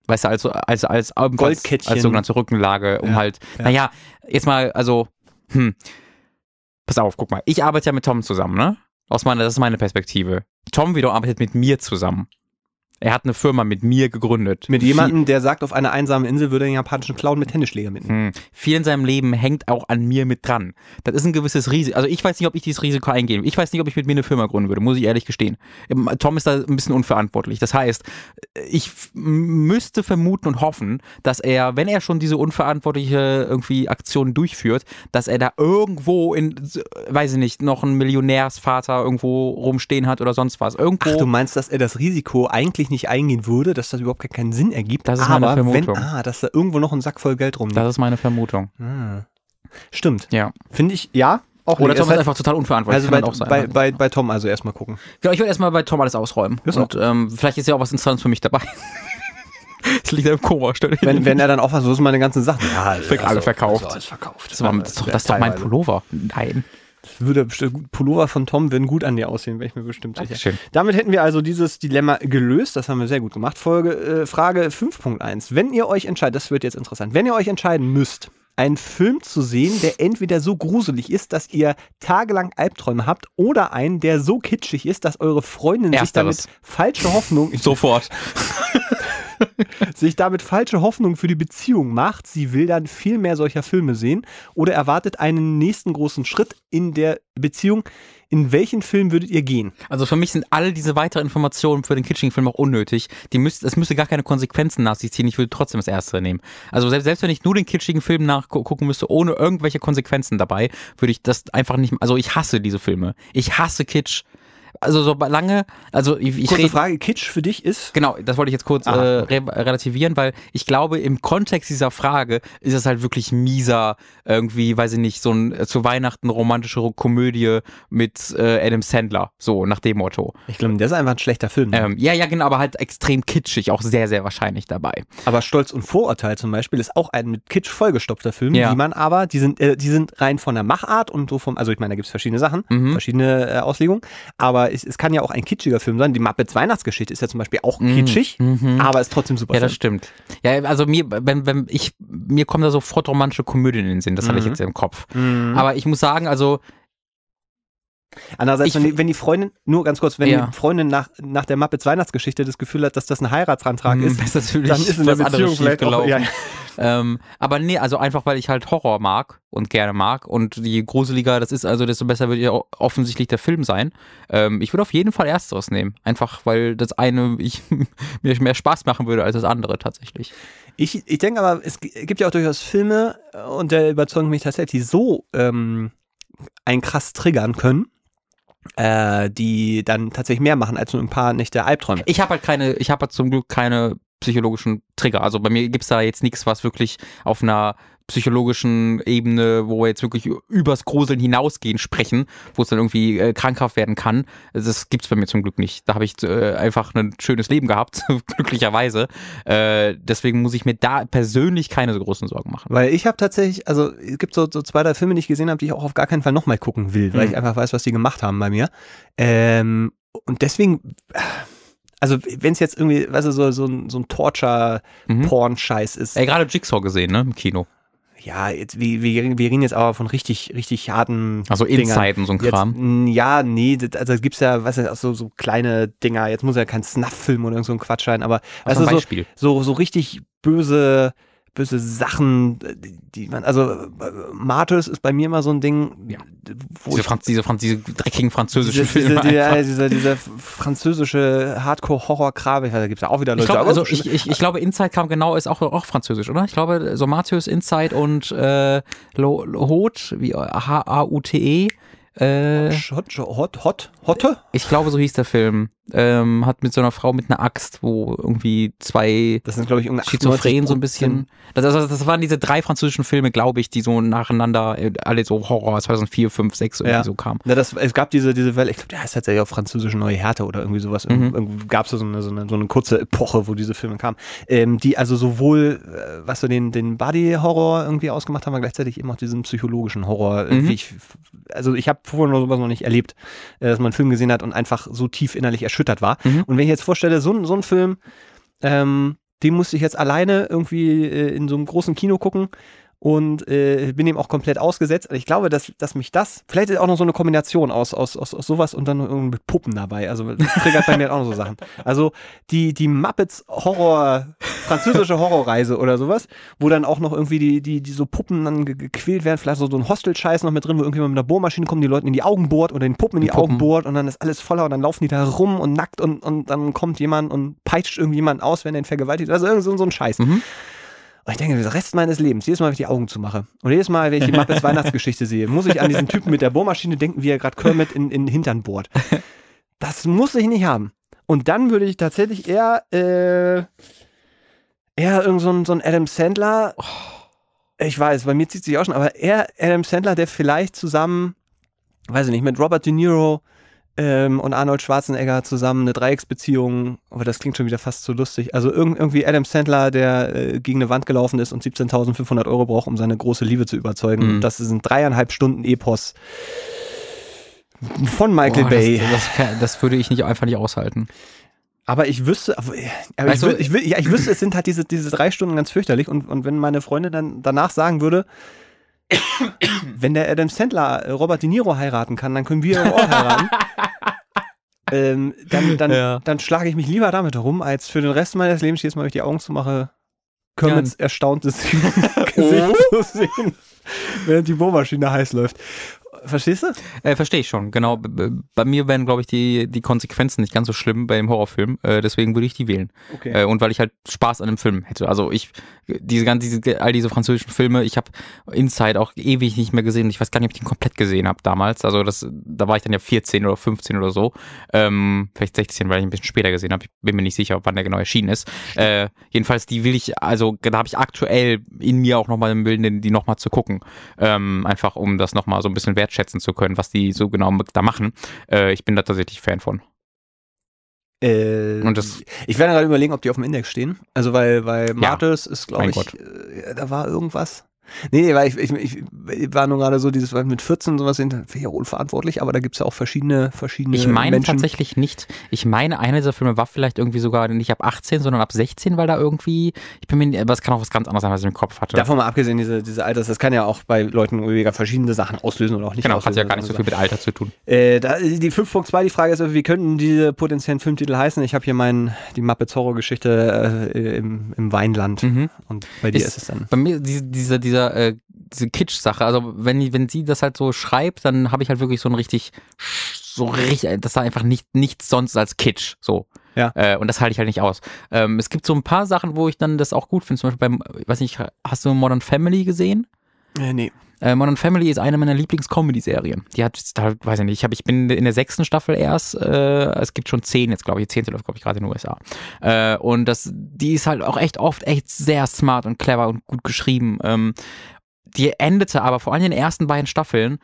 S2: Weißt du, also als als als,
S1: Goldkettchen.
S2: als sogenannte Rückenlage, um
S1: Ja,
S2: halt,
S1: ja.
S2: naja, jetzt mal, also, hm, pass auf, guck mal, ich arbeite ja mit Tom zusammen, ne? Aus meiner, das ist meine Perspektive. Tom wiederum arbeitet mit mir zusammen. Er hat eine Firma mit mir gegründet.
S1: Mit
S2: Viel-
S1: jemandem, der sagt, auf einer einsamen Insel würde er einen japanischen Clown mit Tennisschläger mitnehmen.
S2: Hm. Viel in seinem Leben hängt auch an mir mit dran. Das ist ein gewisses Risiko. Also ich weiß nicht, ob ich dieses Risiko eingehen würde. Ich weiß nicht, ob ich mit mir eine Firma gründen würde, muss ich ehrlich gestehen. Ähm, Tom ist da ein bisschen unverantwortlich. Das heißt, ich f- m- müsste vermuten und hoffen, dass er, wenn er schon diese unverantwortliche irgendwie Aktion durchführt, dass er da irgendwo in, s- weiß ich nicht, noch einen Millionärsvater irgendwo rumstehen hat oder sonst was. Irgendwo.
S1: Ach, du meinst, dass er das Risiko eigentlich nicht eingehen würde, dass das überhaupt gar keinen Sinn ergibt?
S2: Das ist
S1: aber
S2: meine
S1: wenn,
S2: Vermutung.
S1: ah, dass da irgendwo noch ein Sack voll Geld rumliegt.
S2: das ist meine Vermutung.
S1: Hm. Stimmt.
S2: Ja.
S1: Finde ich, ja. Auch nicht.
S2: Oder Tom
S1: Das
S2: ist
S1: heißt,
S2: einfach total unverantwortlich.
S1: also
S2: Kann
S1: bei,
S2: dann auch sein. ne?
S1: bei, bei, bei Tom also erstmal gucken.
S2: Genau, ich würde erstmal bei Tom alles ausräumen.
S1: Ist
S2: und ähm, vielleicht ist ja auch was Interessantes für mich dabei. Es liegt ja im Koma, stell dich
S1: Wenn,
S2: hin.
S1: wenn er dann auch was, so ist meine ganzen Sachen. Ja, also,
S2: Wird alle verkauft.
S1: alles verkauft.
S2: Das, war, das, ist doch, das ist doch mein
S1: Teilweise.
S2: Pullover. Nein.
S1: Würde bestimmt, gut- Pullover von Tom würden gut an dir aussehen, wäre ich mir bestimmt sicher.
S2: Dankeschön.
S1: Damit hätten wir also dieses Dilemma gelöst. Das haben wir sehr gut gemacht. Folge, äh, Frage 5.1. Wenn ihr euch entscheidet, das wird jetzt interessant, wenn ihr euch entscheiden müsst, einen Film zu sehen, der entweder so gruselig ist, dass ihr tagelang Albträume habt, oder einen, der so kitschig ist, dass eure Freundin sich
S2: Ersteres.
S1: damit falsche Hoffnung,
S2: Sofort.
S1: sich damit falsche Hoffnung für die Beziehung macht. Sie will dann viel mehr solcher Filme sehen oder erwartet einen nächsten großen Schritt in der Beziehung. In welchen Film würdet ihr gehen?
S2: Also für mich sind all diese weiteren Informationen für den kitschigen Film auch unnötig. Die müsst, es müsste gar keine Konsequenzen nach sich ziehen. Ich würde trotzdem das Erste nehmen. Also selbst, selbst wenn ich nur den kitschigen Film nachgucken müsste, ohne irgendwelche Konsequenzen dabei, würde ich das einfach nicht. Also ich hasse diese Filme. Ich hasse Kitsch. Also solange, also ich, ich
S1: Kurze
S2: rede
S1: Frage, Kitsch für dich ist?
S2: Genau, das wollte ich jetzt kurz äh,
S1: Aha.
S2: re relativieren, weil ich glaube, im Kontext dieser Frage ist es halt wirklich mieser, irgendwie, weiß ich nicht, so ein äh, zu Weihnachten romantische Komödie mit äh, Adam Sandler, so nach dem Motto.
S1: Ich glaube, der ist einfach ein schlechter Film.
S2: Ähm, ja, ja, genau, aber halt extrem kitschig, auch sehr, sehr wahrscheinlich dabei.
S1: Aber Stolz und Vorurteil zum Beispiel ist auch ein mit Kitsch vollgestopfter Film,
S2: Ja.
S1: die man aber, die sind, äh, die sind rein von der Machart und so vom, also ich meine, da gibt es verschiedene Sachen,
S2: Mhm.
S1: verschiedene äh, Auslegungen, aber es, es kann ja auch ein kitschiger Film sein. Die Muppets Weihnachtsgeschichte ist ja zum Beispiel auch kitschig,
S2: Mhm.
S1: aber ist trotzdem super.
S2: Ja, das
S1: Film.
S2: stimmt. Ja, also mir, wenn, wenn ich, mir kommen da sofort romantische Komödien in den Sinn, das hatte ich
S1: Mhm.
S2: jetzt im Kopf. Aber ich muss sagen, also,
S1: Andererseits,
S2: Ich-
S1: wenn die, wenn die Freundin, nur ganz kurz, wenn
S2: Ja.
S1: die Freundin nach, nach der Muppets Weihnachtsgeschichte das Gefühl hat, dass das ein Heiratsantrag ist,
S2: ist natürlich
S1: dann ist in der Beziehung vielleicht auch,
S2: Hm. schiefgelaufen.
S1: ja,
S2: Ähm, aber nee, also einfach, weil ich halt Horror mag und gerne mag. Und je gruseliger das ist, also desto besser wird ja o- offensichtlich der Film sein. Ähm, ich würde auf jeden Fall Ersteres nehmen. Einfach, weil das eine ich, mir mehr Spaß machen würde als das andere tatsächlich.
S1: Ich, ich denke aber, es g- gibt ja auch durchaus Filme, äh, und der überzeugt mich tatsächlich, die so ähm, einen krass triggern können, äh, die dann tatsächlich mehr machen als nur ein paar Nächte Albträume.
S2: Ich habe halt keine, ich habe halt zum Glück keine psychologischen Trigger. Also bei mir gibt's da jetzt nichts, was wirklich auf einer psychologischen Ebene, wo wir jetzt wirklich übers Gruseln hinausgehen sprechen, wo es dann irgendwie äh, krankhaft werden kann. Das gibt's bei mir zum Glück nicht. Da habe ich äh, einfach ein schönes Leben gehabt, glücklicherweise. Äh, deswegen muss ich mir da persönlich keine so großen Sorgen machen.
S1: Weil ich habe tatsächlich, also es gibt so, so zwei, drei Filme, die ich gesehen habe, die ich auch auf gar keinen Fall nochmal gucken will, weil
S2: Mhm.
S1: ich einfach weiß, was die gemacht haben bei mir. Ähm, und deswegen, also wenn es jetzt irgendwie, weißt du, so, so, ein- so ein
S2: Mhm.
S1: Torture-Porn-Scheiß ist,
S2: Ey, gerade Jigsaw gesehen, ne? Im Kino.
S1: ja, jetzt, wir, wir, wir reden jetzt aber von richtig, richtig harten
S2: Also
S1: Dingern.
S2: Inside und so ein Kram.
S1: Jetzt, mm, ja, nee, das- also es gibt's ja, weißt du, auch so, so kleine Dinger, jetzt muss ja kein Snuff-Film oder irgend so ein Quatsch sein, aber weißt
S2: Also
S1: du,
S2: ein
S1: so,
S2: Beispiel.
S1: so, so richtig böse, böse Sachen, äh, die man, also äh, Martyrs ist bei mir immer so ein Ding,
S2: Ja.
S1: wo
S2: diese,
S1: ich-
S2: Franz diese, Franz diese dreckigen französischen
S1: diese,
S2: Filme.
S1: diese, die-
S2: einfach.
S1: ja, dieser, dieser französische Hardcore-Horror-Krabe, ich weiß, da äh, gibt's ja auch wieder Leute,
S2: ich glaube,
S1: aber
S2: also ich, ich, ich glaube, Inside kam genau, ist auch, auch französisch, oder? Ich glaube, so Matthäus Inside und äh, Lo- Lo- Hot, wie H-A-U-T-E. Äh,
S1: Hot, hot, hot, hotte?
S2: ich glaube, so hieß der Film. Ähm, hat mit so einer Frau mit einer Axt, wo irgendwie zwei
S1: Das sind, glaube ich, irgendeine
S2: Schizophren so
S1: 98%
S2: ein bisschen. Das, also, das waren diese drei französischen Filme, glaube ich, die so nacheinander, äh, alle so Horror 2004, 5, 6 irgendwie
S1: Ja.
S2: so kamen.
S1: Na, das, es gab diese, diese Welle, ich glaube, der heißt tatsächlich auf Französisch Neue Härte oder irgendwie sowas.
S2: Mhm.
S1: Irgendwie gab es so eine, so, eine, so eine kurze Epoche, wo diese Filme kamen. Ähm, die also sowohl, äh, was so den, den Body-Horror irgendwie ausgemacht haben, aber gleichzeitig eben auch diesen psychologischen Horror. äh,
S2: Mhm.
S1: wie Ich, also ich habe vorher noch sowas noch nicht erlebt, äh, dass man einen Film gesehen hat und einfach so tief innerlich erschüttert war.
S2: Mhm.
S1: Und wenn ich jetzt vorstelle, so, ein- so ein Film, ähm, den musste ich jetzt alleine irgendwie äh, in so einem großen Kino gucken und äh, bin ihm auch komplett ausgesetzt. Und ich glaube, dass, dass mich das, vielleicht ist auch noch so eine Kombination aus, aus, aus, aus sowas und dann irgendwie mit Puppen dabei. Also das triggert bei mir auch noch so Sachen. Also die, die Muppets Horror, französische Horrorreise oder sowas, wo dann auch noch irgendwie die, die, die so Puppen dann ge- gequält werden, vielleicht so, so ein Hostel-Scheiß noch mit drin, wo irgendjemand mit einer Bohrmaschine kommt, die Leuten in die Augen bohrt oder den Puppen in die,
S2: Die Puppen.
S1: Augen bohrt und dann ist alles voller und dann laufen die da rum und nackt und, und dann kommt jemand und peitscht irgendjemanden aus, wenn er ihn vergewaltigt. Also irgend so, so ein Scheiß.
S2: Mhm.
S1: Und ich denke, den Rest meines Lebens, jedes Mal, wenn ich die Augen zumache und jedes Mal, wenn ich die Muppets Weihnachtsgeschichte sehe, muss ich an diesen Typen mit der Bohrmaschine denken, wie er gerade Kermit in, in den Hintern bohrt. Das muss ich nicht haben. Und dann würde ich tatsächlich eher, äh, eher irgend so ein, so ein Adam Sandler, Oh, ich weiß, bei mir zieht sich auch schon, aber eher Adam Sandler, der vielleicht zusammen, weiß ich nicht, mit Robert De Niro ähm, und Arnold Schwarzenegger zusammen eine Dreiecksbeziehung, aber das klingt schon wieder fast zu lustig. Also irg irgendwie Adam Sandler, der äh, gegen eine Wand gelaufen ist und 17.500 Euro braucht, um seine große Liebe zu überzeugen.
S2: Mhm.
S1: Das ist ein dreieinhalb Stunden Epos von Michael
S2: Boah,
S1: Bay.
S2: Das, das, kann- das würde ich nicht einfach nicht aushalten.
S1: Aber ich wüsste, aber äh, aber
S2: Weißt du,
S1: ich, wü- ich, wü- ja, ich wüsste, es sind halt diese, diese drei Stunden ganz fürchterlich. Und, und wenn meine Freundin dann danach sagen würde, wenn der Adam Sandler äh, Robert De Niro heiraten kann, dann können wir auch heiraten. ähm, dann dann,
S2: Ja.
S1: dann schlage ich mich lieber damit herum, als für den Rest meines Lebens jedes Mal, wenn ich die Augen zumache, Kermits erstauntes Gesicht
S2: Oh.
S1: zu sehen, während die Bohrmaschine heiß läuft. Verstehst du?
S2: Äh, Verstehe ich schon, genau. B- b- Bei mir wären, glaube ich, die, die Konsequenzen nicht ganz so schlimm bei dem Horrorfilm. Äh, deswegen würde ich die wählen.
S1: Okay.
S2: Äh, und weil ich halt Spaß an dem Film hätte. Also ich, diese ganze, diese, all diese französischen Filme, ich habe Inside auch ewig nicht mehr gesehen. Ich weiß gar nicht, ob ich den komplett gesehen habe damals. Also das, da war ich dann ja 14 oder 15 oder so. Ähm, vielleicht 16, weil ich ihn ein bisschen später gesehen habe. Ich bin mir nicht sicher, wann der genau erschienen ist. Äh, jedenfalls, die will ich, also da habe ich aktuell in mir auch nochmal im Willen, den- die nochmal zu gucken. Ähm, einfach um das nochmal so ein bisschen wertschätzen zu können, was die so genau da machen. Äh, ich bin da tatsächlich Fan von.
S1: Äh,
S2: Und das-
S1: ich werde gerade überlegen, ob die auf dem Index stehen. Also weil, weil Martes ist, glaube
S2: mein
S1: ich,
S2: Gott.
S1: äh, da war irgendwas. Nee, nee, weil ich, ich, ich war nur gerade so dieses, weil mit 14 sowas sind, finde ich ja unverantwortlich, aber da gibt es ja auch verschiedene, verschiedene
S2: Ich meine
S1: Äh, Menschen.
S2: tatsächlich nicht. Ich meine, einer dieser Filme war vielleicht irgendwie sogar nicht ab 18, sondern ab 16, weil da irgendwie, ich bin mir, nicht- aber es kann auch was ganz anderes sein, was ich im Kopf hatte.
S1: Davon mal abgesehen, diese, diese Alters, das kann ja auch bei Leuten mega verschiedene Sachen auslösen oder auch nicht
S2: genau, hat
S1: auslösen. also
S2: ja gar nicht so viel mit Alter zu tun.
S1: Äh, da, die 5.2, die Frage ist, wie könnten diese potenziellen Filmtitel heißen? Ich habe hier meinen, die Muppets Horror-Geschichte äh, im, im Weinland und bei dir
S2: Hm.
S1: ist
S2: Ist-
S1: es dann.
S2: Mhm. Bei mir diese, dieser, dieser, äh, diese Kitsch-Sache, also wenn, wenn sie das halt so schreibt, dann habe ich halt wirklich so ein richtig, so richtig, das ist einfach nicht, nichts sonst als Kitsch, so.
S1: Ja.
S2: Äh, und das halte ich halt nicht aus. Ähm, es gibt so ein paar Sachen, wo ich dann das auch gut finde. Zum Beispiel beim, ich weiß nicht, hast du Modern Family gesehen?
S1: Äh, nee.
S2: Äh, Modern Family ist eine meiner Lieblings-Comedy-Serien. Die hat, da, weiß ich nicht, ich, hab, ich bin in der sechsten Staffel erst. Äh, es gibt schon zehn jetzt, glaube ich. Die zehnte läuft, glaube ich, gerade in den USA. Äh, und das, die ist halt auch echt oft echt sehr smart und clever und gut geschrieben. Ähm, die endete aber vor allem in den ersten beiden Staffeln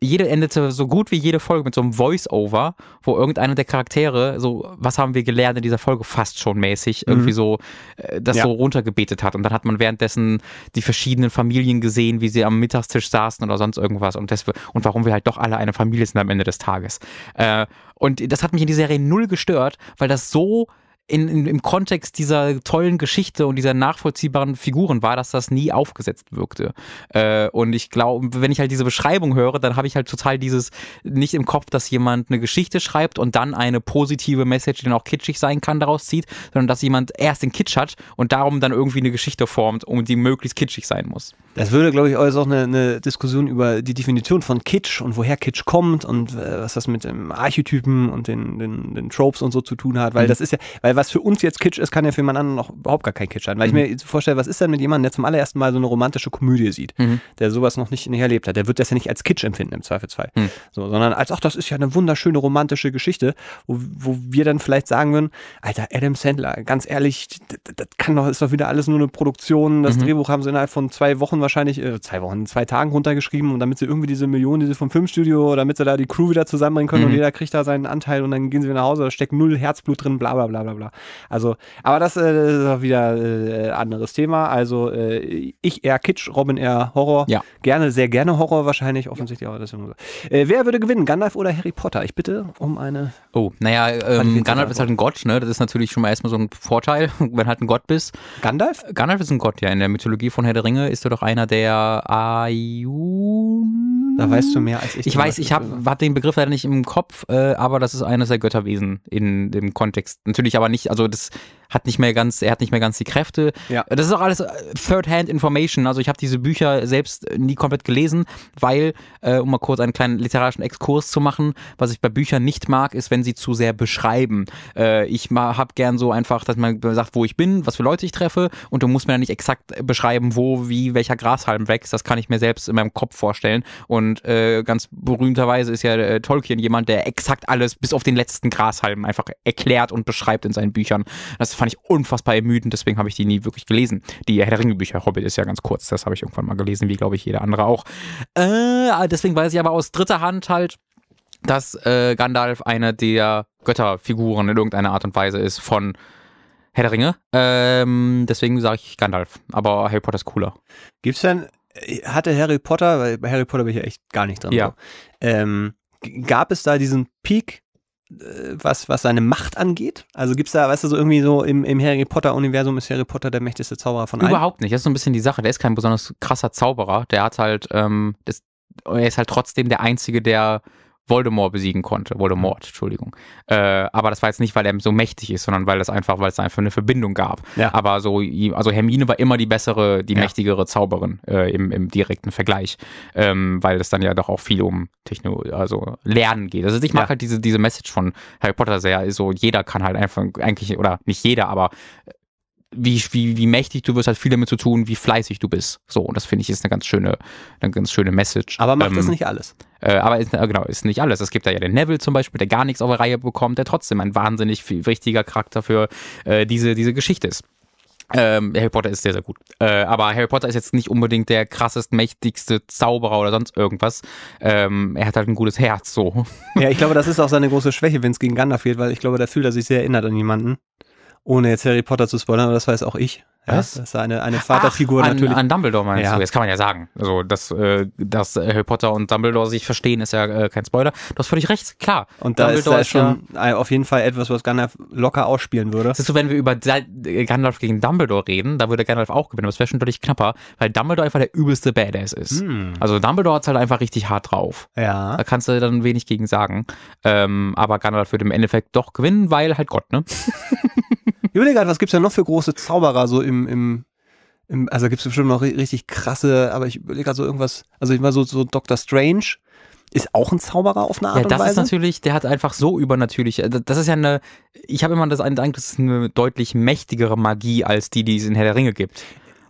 S2: jede endete so gut wie jede Folge mit so einem Voice-Over, wo irgendeiner der Charaktere so, was haben wir gelernt in dieser Folge, fast schon mäßig, irgendwie so äh, das
S1: Ja.
S2: so runtergebetet hat. Und dann hat man währenddessen die verschiedenen Familien gesehen, wie sie am Mittagstisch saßen oder sonst irgendwas und, das, und warum wir halt doch alle eine Familie sind am Ende des Tages. Äh, und das hat mich in die Serie null gestört, weil das so in, in, im Kontext dieser tollen Geschichte und dieser nachvollziehbaren Figuren war, dass das nie aufgesetzt wirkte. Äh, und ich glaube, wenn ich halt diese Beschreibung höre, dann habe ich halt total dieses nicht im Kopf, dass jemand eine Geschichte schreibt und dann eine positive Message, die dann auch kitschig sein kann, daraus zieht, sondern dass jemand erst den Kitsch hat und darum dann irgendwie eine Geschichte formt, um die möglichst kitschig sein muss.
S1: Das würde, glaube ich, auch jetzt auch eine, eine Diskussion über die Definition von Kitsch und woher Kitsch kommt und äh, was das mit dem Archetypen und den, den, den Tropes und so zu tun hat, weil das ist ja, weil was für uns jetzt Kitsch ist, kann ja für jemand anderen noch überhaupt gar kein Kitsch sein. Weil ich mir jetzt vorstelle, was ist denn mit jemandem, der zum allerersten Mal so eine romantische Komödie sieht, der sowas noch nicht, nicht erlebt hat, der wird das ja nicht als Kitsch empfinden im Zweifelsfall. So, sondern als, ach, das ist ja eine wunderschöne romantische Geschichte, wo, wo wir dann vielleicht sagen würden, Alter, Adam Sandler, ganz ehrlich, das, das kann doch, ist doch wieder alles nur eine Produktion, das Drehbuch haben sie innerhalb von zwei Wochen wahrscheinlich, äh, zwei Wochen, zwei Tagen runtergeschrieben und damit sie irgendwie diese Millionen, die sie vom Filmstudio, damit sie da die Crew wieder zusammenbringen können und jeder kriegt da seinen Anteil und dann gehen sie wieder nach Hause, da steckt null Herzblut drin, bla bla bla bla bla. Also, aber das äh, ist auch wieder äh, anderes Thema. Also äh, ich eher Kitsch, Robin eher Horror.
S2: Ja.
S1: Gerne, sehr gerne Horror wahrscheinlich, offensichtlich auch deswegen. so. Äh, wer würde gewinnen, Gandalf oder Harry Potter? Ich bitte um eine
S2: Oh, naja, ähm,
S1: jetzt
S2: Gandalf
S1: nicht
S2: ist halt ein Gott, ne? Das ist natürlich schon mal erstmal so ein Vorteil, wenn du halt ein Gott bist.
S1: Gandalf?
S2: Gandalf ist ein Gott, ja. In der Mythologie von Herr der Ringe ist er doch einer der Ayun.
S1: Da weißt du mehr als ich.
S2: Ich
S1: zum
S2: weiß, ich
S1: Beispiel.
S2: habe hab den Begriff leider nicht im Kopf, äh, aber das ist eines der Götterwesen in dem Kontext. Natürlich aber nicht, also das hat nicht mehr ganz, er hat nicht mehr ganz die Kräfte.
S1: Ja.
S2: Das ist auch alles äh, Third-Hand-Information. Also ich habe diese Bücher selbst äh, nie komplett gelesen, weil, äh, um mal kurz einen kleinen literarischen Exkurs zu machen, was ich bei Büchern nicht mag, ist, wenn sie zu sehr beschreiben. Äh, ich habe gern so einfach, dass man sagt, wo ich bin, was für Leute ich treffe und du musst mir dann nicht exakt beschreiben, wo, wie, welcher Grashalm wächst. Das kann ich mir selbst in meinem Kopf vorstellen. Und äh, ganz berühmterweise ist ja äh, Tolkien jemand, der exakt alles bis auf den letzten Grashalm einfach erklärt und beschreibt in seinen Büchern. Das fand ich unfassbar ermüdend, deswegen habe ich die nie wirklich gelesen. Die Herr der Ringe Bücher, Hobbit ist ja ganz kurz, das habe ich irgendwann mal gelesen, wie glaube ich jeder andere auch. Äh, deswegen weiß ich aber aus dritter Hand halt, dass äh, Gandalf eine der Götterfiguren in irgendeiner Art und Weise ist von Herr der Ringe. Ähm, deswegen sage ich Gandalf. Aber Harry Potter ist cooler.
S1: Gibt's denn, hatte Harry Potter, weil bei Harry Potter bin ich ja echt gar nicht dran.
S2: Ja.
S1: So. Ähm, g- gab es da diesen Peak, äh, was, was seine Macht angeht? Also gibt's da, weißt du, so irgendwie so im, im Harry Potter-Universum ist Harry Potter der mächtigste Zauberer von allen?
S2: Überhaupt nicht. Das ist so ein bisschen die Sache. Der ist kein besonders krasser Zauberer. Der hat halt, ähm, das, er ist halt trotzdem der Einzige, der Voldemort besiegen konnte. Voldemort, Entschuldigung. Äh, aber das war jetzt nicht, weil er so mächtig ist, sondern weil das einfach, weil es einfach eine Verbindung gab.
S1: Ja.
S2: Aber so, also Hermine war immer die bessere, die
S1: Ja.
S2: mächtigere Zauberin äh, im, im direkten Vergleich, ähm, weil es dann ja doch auch viel um Techno, also Lernen geht. Also ich mag
S1: Ja.
S2: halt diese, diese Message von Harry Potter sehr, so jeder kann halt einfach eigentlich, oder nicht jeder, aber wie, wie, wie mächtig du wirst, hat viel damit zu tun, wie fleißig du bist. So, und das finde ich ist eine ganz schöne, eine ganz schöne Message.
S1: Aber macht
S2: Ähm,
S1: das nicht alles.
S2: äh, aber ist, äh, genau, ist nicht alles. Es gibt da ja den Neville zum Beispiel, der gar nichts auf der Reihe bekommt, der trotzdem ein wahnsinnig viel, wichtiger Charakter für äh, diese, diese Geschichte ist. Ähm, Harry Potter ist sehr, sehr gut. Äh, aber Harry Potter ist jetzt nicht unbedingt der krassest, mächtigste Zauberer oder sonst irgendwas. Ähm, er hat halt ein gutes Herz, so.
S1: Ja, ich glaube, das ist auch seine große Schwäche, wenn es gegen Gandalf geht, weil ich glaube, da fühlt er sich sehr erinnert an jemanden. Ohne jetzt Harry Potter zu spoilern, aber das weiß auch ich. Ja,
S2: Was?
S1: Das ist eine, eine Vaterfigur
S2: Ach, an,
S1: natürlich.
S2: An Dumbledore meinst
S1: Ja.
S2: du? Jetzt kann man ja sagen. Also, dass, äh, dass Harry Potter und Dumbledore sich verstehen, ist ja äh, kein Spoiler. Du hast völlig recht, klar.
S1: und da ist, da ist
S2: ja-
S1: schon äh, auf jeden Fall etwas, was Gandalf locker ausspielen würde.
S2: Das ist so, wenn wir über Da- Gandalf gegen Dumbledore reden, da würde Gandalf auch gewinnen, aber es wäre schon deutlich knapper, weil Dumbledore einfach der übelste Badass ist.
S1: Hm.
S2: Also Dumbledore hat's halt einfach richtig hart drauf.
S1: Ja.
S2: Da kannst du dann wenig gegen sagen. Ähm, aber Gandalf würde im Endeffekt doch gewinnen, weil halt Gott, ne?
S1: Überleg halt, was gibt's denn noch für große Zauberer so im, im, im also gibt's bestimmt noch ri- richtig krasse, aber ich überlege gerade so irgendwas, also ich meine so, so Dr. Strange ist auch ein Zauberer auf eine Art
S2: Ja, das
S1: und Weise.
S2: ist natürlich, der hat einfach so übernatürlich, äh, das ist ja eine, ich habe immer das Eindruck, das ist eine deutlich mächtigere Magie als die, die es in Herr der Ringe gibt.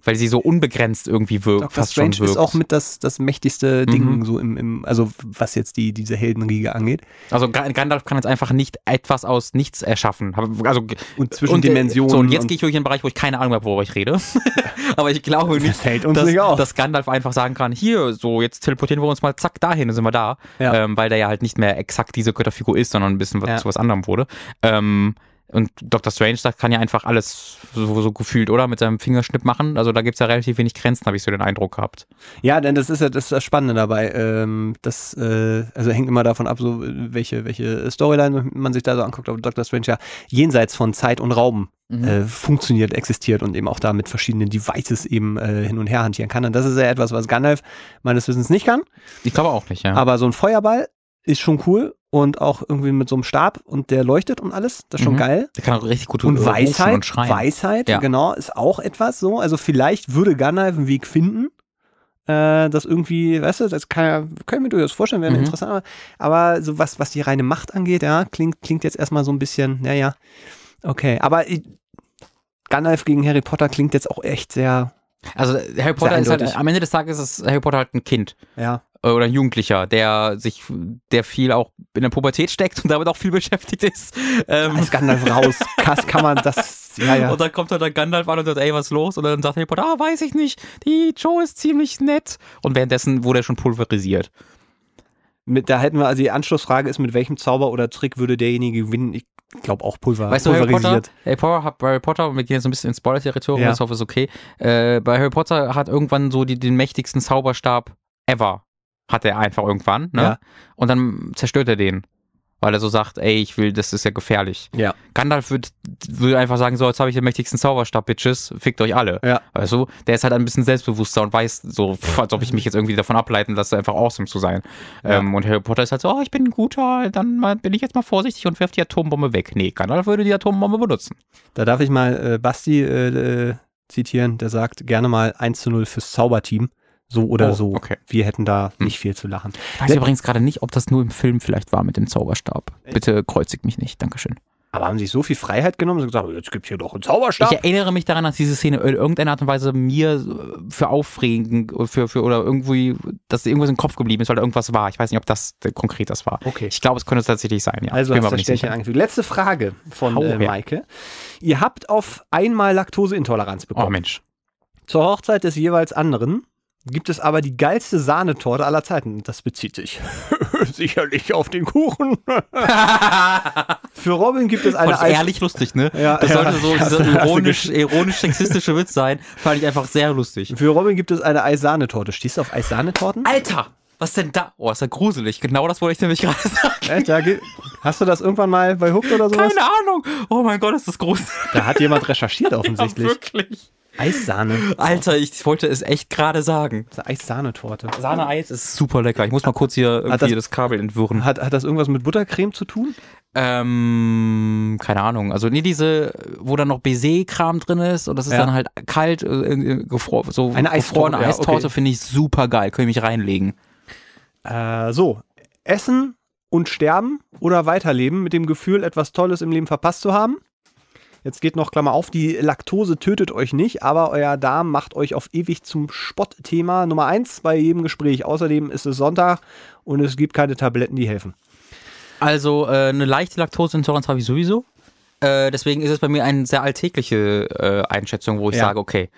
S2: weil sie so unbegrenzt irgendwie wirkt.
S1: Doctor
S2: fast
S1: Strange
S2: schon
S1: ist
S2: wirkt.
S1: auch mit das, das mächtigste Ding,
S2: Mhm.
S1: so im, im, also was jetzt die, diese Heldenriege angeht.
S2: Also Gra- Gandalf kann jetzt einfach nicht etwas aus nichts erschaffen. Hab- Also g-
S1: Und zwischen
S2: äh,
S1: Dimensionen.
S2: So, und jetzt gehe ich wirklich in den Bereich, wo ich keine Ahnung habe, worüber ich rede. Aber ich glaube
S1: das
S2: nicht,
S1: fällt uns
S2: dass,
S1: nicht auf.
S2: dass Gandalf einfach sagen kann, hier, so, jetzt teleportieren wir uns mal zack dahin, dann sind wir da.
S1: Ja.
S2: Ähm, weil der ja halt nicht mehr exakt diese Götterfigur ist, sondern ein bisschen was,
S1: Ja.
S2: zu was anderem wurde. Ähm, und Dr. Strange sagt, kann ja einfach alles so, so gefühlt, oder? Mit seinem Fingerschnipp machen. Also da gibt es ja relativ wenig Grenzen, habe ich so den Eindruck gehabt.
S1: Ja, denn das ist ja das, ist das Spannende dabei. Ähm, das äh, also hängt immer davon ab, so äh, welche, welche Storyline man sich da so anguckt. Aber Dr. Strange ja jenseits von Zeit und Raum
S2: Mhm.
S1: äh, funktioniert, existiert und eben auch da mit verschiedenen Devices eben äh, hin und her hantieren kann. Und das ist ja etwas, was Gandalf meines Wissens nicht kann.
S2: Ich glaube auch nicht, ja.
S1: Aber so ein Feuerball ist schon cool und auch irgendwie mit so einem Stab und der leuchtet und alles. Das ist schon
S2: Mhm.
S1: geil.
S2: der kann auch richtig gut
S1: Und
S2: rufen
S1: Weisheit,
S2: und schreien.
S1: Weisheit,
S2: Ja.
S1: genau, ist auch etwas so. Also vielleicht würde Gandalf einen Weg finden, äh, das irgendwie, weißt du, das kann, ja- kann ich mir durchaus vorstellen, wäre
S2: Mhm.
S1: interessant. Aber, aber so was, was die reine Macht angeht, ja, klingt, klingt jetzt erstmal so ein bisschen, naja, okay. Aber ich, Gandalf gegen Harry Potter klingt jetzt auch echt sehr,
S2: Also Harry Potter ist
S1: eindeutig.
S2: halt, am Ende des Tages ist Harry Potter halt ein Kind
S1: ja,
S2: äh, oder ein Jugendlicher, der sich, der viel auch in der Pubertät steckt und damit auch viel beschäftigt ist. Ähm,
S1: als Gandalf raus, kann, kann man das, ja, also, ja.
S2: Und dann kommt halt der Gandalf an und sagt, ey, was ist los? Und dann sagt Harry Potter, ah, weiß ich nicht, die Joe ist ziemlich nett. Und währenddessen wurde er schon pulverisiert.
S1: Mit, da hätten wir, also die Anschlussfrage ist, mit welchem Zauber oder Trick würde derjenige gewinnen? Ich glaube auch Pulver,
S2: Weißt du, Harry Potter, Harry Potter, Harry Potter, und wir gehen jetzt so ein bisschen ins Spoiler-Territorium,
S1: Ja.
S2: ich hoffe, es ist okay. Äh, bei Harry Potter hat irgendwann so die, den mächtigsten Zauberstab ever. Hat er einfach irgendwann, ne?
S1: Ja.
S2: Und dann zerstört er den. Weil er so sagt, ey, ich will, das ist ja gefährlich.
S1: Ja.
S2: Gandalf würde würd einfach sagen, so, jetzt habe ich den mächtigsten Zauberstab, Bitches, fickt euch alle.
S1: Ja.
S2: Weißt du, der ist halt ein bisschen selbstbewusster und weiß so, pff, als ob ich mich jetzt irgendwie davon ableiten lasse, einfach awesome zu sein.
S1: Ja.
S2: Ähm, und Harry Potter ist halt so, oh, ich bin ein guter, dann mal, bin ich jetzt mal vorsichtig und werf die Atombombe weg. Nee, Gandalf würde die Atombombe benutzen.
S1: Da darf ich mal äh, Basti äh, äh, zitieren, der sagt gerne mal 1 zu 0 fürs Zauberteam. So oder
S2: Oh,
S1: so.
S2: okay.
S1: Wir hätten da
S2: Hm.
S1: nicht viel zu lachen.
S2: Ich weiß übrigens gerade nicht, ob das nur im Film vielleicht war mit dem Zauberstab. Bitte kreuzigt mich nicht, Dankeschön.
S1: Aber haben sich so viel Freiheit genommen, dass sie gesagt, haben, jetzt gibt's hier doch einen Zauberstab.
S2: Ich erinnere mich daran, dass diese Szene in irgendeiner Art und Weise mir äh, für aufregend für, für, oder irgendwie, dass irgendwas im Kopf geblieben ist, weil da irgendwas war. Ich weiß nicht, ob das äh, konkret das war.
S1: okay.
S2: Ich glaube, es könnte tatsächlich sein, ja.
S1: Also
S2: Bin mir
S1: hast
S2: aber
S1: du
S2: nicht
S1: Sternchen
S2: sicher.
S1: angefügt. Letzte Frage von
S2: Hau
S1: äh,
S2: her.
S1: Maike. Ihr habt auf einmal Laktoseintoleranz
S2: Oh
S1: bekommen.
S2: Mensch.
S1: Zur Hochzeit des jeweils anderen gibt es aber die geilste Sahnetorte aller Zeiten. Das bezieht sich sicherlich auf den Kuchen. Für Robin gibt es
S2: Und
S1: eine
S2: das ist ehrlich lustig, ne?
S1: Ja,
S2: das
S1: ja.
S2: sollte so
S1: Ja,
S2: dieser
S1: das hast du
S2: ironisch- ironisch-sexistische Witz sein. Fand ich einfach sehr lustig.
S1: Für Robin gibt es eine Eissahnetorte. Stehst du auf Eissahnetorten?
S2: Alter! Was denn da? Oh, ist ja gruselig. Genau das wollte ich nämlich gerade sagen.
S1: Echt? Ja, ge- hast du das irgendwann mal bei Hooked oder sowas?
S2: Keine Ahnung. Oh mein Gott, ist das gruselig.
S1: Da hat jemand recherchiert
S2: Ja,
S1: offensichtlich.
S2: wirklich.
S1: Eissahne.
S2: Alter, ich wollte es echt gerade sagen.
S1: Das ist eine Eissahnetorte.
S2: Sahne-Eis ist super lecker. Ich muss mal kurz hier irgendwie
S1: Hat
S2: das,
S1: das-
S2: Kabel entwirren.
S1: Hat, hat das irgendwas mit Buttercreme zu tun?
S2: Ähm, keine Ahnung. Also nee, diese, wo dann noch Baiser-Kram drin ist und das ist
S1: Ja.
S2: dann halt kalt, äh, äh, gefro so
S1: Eine Eistorte,
S2: gefrorene
S1: ja,
S2: Eistorte
S1: okay.
S2: finde ich super geil. Könnte ich mich reinlegen.
S1: Äh, so. Essen und sterben oder weiterleben mit dem Gefühl, etwas Tolles im Leben verpasst zu haben. Jetzt geht noch Klammer auf, die Laktose tötet euch nicht, aber euer Darm macht euch auf ewig zum Spottthema Nummer eins bei jedem Gespräch. Außerdem ist es Sonntag und es gibt keine Tabletten, die helfen.
S2: Also äh, eine leichte Laktoseintoleranz habe ich sowieso. Äh, deswegen ist es bei mir eine sehr alltägliche äh, Einschätzung, wo ich
S1: Ja.
S2: sage, okay,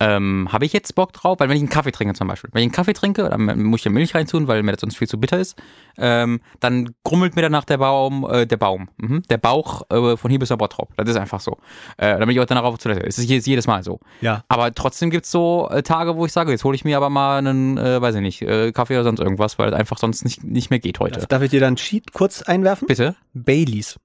S2: ähm, habe ich jetzt Bock drauf? Weil wenn ich einen Kaffee trinke zum Beispiel, wenn ich einen Kaffee trinke, dann muss ich ja Milch reintun, weil mir das sonst viel zu bitter ist, ähm, dann grummelt mir danach der Baum, äh, der Baum, mhm, der Bauch äh, von hier bis nach Bottrop. Das ist einfach so. Äh, dann bin ich auch danach auf Toilette. Es ist jedes, jedes Mal so.
S1: Ja.
S2: Aber trotzdem gibt es so äh, Tage, wo ich sage, jetzt hole ich mir aber mal einen, äh, weiß ich nicht, äh, Kaffee oder sonst irgendwas, weil es einfach sonst nicht, nicht mehr geht heute.
S1: Darf ich dir dann Cheat kurz einwerfen?
S2: Bitte?
S1: Baileys.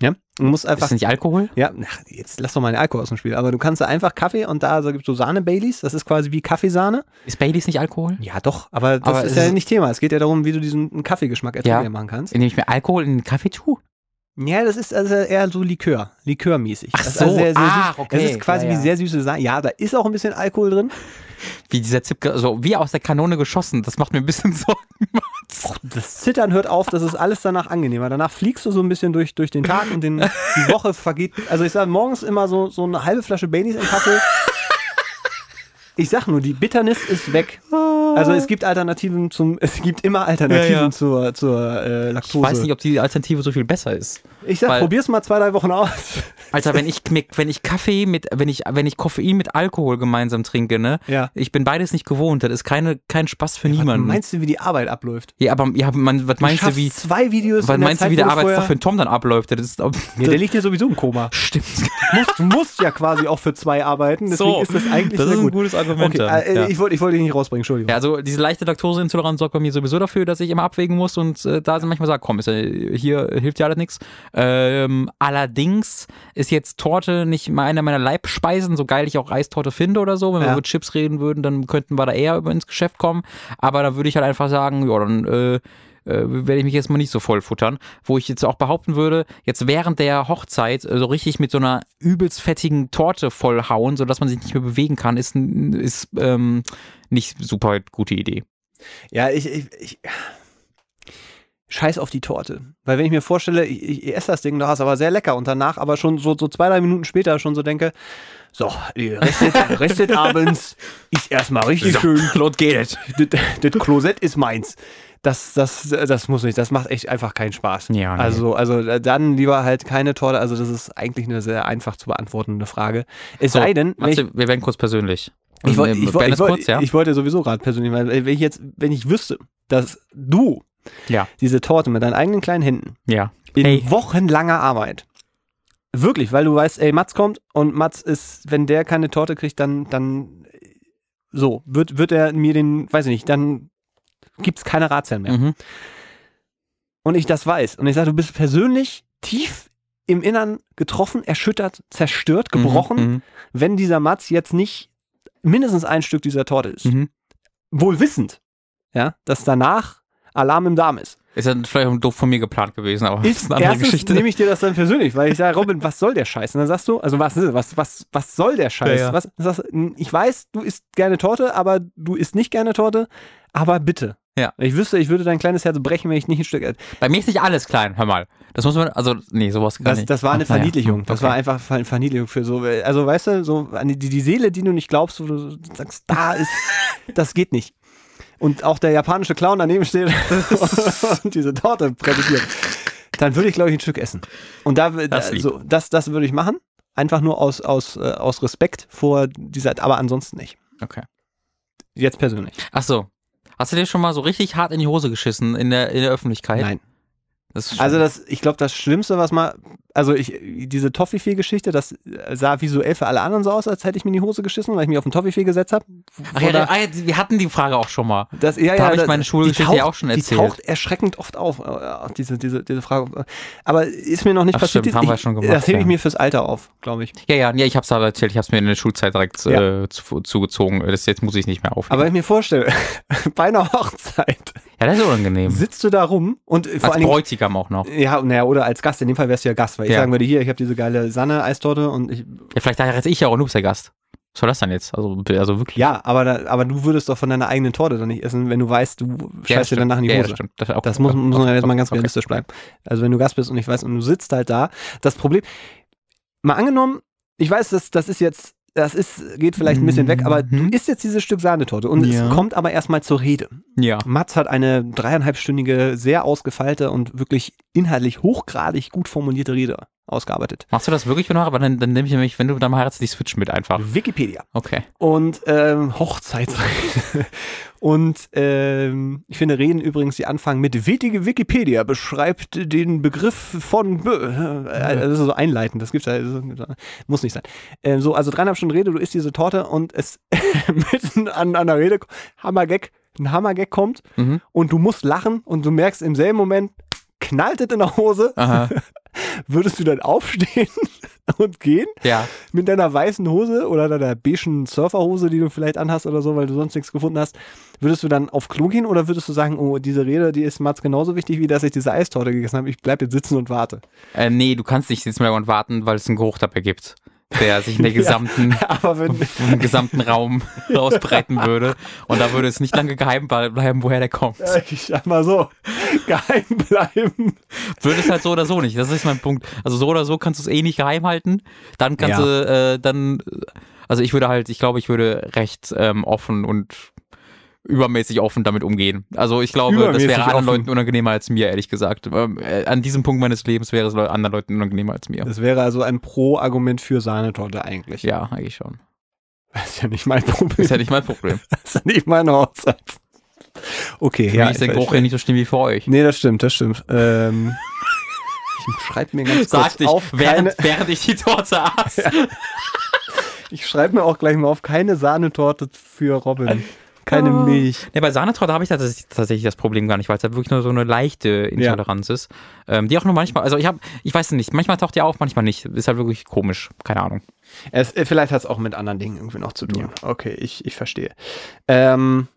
S1: Ja, du musst
S2: Ist
S1: einfach.
S2: das nicht Alkohol?
S1: Ja, na, jetzt lass doch mal den Alkohol aus dem Spiel. Aber du kannst da einfach Kaffee und da also gibt's so Sahne-Baileys. Das ist quasi wie Kaffeesahne.
S2: Ist Baileys nicht Alkohol?
S1: Ja, doch. Aber das
S2: Aber
S1: ist
S2: es
S1: ja
S2: ist-
S1: nicht Thema. Es geht ja darum, wie du diesen Kaffeegeschmack erträglicher
S2: Ja.
S1: machen kannst.
S2: Indem ich mir Alkohol in den Kaffee tue?
S1: Ja, das ist also eher so Likör. Likörmäßig.
S2: Ach
S1: das ist
S2: so,
S1: also sehr, sehr
S2: ah,
S1: süß.
S2: okay,
S1: Das ist quasi
S2: ja, ja.
S1: wie sehr süße Sahne. Ja, da ist auch ein bisschen Alkohol drin.
S2: Wie dieser Zipke, so wie aus der Kanone geschossen. Das macht mir ein bisschen Sorgen. Mats.
S1: Das Zittern hört auf. Das ist alles danach angenehmer. Danach fliegst du so ein bisschen durch, durch den Tag und den, die Woche vergeht. Also ich sage morgens immer so, so eine halbe Flasche Baileys im Kaffee. Ich sag nur, die Bitternis ist weg. Also es gibt Alternativen zum, es gibt immer Alternativen
S2: Ja, ja.
S1: zur, zur äh, Laktose.
S2: Ich weiß nicht, ob die Alternative so viel besser ist.
S1: Ich sag,
S2: weil-
S1: probier's mal zwei, drei Wochen aus.
S2: Alter, wenn ich, mir- wenn ich Kaffee mit, wenn ich, wenn ich Koffein mit Alkohol gemeinsam trinke, ne?
S1: Ja.
S2: Ich bin beides nicht gewohnt. Das ist keine, kein Spaß für niemanden.
S1: Meinst du, wie die Arbeit abläuft?
S2: ja, aber ja, man, was Hm. meinst du,
S1: schaffst
S2: wie,
S1: zwei Videos
S2: was
S1: in der
S2: meinst
S1: Zeit,
S2: du, wie
S1: wo
S2: der
S1: du
S2: Arbeitstag
S1: vorher-
S2: für Tom dann abläuft? Das ist,
S1: Nee, der liegt ja sowieso im Koma.
S2: stimmt.
S1: Du musst ja quasi auch für zwei arbeiten, deswegen
S2: So,
S1: ist das eigentlich
S2: das
S1: sehr
S2: ist ein
S1: gut.
S2: gutes Argument
S1: Okay,
S2: dann,
S1: äh,
S2: ja.
S1: Ich wollte ich wollte dich nicht rausbringen, Entschuldigung.
S2: Ja, also diese leichte Laktoseintoleranz sorgt bei mir sowieso dafür, dass ich immer abwägen muss und äh, da sind manchmal sagt, komm, ist, ja- hier hilft ja alles nichts. Ähm, allerdings ist jetzt Torte nicht mal einer meiner Leibspeisen, so geil ich auch Reistorte finde oder so. Wenn
S1: Ja.
S2: wir über Chips reden würden, dann könnten wir da eher über ins Geschäft kommen. Aber da würde ich halt einfach sagen, ja, dann äh, äh, werde ich mich jetzt mal nicht so voll futtern. Wo ich jetzt auch behaupten würde, jetzt während der Hochzeit äh, so richtig mit so einer übelst fettigen Torte vollhauen, sodass man sich nicht mehr bewegen kann, ist, ein- ist ähm, nicht super gute Idee.
S1: Ja, ich, ich, ich. Scheiß auf die Torte. Weil wenn ich mir vorstelle, ich, ich, ich esse das Ding, das ist aber sehr lecker und danach aber schon so, so zwei, drei Minuten später schon so denke, so, die Rest des- Rest des Abends ist erstmal richtig schön.
S2: Claude geht.
S1: Das, das Klosett ist meins. Das, das, das muss nicht, das macht echt einfach keinen Spaß.
S2: Ja, nee.
S1: Also, also dann lieber halt keine Torte. Also, das ist eigentlich eine sehr einfach zu beantwortende Frage. Es sei denn, wenn ich,
S2: Matze, wir werden kurz persönlich.
S1: ich, wollt,
S2: Ähm,
S1: ich, wollt,
S2: werden
S1: ich,
S2: das
S1: wollt,
S2: kurz, ja?
S1: ich wollte sowieso gerade persönlich, weil äh, wenn ich jetzt, wenn ich wüsste, dass du
S2: ja.
S1: diese Torte mit deinen eigenen kleinen Händen
S2: Ja.
S1: in
S2: Ey.
S1: wochenlanger Arbeit. Wirklich, weil du weißt, ey, Mats kommt und Mats ist, wenn der keine Torte kriegt, dann, dann so, wird, wird er mir den, weiß ich nicht, dann gibt's keine Ratsherren mehr.
S2: Mhm.
S1: Und ich das weiß. Und ich sage, du bist persönlich tief im Innern getroffen, erschüttert, zerstört, gebrochen,
S2: Mhm.
S1: wenn dieser Mats jetzt nicht mindestens ein Stück dieser Torte ist.
S2: Mhm. Mhm.
S1: Wohl wissend, ja, dass danach Alarm im Darm ist.
S2: Ist ja vielleicht auch doof von mir geplant gewesen, aber das ist eine andere
S1: erstens
S2: Geschichte.
S1: nehme ich dir das dann persönlich, weil ich sage, Robin, was soll der Scheiß? Und dann sagst du, also was, was, was, was soll der Scheiß?
S2: Ja, ja.
S1: Was, dann sagst, du, "N- ich weiß, du isst gerne Torte, aber du isst nicht gerne Torte, aber bitte.
S2: Ja.
S1: Ich wüsste, ich würde dein kleines Herz brechen, wenn ich nicht ein Stück.
S2: Bei mir ist nicht alles klein, hör mal. Das muss man, also, nee, sowas kann
S1: Das,
S2: nicht.
S1: das war eine
S2: Ach, naja.
S1: Verniedlichung. Das
S2: Okay.
S1: war einfach eine Verniedlichung für so, also weißt du, so an die, die Seele, die du nicht glaubst, wo du sagst, da ist, das geht nicht. Und auch der japanische Clown daneben steht und diese Torte präsentiert. Dann würde ich, glaube ich, ein Stück essen. Und da, das,
S2: Das lieb.
S1: so, das, das würde ich machen. Einfach nur aus, aus, äh, aus Respekt vor dieser, aber ansonsten nicht.
S2: Okay.
S1: Jetzt persönlich.
S2: Ach so. Hast du dir schon mal so richtig hart in die Hose geschissen in der, in der Öffentlichkeit?
S1: Nein.
S2: Das ist
S1: Also
S2: schon-
S1: das, ich glaube, das Schlimmste, was mal, also ich, diese Toffifee-Geschichte, das sah visuell für alle anderen so aus, als hätte ich mir in die Hose geschissen, weil ich mich auf den Toffifee gesetzt habe.
S2: Ach ja, ah, ja, wir hatten die Frage auch schon mal.
S1: das, ja,
S2: da hab ich
S1: das-
S2: meine Schulgeschichte
S1: die
S2: ja auch schon
S1: Die
S2: erzählt.
S1: taucht erschreckend oft auf, äh, diese, diese, diese Frage. Aber ist mir noch nicht
S2: Ach,
S1: passiert.
S2: stimmt, haben
S1: ich,
S2: wir schon gemacht,
S1: Das hebe ich
S2: ja.
S1: mir fürs Alter auf, glaube ich.
S2: Ja, ja, ja, ich hab's aber erzählt, ich hab's mir in der Schulzeit direkt
S1: Ja.
S2: äh, zu, zugezogen. Das jetzt muss ich nicht mehr aufheben.
S1: Aber wenn ich mir vorstelle, bei einer Hochzeit
S2: ja, das ist unangenehm.
S1: sitzt du da rum und äh, vor
S2: Als
S1: allen Dingen
S2: Bräutigam auch noch.
S1: ja, naja, oder als Gast, in dem Fall wärst du ja Gast, weil ich
S2: Ja.
S1: sagen würde, hier, ich habe diese geile Sanne-Eistorte und ich
S2: Ja, vielleicht heirate ich ja auch und du bist der Gast. Was soll das denn jetzt? Also, also wirklich.
S1: Ja, aber, da, aber du würdest doch von deiner eigenen Torte dann nicht essen, wenn du weißt, du scheißt dir
S2: stimmt.
S1: danach in die
S2: Ja,
S1: Hose.
S2: Ja, stimmt. Das, auch,
S1: das muss, muss man jetzt mal ganz
S2: okay.
S1: realistisch bleiben. Also wenn du Gast bist und ich weiß und du sitzt halt da, das Problem, mal angenommen, ich weiß, das, das ist jetzt, das ist, geht vielleicht ein bisschen weg, aber du
S2: Mhm.
S1: isst jetzt dieses Stück Sahnetorte und
S2: Ja.
S1: es kommt aber erstmal zur Rede.
S2: Ja.
S1: Mats hat eine dreieinhalbstündige, sehr ausgefeilte und wirklich inhaltlich hochgradig gut formulierte Rede ausgearbeitet.
S2: Machst du das wirklich noch? Aber dann, dann nehme ich nämlich, wenn du dann mal heiratest, dich switch mit einfach.
S1: Wikipedia.
S2: Okay.
S1: und ähm, Hochzeitsrede. Und ähm, ich finde Reden übrigens, die anfangen mit wittige Wikipedia beschreibt den Begriff von Bö. Äh, Das ist so einleitend, das gibt's ja, das gibt's ja- muss nicht sein. Ähm, so, also dreieinhalb Stunden Rede, du isst diese Torte und es mitten an einer Rede, Hammergag, ein Hammergag kommt
S2: Mhm.
S1: und du musst lachen und du merkst im selben Moment, knallt es in der Hose,
S2: Aha.
S1: würdest du dann aufstehen und gehen?
S2: ja.
S1: mit deiner weißen Hose oder deiner beigen Surferhose, die du vielleicht anhast oder so, weil du sonst nichts gefunden hast, würdest du dann auf Klo gehen oder würdest du sagen, oh, diese Rede, die ist Mats genauso wichtig, wie dass ich diese Eistorte gegessen habe, ich bleib jetzt sitzen und warte.
S2: Äh, nee, du kannst nicht sitzen bleiben und warten, weil es einen Geruch dabei gibt, der sich in der
S1: Ja.
S2: gesamten,
S1: Aber wenn,
S2: im gesamten Raum ausbreiten würde. Und da würde es nicht lange geheim bleiben, woher der kommt.
S1: äh, ich sag mal so, geheim bleiben.
S2: Würde es halt so oder so nicht. Das ist mein Punkt. Also so oder so kannst du es eh nicht geheim halten. Dann kannst
S1: Ja.
S2: du, äh, dann, Also ich würde halt, ich glaube, ich würde recht ähm, offen und übermäßig offen damit umgehen. Also ich glaube,
S1: Übermäßig
S2: das wäre anderen
S1: offen.
S2: Leuten unangenehmer als mir, ehrlich gesagt. Ähm, äh, an diesem Punkt meines Lebens wäre es Leu- anderen Leuten unangenehmer als mir.
S1: Das wäre also ein Pro-Argument für Sahnetorte eigentlich.
S2: Ja, eigentlich schon.
S1: Das ist ja nicht mein Problem.
S2: Ist ja nicht mein Problem.
S1: Das ist Hm. ja nicht meine Hochzeit. Okay,
S2: Für
S1: ja.
S2: mich ist der
S1: ich
S2: Geruch ja
S1: verstehe.
S2: nicht so schlimm wie für euch.
S1: Nee, das stimmt, das stimmt. Ähm, ich schreibe mir ganz kurz
S2: Sagte ich,
S1: auf, keine,
S2: während, während ich die Torte aß.
S1: ich schreibe mir auch gleich mal auf, keine Sahnetorte für Robin. Keine
S2: Ah.
S1: Milch.
S2: Ne, bei Sahnetorte habe ich tatsächlich, tatsächlich das Problem gar nicht, weil es da wirklich nur so eine leichte Intoleranz ist. Ähm, die auch nur manchmal, also ich habe, ich weiß nicht, manchmal taucht die auf, manchmal nicht. Ist halt wirklich komisch, keine Ahnung.
S1: Es, äh, vielleicht hat es auch mit anderen Dingen irgendwie noch zu tun. Okay, ich, ich verstehe. Ähm,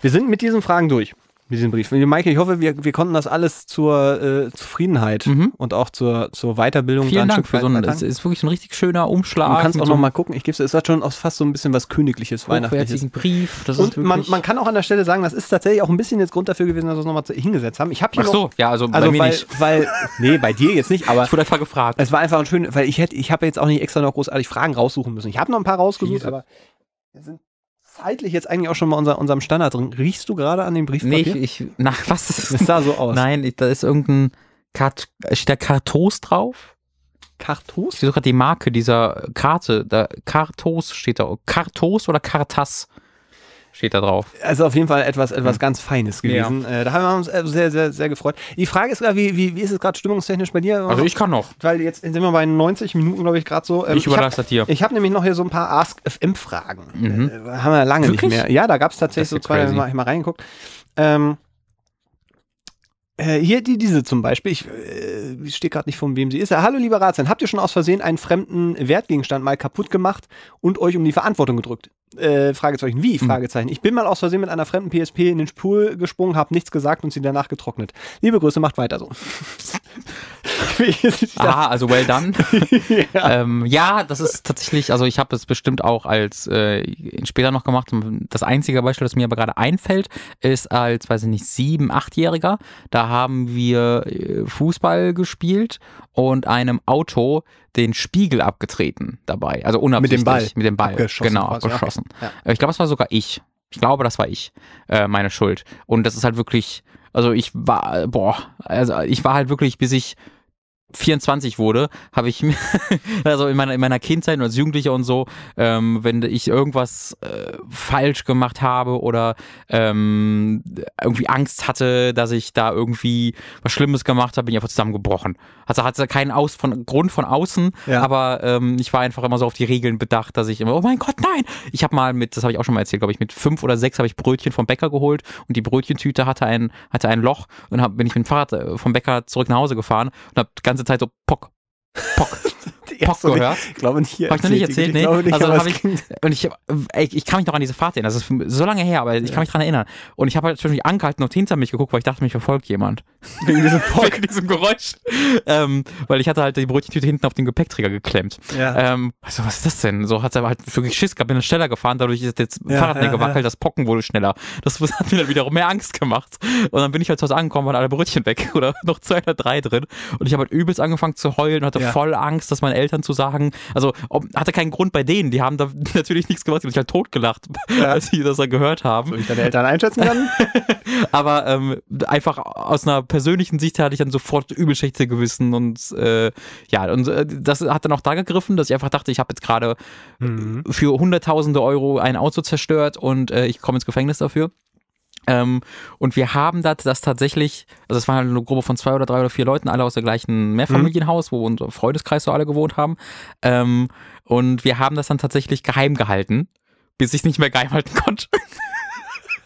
S1: wir sind mit diesen Fragen durch, mit diesem Brief. Michael, ich hoffe, wir, wir konnten das alles zur äh, Zufriedenheit
S2: Mhm.
S1: und auch zur, zur Weiterbildung da
S2: Vielen
S1: ein
S2: Dank
S1: Stück
S2: für
S1: weit
S2: so einen,
S1: beitragen.
S2: es ist wirklich so ein richtig schöner Umschlag.
S1: Du kannst auch
S2: mit so
S1: noch mal gucken, ich gebe es, es hat schon auch fast so ein bisschen was Königliches,
S2: einem
S1: Weihnachtliches.
S2: hochwertigen Brief. Das ist
S1: Und man,
S2: wirklich-
S1: man kann auch an der Stelle sagen, das ist tatsächlich auch ein bisschen jetzt Grund dafür gewesen, dass wir es nochmal hingesetzt haben. Ich habe hier noch,
S2: Ach so, ja, also, bei
S1: also
S2: mir
S1: weil, Äh,
S2: nicht.
S1: weil, nee, bei dir jetzt nicht, aber
S2: Ich wurde einfach gefragt.
S1: es war einfach ein schön, weil ich hätte, ich habe jetzt auch nicht extra noch großartig Fragen raussuchen müssen. Ich habe noch ein paar rausgesucht,
S2: Jesus.
S1: aber wir sind zeitlich jetzt eigentlich auch schon mal unser, unserem Standard drin. Riechst du gerade an dem
S2: nee,
S1: Briefpapier?
S2: ich, ich, na, was ist
S1: es sah so aus.
S2: Nein, ich, da ist irgendein, Kart, steht da Kartos drauf? Ich
S1: Kartos?
S2: sehe gerade die Marke dieser Karte, da, Kartos steht da, Kartos oder Kartas steht da drauf.
S1: Also auf jeden Fall etwas,
S2: Hm.
S1: etwas ganz Feines gewesen. Äh, da haben wir uns äh, sehr, sehr, sehr gefreut. Die Frage ist, äh, wie, wie, wie ist es gerade stimmungstechnisch bei dir?
S2: Also ich kann noch. Ich
S1: weil jetzt sind wir bei 90 Minuten, glaube ich, gerade so. Ähm,
S2: ich überlasse das dir.
S1: Ich habe nämlich noch hier so ein paar Ask-FM-Fragen.
S2: Mhm.
S1: Äh, haben wir lange
S2: Wirklich?
S1: nicht mehr. Ja, da gab es tatsächlich
S2: Das ist ja
S1: so zwei, da
S2: crazy.
S1: habe ich mal reingeguckt. Ähm, äh, hier die, diese zum Beispiel, ich äh, stehe gerade nicht, von wem sie ist. Ja, Hallo, lieber Ratsherrn, habt ihr schon aus Versehen einen fremden Wertgegenstand mal kaputt gemacht und euch um die Verantwortung gedrückt? Äh, Fragezeichen, wie?
S2: Hm.
S1: Fragezeichen. Ich bin mal aus Versehen mit einer fremden PSP in den Pool gesprungen, habe nichts gesagt und sie danach getrocknet. Liebe Grüße, macht weiter so.
S2: Aha, also well done.
S1: ja.
S2: ähm, ja, das ist tatsächlich, also ich habe es bestimmt auch als äh, später noch gemacht. Das einzige Beispiel, das mir aber gerade einfällt, ist als, weiß ich nicht, sieben, achtjähriger. Da haben wir äh, Fußball gespielt und einem Auto den Spiegel abgetreten dabei. Also unabsichtlich.
S1: Ball.
S2: Mit dem Ball.
S1: Abgeschossen
S2: genau,
S1: quasi, ja.
S2: abgeschossen.
S1: Ja.
S2: Äh, Ich glaube, das war sogar ich. Ich glaube, das war ich. Äh, meine Schuld. Und das ist halt wirklich, also ich war, boah, also ich war halt wirklich, bis ich 24 wurde, habe ich mir, also in meiner, in meiner Kindheit und als Jugendlicher und so, ähm, wenn ich irgendwas äh, falsch gemacht habe oder ähm, irgendwie Angst hatte, dass ich da irgendwie was Schlimmes gemacht habe, bin ich einfach zusammengebrochen. Also hatte keinen Aus von, Grund von außen,
S1: Ja.
S2: aber ähm, ich war einfach immer so auf die Regeln bedacht, dass ich immer, oh mein Gott, nein! Ich habe mal mit, das habe ich auch schon mal erzählt, glaube ich, mit fünf oder sechs habe ich Brötchen vom Bäcker geholt und die Brötchentüte hatte ein, hatte ein Loch und hab, bin ich mit dem Fahrrad äh, vom Bäcker zurück nach Hause gefahren und habe die ganze Zeit so Pock, Pock, Pock
S1: Erste-
S2: gehört.
S1: Ich glaube nicht hier.
S2: Hab ich noch nicht erzählt,
S1: ich
S2: nee.
S1: Glaube nicht,
S2: Also
S1: aber
S2: hab
S1: es
S2: ich-
S1: klingt-
S2: Und ich, ey, ich kann mich noch an diese Fahrt erinnern. Das ist so lange her, aber ich kann mich dran erinnern. Und ich habe halt zwischendurch angehalten und hinter mich geguckt, weil ich dachte, mich verfolgt jemand.
S1: wegen diesem Bock.
S2: Wegen diesem Geräusch. Ähm, weil ich hatte halt die Brötchentüte hinten auf den Gepäckträger geklemmt.
S1: Ja.
S2: Ähm, also was ist das denn? So hat er halt wirklich Schiss gehabt, bin dann schneller gefahren, dadurch ist jetzt
S1: Ja,
S2: Fahrrad mehr
S1: ja,
S2: gewackelt,
S1: ja.
S2: das Pocken wurde schneller. Das hat mir dann wiederum mehr Angst gemacht. Und dann bin ich halt zu Hause angekommen, waren alle Brötchen weg oder noch zwei oder drei drin. Und ich habe halt übelst angefangen zu heulen und hatte
S1: Ja.
S2: voll Angst, das meinen Eltern zu sagen. Also ob, hatte keinen Grund bei denen, die haben da natürlich nichts gemacht, die haben sich halt totgelacht, als sie das dann gehört haben.
S1: Soll ich deine Eltern einschätzen kann?
S2: Aber ähm, einfach aus einer persönlichen Sicht hatte ich dann sofort übel schlechte Gewissen und äh, ja, und äh, das hat dann auch da gegriffen, dass ich einfach dachte, ich habe jetzt gerade äh, für hunderttausende Euro ein Auto zerstört und äh, ich komme ins Gefängnis dafür. Ähm, und wir haben das, das tatsächlich, also es war eine Gruppe von zwei oder drei oder vier Leuten, alle aus der gleichen Mehrfamilienhaus, wo unser Freundeskreis so alle gewohnt haben. Ähm, und wir haben das dann tatsächlich geheim gehalten, bis ich es nicht mehr geheim halten konnte.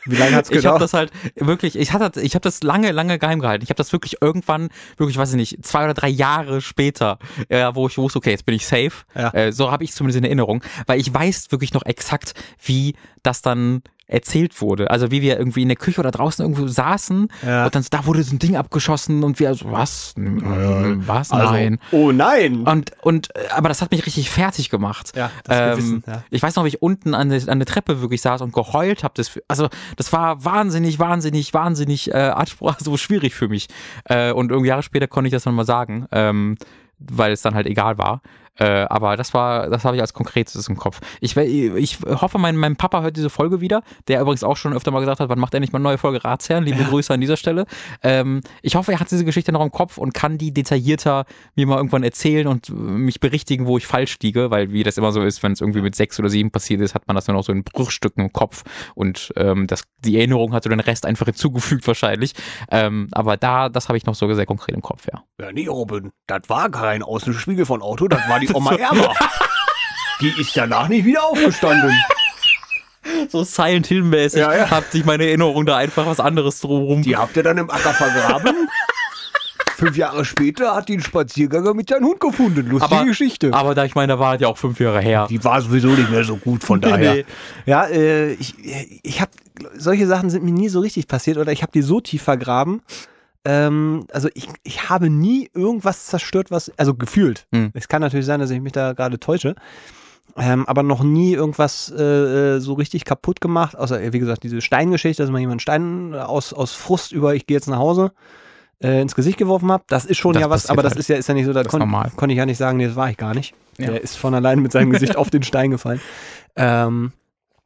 S1: Wie lange hat's genau.
S2: Ich habe
S1: gedauert?
S2: das halt wirklich, ich hatte, ich habe das lange, lange geheim gehalten. Ich habe das wirklich irgendwann, wirklich, weiß ich nicht, zwei oder drei Jahre später, äh, wo ich wusste, okay, jetzt bin ich safe.
S1: Ja.
S2: Äh, so habe ich zumindest in Erinnerung, weil ich weiß wirklich noch exakt, wie das dann erzählt wurde. Also wie wir irgendwie in der Küche oder draußen irgendwo saßen
S1: Ja.
S2: und dann so, da wurde so ein Ding abgeschossen und wir so, was? Was?
S1: Also,
S2: Nein.
S1: oh nein!
S2: Und, und, äh, aber das hat mich richtig fertig gemacht. Ähm,
S1: Ja, das Gewissen, ja.
S2: Ich weiß noch, wie ich unten an der, an der Treppe wirklich saß und geheult habe. Das, also, das war wahnsinnig, wahnsinnig, wahnsinnig äh, Anspruch, so schwierig für mich. Äh, und irgendwie Jahre später konnte ich das dann mal sagen, ähm, weil es dann halt egal war. Äh, aber das war, das habe ich als konkretes im Kopf. Ich, we- ich hoffe, mein, mein Papa hört diese Folge wieder, der übrigens auch schon öfter mal gesagt hat, wann macht er nicht mal eine neue Folge Ratsherren? Liebe Grüße an dieser Stelle. Ähm, ich hoffe, er hat diese Geschichte noch im Kopf und kann die detaillierter mir mal irgendwann erzählen und äh, mich berichtigen, wo ich falsch liege, weil wie das immer so ist, wenn es irgendwie mit sechs oder sieben passiert ist, hat man das nur noch so in Bruchstücken im Kopf und ähm, das, die Erinnerung hat so den Rest einfach hinzugefügt wahrscheinlich. Ähm, aber da, das habe ich noch so sehr konkret im Kopf, ja.
S1: Ja, nee, Robin, das war kein Außenspiegel von Auto, das war die Oma Erma. Die ist danach nicht wieder aufgestanden.
S2: So Silent Hill-mäßig
S1: Ja, ja.
S2: hat sich meine Erinnerung da einfach was anderes drumherum.
S1: Die habt ihr dann im Acker vergraben. Fünf Jahre später hat die einen Spaziergänger mit seinem Hund gefunden. Lustige
S2: aber,
S1: Geschichte.
S2: aber da ich meine, da war das ja auch fünf Jahre her.
S1: die war sowieso nicht mehr so gut, von daher.
S2: nee.
S1: Ja, äh, ich, ich habe solche Sachen sind mir nie so richtig passiert oder ich habe die so tief vergraben. Ähm, also ich, ich habe nie irgendwas zerstört, was, also gefühlt.
S2: Hm.
S1: Es kann natürlich sein, dass ich mich da gerade täusche. Ähm, aber noch nie irgendwas äh, äh, so richtig kaputt gemacht, außer äh, wie gesagt, diese Steingeschichte, dass man jemanden Stein äh, aus, aus Frust über ich gehe jetzt nach Hause äh, ins Gesicht geworfen hat. Das ist schon
S2: Das
S1: ja was,
S2: passiert
S1: aber das
S2: halt.
S1: ist ja, ist ja nicht so, da
S2: ist
S1: kon
S2: normal.
S1: konnte ich ja nicht sagen, nee, das war ich gar nicht.
S2: Ja.
S1: Der ist von allein mit seinem Gesicht auf den Stein gefallen. Ähm,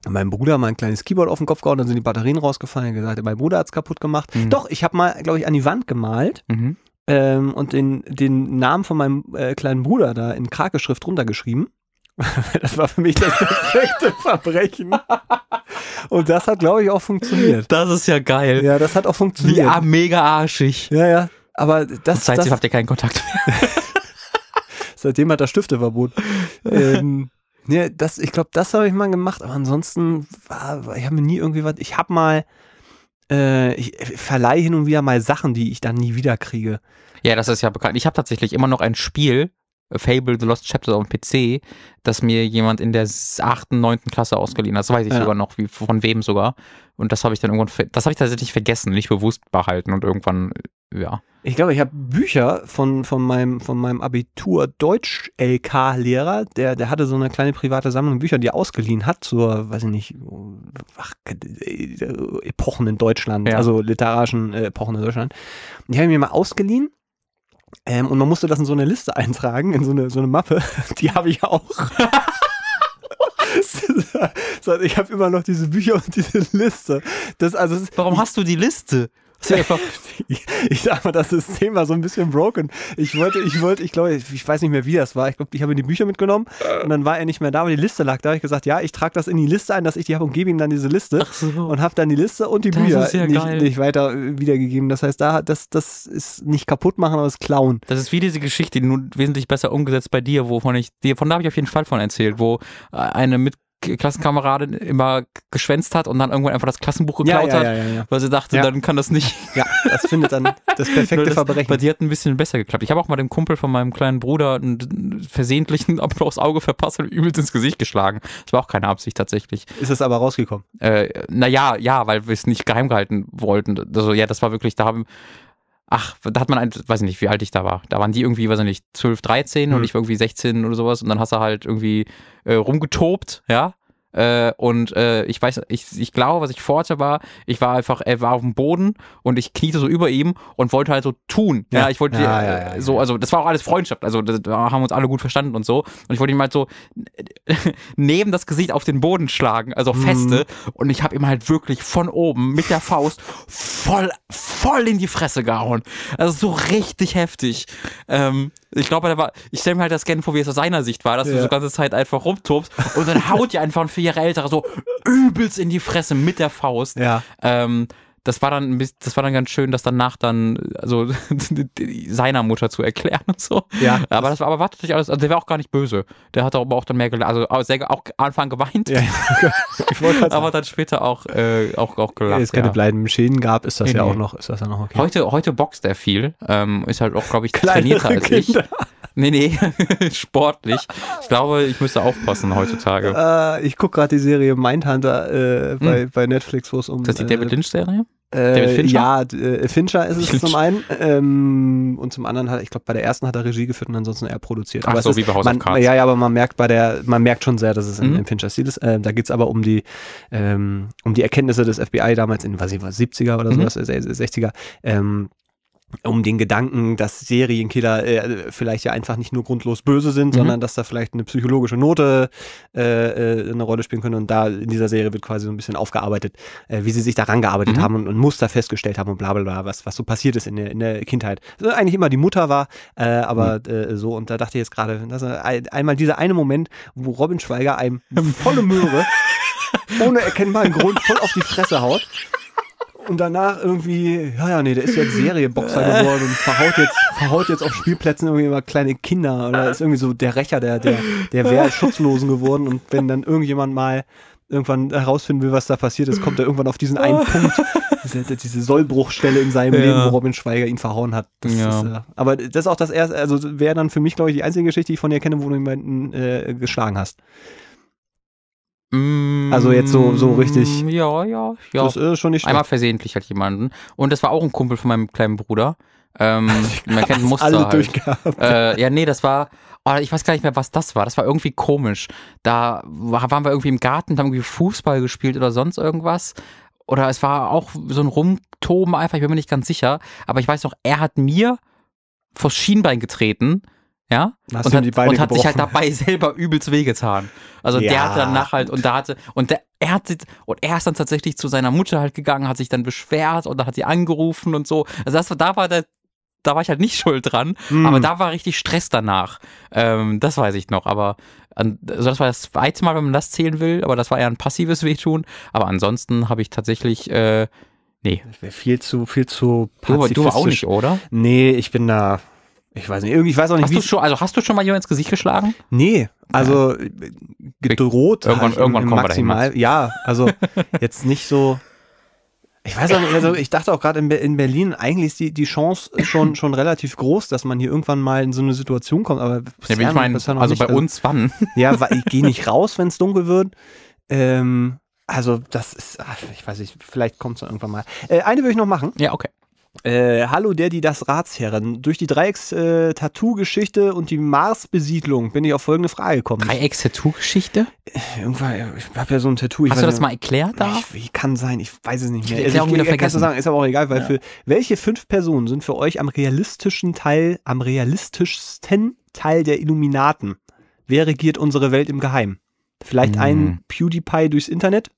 S1: meinem Bruder mal ein kleines Keyboard auf den Kopf gehauen, dann sind die Batterien rausgefallen, Er hat gesagt, mein Bruder hat's kaputt gemacht.
S2: Mhm.
S1: Doch, ich habe mal, glaube ich, an die Wand gemalt
S2: Mhm.
S1: ähm, und den, den Namen von meinem äh, kleinen Bruder da in Krakeschrift runtergeschrieben. das war für mich das perfekte Verbrechen. Und das hat, glaube ich, auch funktioniert.
S2: Das ist ja geil.
S1: Ja, das hat auch
S2: Äh, Wie
S1: funktioniert.
S2: ah, mega arschig.
S1: ja, ja. Aber das,
S2: Seitdem
S1: das
S2: habt ihr keinen Kontakt mehr.
S1: seitdem hat er Stifteverbot. ähm, nee, das, ich glaube, das habe ich mal gemacht, aber ansonsten war, war- ich habe mir nie irgendwie was. Ich habe mal, äh, ich verleihe hin und wieder mal Sachen, die ich dann nie wieder kriege.
S2: Ja, das ist ja bekannt. Ich habe tatsächlich immer noch ein Spiel, Fable The Lost Chapters auf dem PC, das mir jemand in der s- achten, neunten Klasse ausgeliehen hat. Das weiß ich
S1: Ja.
S2: sogar noch, wie, von wem sogar. Und das habe ich dann irgendwann, ver- das habe ich tatsächlich vergessen, nicht bewusst behalten und irgendwann, äh, ja.
S1: Ich glaube, ich habe Bücher von, von meinem, von meinem Abitur Deutsch-LK-Lehrer, der, der hatte so eine kleine private Sammlung Bücher, die er ausgeliehen hat zur, weiß ich nicht, ach, äh, Epochen in Deutschland,
S2: Ja.
S1: also literarischen äh, Epochen in Deutschland. Und die habe ich mir mal ausgeliehen. Ähm, und man musste das in so eine Liste eintragen, in so eine, so eine Mappe. Die habe ich auch. Das heißt, ich habe immer noch diese Bücher und diese Liste. Das, also, es-
S2: Warum hast du die Liste? Hast du die einfach
S1: ich, ich sag mal, das System war so ein bisschen broken. Ich wollte, ich wollte, ich glaube, ich, ich weiß nicht mehr, wie das war. Ich glaube, ich habe die Bücher mitgenommen und dann war er nicht mehr da, aber die Liste lag da. Hab Ich gesagt, ja, ich trage das in die Liste ein, dass ich die habe und gebe ihm dann diese Liste
S2: Ach so.
S1: und habe dann die Liste und die
S2: Das
S1: Bücher
S2: ist ja
S1: nicht,
S2: geil.
S1: nicht weiter äh, wiedergegeben. Das heißt, da hat- das, das ist nicht kaputt machen, aber es klauen.
S2: Das ist wie diese Geschichte, die nun wesentlich besser umgesetzt bei dir, wovon ich dir, von da habe ich auf jeden Fall von erzählt, wo äh, eine Mitklassenkameradin immer geschwänzt hat und dann irgendwann einfach das Klassenbuch geklaut hat,
S1: ja, ja.
S2: weil sie dachte,
S1: Ja.
S2: dann kann das nicht.
S1: Ja, das findet dann das perfekte
S2: das, Bei
S1: Verbrechen.
S2: dir hat ein bisschen besser geklappt. Ich habe auch mal dem Kumpel von meinem kleinen Bruder einen versehentlichen aufs Auge verpasst und übelst ins Gesicht geschlagen. Das war auch keine Absicht tatsächlich.
S1: Ist es aber rausgekommen.
S2: Äh, naja, ja, weil wir es nicht geheim gehalten wollten. Also ja, das war wirklich, da haben, ach, da hat man, ein, weiß ich nicht, wie alt ich da war. Da waren die irgendwie, weiß ich nicht, 12, 13 und
S1: Hm.
S2: ich war irgendwie 16 oder sowas und dann hast du halt irgendwie äh, rumgetobt, ja. Äh, und äh, ich weiß, ich, ich glaube, was ich vorhatte war, ich war einfach, er war auf dem Boden und ich kniete so über ihm und wollte halt so tun. Ja,
S1: Ja.
S2: ich wollte
S1: Ja,
S2: äh,
S1: ja, ja, ja.
S2: so, also das war auch alles Freundschaft, also das, da haben uns alle gut verstanden und so. Und ich wollte ihm halt so neben das Gesicht auf den Boden schlagen, also feste. Und ich habe ihm halt wirklich von oben mit der Faust voll, voll in die Fresse gehauen. Also so richtig heftig. Ähm, ich glaube, da war, ich stelle mir halt das Scan vor, wie es aus seiner Sicht war, dass du
S1: Ja.
S2: so ganze Zeit einfach rumtobst und dann haut dir einfach ein vier Jahre älterer so übelst in die Fresse mit der Faust.
S1: Ja.
S2: Ähm, das war dann ein bisschen, das war dann ganz schön, das danach dann also seiner Mutter zu erklären und so.
S1: Ja.
S2: Aber das war aber war tatsächlich alles, also der war auch gar nicht böse. Der hat aber auch dann mehr gelacht, also auch sehr, auch am Anfang geweint,
S1: Ja, ich wollte gerade
S2: aber
S1: sagen,
S2: dann später auch äh, auch auch
S1: wenn
S2: gelacht.
S1: es keine
S2: Ja.
S1: bleibenden Schäden gab, ist das
S2: Nee,
S1: ja
S2: nee.
S1: auch noch, ist das ja noch okay.
S2: Heute heute boxt er viel, ähm, ist halt auch glaube ich
S1: Kleinere
S2: trainierter als ich.
S1: Kinder.
S2: Nee, nee, sportlich. Ich glaube, ich müsste aufpassen heutzutage.
S1: Äh, ich gucke gerade die Serie Mindhunter äh, bei, bei Netflix, wo es um.
S2: Hm. Ist das die
S1: äh,
S2: David Lynch Serie?
S1: äh,
S2: David Fincher?
S1: Ja, d- äh, Fincher ist es
S2: Fincher.
S1: zum einen. Ähm, und zum anderen hat, ich glaube, bei der ersten hat er Regie geführt und ansonsten er produziert.
S2: Ach
S1: Aber es
S2: so,
S1: ist,
S2: wie bei House
S1: man,
S2: of Cards.
S1: Ja, ja, aber man merkt bei der, man merkt schon sehr, dass es im
S2: Mhm.
S1: im Fincher-Stil ist. Ähm, da geht's aber um die, ähm, um die Erkenntnisse des FBI damals in, was ich war, 70er oder
S2: Mhm.
S1: sowas, äh, 60er. Ähm, um den Gedanken, dass Serienkiller äh, vielleicht ja einfach nicht nur grundlos böse sind, sondern dass da vielleicht eine psychologische Note äh, äh, eine Rolle spielen könnte. Und da in dieser Serie wird quasi so ein bisschen aufgearbeitet, äh, wie sie sich daran gearbeitet haben und, und Muster festgestellt haben und bla bla bla, was, was so passiert ist in der, in der Kindheit. Also eigentlich immer die Mutter war, äh, aber äh, so. Und da dachte ich jetzt gerade, das ist ein- einmal dieser eine Moment, wo Robin Schweiger einem volle Möhre ohne erkennbaren Grund voll auf die Fresse haut. Und danach irgendwie, ja, ja, nee, der ist jetzt Serienboxer geworden und verhaut jetzt, verhaut jetzt auf Spielplätzen irgendwie immer kleine Kinder oder ist irgendwie so der Rächer der, der, der wäre Schutzlosen geworden. Und wenn dann irgendjemand mal irgendwann herausfinden will, was da passiert ist, kommt er irgendwann auf diesen einen Punkt, diese, diese Sollbruchstelle in seinem
S2: Ja.
S1: Leben, wo Robin Schweiger ihn verhauen hat. Das
S2: Ja.
S1: ist, äh, aber das ist auch das erste, also wäre dann für mich, glaube ich, die einzige Geschichte, die ich von dir kenne, wo du jemanden äh, geschlagen hast. Also jetzt so- so richtig.
S2: Mm, Ja, ja, ja.
S1: Das ist schon nicht schlecht.
S2: Einmal versehentlich halt jemanden. Und das war auch ein Kumpel von meinem kleinen Bruder. Ähm, man kennt Muster
S1: alle
S2: halt.
S1: durchgehabt.
S2: Äh, ja, nee, das war. Oh, ich weiß gar nicht mehr, was das war. Das war irgendwie komisch. Da wa- waren wir irgendwie im Garten, haben irgendwie Fußball gespielt oder sonst irgendwas. Oder es war auch so ein Rumtoben einfach, ich bin mir nicht ganz sicher. Aber ich weiß noch, er hat mir vors Schienbein getreten. Ja,
S1: Hast
S2: und
S1: du
S2: hat,
S1: ihm die Beine
S2: und hat sich halt
S1: gebrochen?
S2: dabei selber übelst wehgetan. Also der
S1: Ja.
S2: hatte danach halt und da hatte und der, er hat sich- und er ist dann tatsächlich zu seiner Mutter halt gegangen, hat sich dann beschwert und dann hat sie angerufen und so. Also das, war- da war der, da war ich halt nicht schuld dran,
S1: Hm.
S2: aber da war richtig Stress danach. Ähm, das weiß ich noch. Aber an, also das war das zweite Mal, wenn man das zählen will. Aber das war eher ein passives Wehtun. Aber ansonsten habe ich tatsächlich äh, nee,
S1: Wär viel zu, viel zu
S2: du, du auch nicht,
S1: pazifistisch.
S2: oder?
S1: Nee, ich bin da. Ich weiß nicht, irgendwie, ich weiß auch nicht,
S2: Hast
S1: wie.
S2: du schon, also hast du schon mal jemand ins Gesicht geschlagen?
S1: nee, also äh, gedroht.
S2: Irgendwann-
S1: halt im-
S2: irgendwann
S1: im
S2: kommen wir dahin,
S1: maximal.
S2: Max.
S1: Ja, also jetzt nicht so. Ich weiß auch nicht, also ich dachte auch gerade in, Be in Berlin, eigentlich ist die, die Chance schon, schon relativ groß, dass man hier irgendwann mal in so eine Situation kommt. Aber
S2: Ja,
S1: bisher
S2: ich
S1: noch-
S2: meine,
S1: bisher
S2: also
S1: noch nicht. ne.
S2: bei uns wann?
S1: Ja, weil ich gehe nicht raus, wenn es dunkel wird. Ähm, also das ist, ach, ich weiß nicht, vielleicht kommt es irgendwann mal. Äh, eine würde ich noch machen.
S2: Ja, okay.
S1: Äh, hallo der, die das Ratsherren. Durch die Dreiecks-Tattoo-Geschichte und die Mars-Besiedlung bin ich auf folgende Frage gekommen.
S2: Dreiecks-Tattoo-Geschichte?
S1: Irgendwann, äh, ich habe ja so ein Tattoo. Ich
S2: Hast du
S1: weiß
S2: das
S1: nicht-
S2: mal erklärt da?
S1: Ich, wie kann sein, ich weiß es nicht
S2: Ich
S1: mehr.
S2: hab die Erklärung wieder
S1: kann es
S2: vergessen.
S1: sagen, ist aber auch egal, weil für welche fünf Personen sind für euch am realistischen Teil, am realistischsten Teil der Illuminaten? Wer regiert unsere Welt im Geheimen? Vielleicht
S2: Hm.
S1: ein PewDiePie durchs Internet?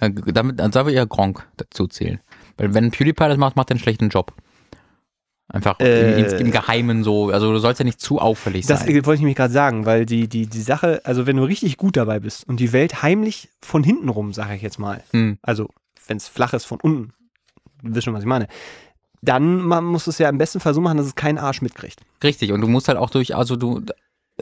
S2: Äh, damit, also da würde ich ja Gronk dazu zählen. Weil wenn PewDiePie das macht, macht er einen schlechten Job. Einfach
S1: Äh.
S2: im, im Geheimen so. Also du sollst ja nicht zu auffällig
S1: Das äh,
S2: sein.
S1: wollte ich nämlich gerade sagen, weil die, die, die Sache, also wenn du richtig gut dabei bist und die Welt heimlich von hinten rum, sage ich jetzt mal,
S2: Hm.
S1: also wenn es flach ist von unten, du wisst schon, was ich meine, dann man muss es ja im besten Fall so machen, dass es keinen Arsch mitkriegt.
S2: Richtig. Und du musst halt auch durch, also du,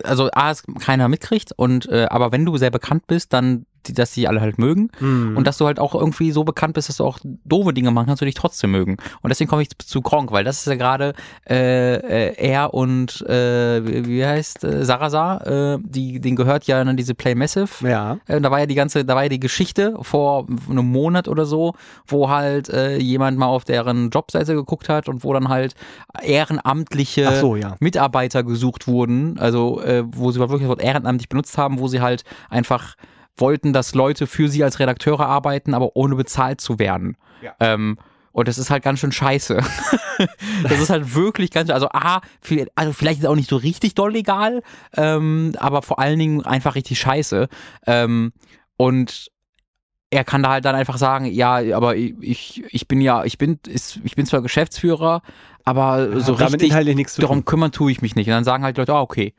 S2: also A, es keiner mitkriegt und, äh, aber wenn du sehr bekannt bist, dann, die- dass die alle halt mögen. Und dass du halt auch irgendwie so bekannt bist, dass du auch doofe Dinge machen kannst und dich trotzdem mögen. Und deswegen komme ich zu Kronk, weil das ist ja gerade äh, äh, er und äh, wie wie heißt äh, Sarasa, äh, die, den gehört ja dann diese Play Massive.
S1: ja.
S2: Äh, da war ja die ganze, da war ja die Geschichte vor einem Monat oder so, wo halt äh, jemand mal auf deren Jobseite geguckt hat und wo dann halt ehrenamtliche
S1: Ach so, ja.
S2: Mitarbeiter gesucht wurden, also äh, wo sie wirklich das Wort ehrenamtlich benutzt haben, wo sie halt einfach wollten, dass Leute für sie als Redakteure arbeiten, aber ohne bezahlt zu werden.
S1: Ja.
S2: Ähm, und das ist halt ganz schön scheiße. das ist halt wirklich ganz schön. Also A, viel, also vielleicht ist es auch nicht so richtig doll legal, ähm, aber vor allen Dingen einfach richtig scheiße. Ähm, und er kann da halt dann einfach sagen, ja, aber ich, ich bin ja, ich bin, ist, ich bin zwar Geschäftsführer, aber so
S1: Hat damit
S2: richtig
S1: inhaltlich nichts zu
S2: darum
S1: tun.
S2: kümmern tue ich mich nicht. Und dann sagen halt Leute, ah, okay.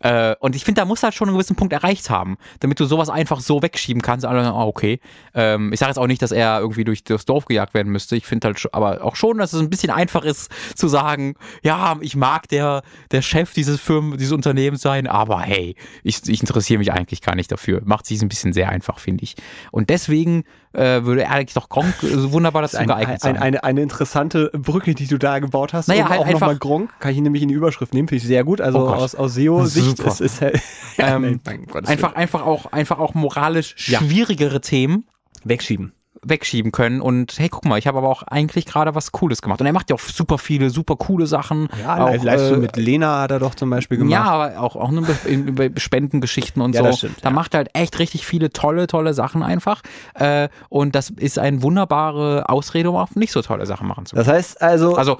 S2: Äh, und ich finde, da muss halt schon einen gewissen Punkt erreicht haben, damit du sowas einfach so wegschieben kannst. Alle sagen, ah, okay. Ähm, ich sage jetzt auch nicht, dass er irgendwie durch das Dorf gejagt werden müsste. Ich finde halt scho- aber auch schon, dass es ein bisschen einfach ist zu sagen, ja, ich mag der, der Chef dieses Firmen, dieses Unternehmens sein, aber hey, ich, ich interessiere mich eigentlich gar nicht dafür. Macht sich ein bisschen sehr einfach, finde ich. Und deswegen äh, würde eigentlich doch Gronk äh, wunderbar dazu
S1: Ein,
S2: geeignet
S1: ein,
S2: sein.
S1: ein, eine, eine interessante Brücke, die du da gebaut hast.
S2: Naja,
S1: und
S2: halt
S1: auch nochmal
S2: einfach-
S1: Gronk, kann ich nämlich in die Überschrift nehmen, finde ich sehr gut. Also
S2: Oh Gott.
S1: aus, aus SEO-Sicht
S2: Super.
S1: ist es halt,
S2: Ähm,
S1: Nein, um Gottes
S2: Einfach, einfach auch, einfach auch moralisch
S1: Ja.
S2: schwierigere Themen
S1: Willen. wegschieben.
S2: wegschieben können und hey, guck mal, ich habe aber auch eigentlich gerade was Cooles gemacht. Und er macht ja auch super viele, super coole Sachen.
S1: Ja,
S2: auch,
S1: Live
S2: äh,
S1: mit Lena hat er doch zum Beispiel
S2: ja,
S1: gemacht.
S2: aber auch, auch nur be- in- über Spendengeschichten und
S1: Ja,
S2: so.
S1: das stimmt,
S2: da
S1: ja.
S2: macht er halt echt richtig viele tolle, tolle Sachen einfach. Äh, und das ist eine wunderbare Ausrede, um auch nicht so tolle Sachen machen zu können.
S1: Das heißt also,
S2: Also,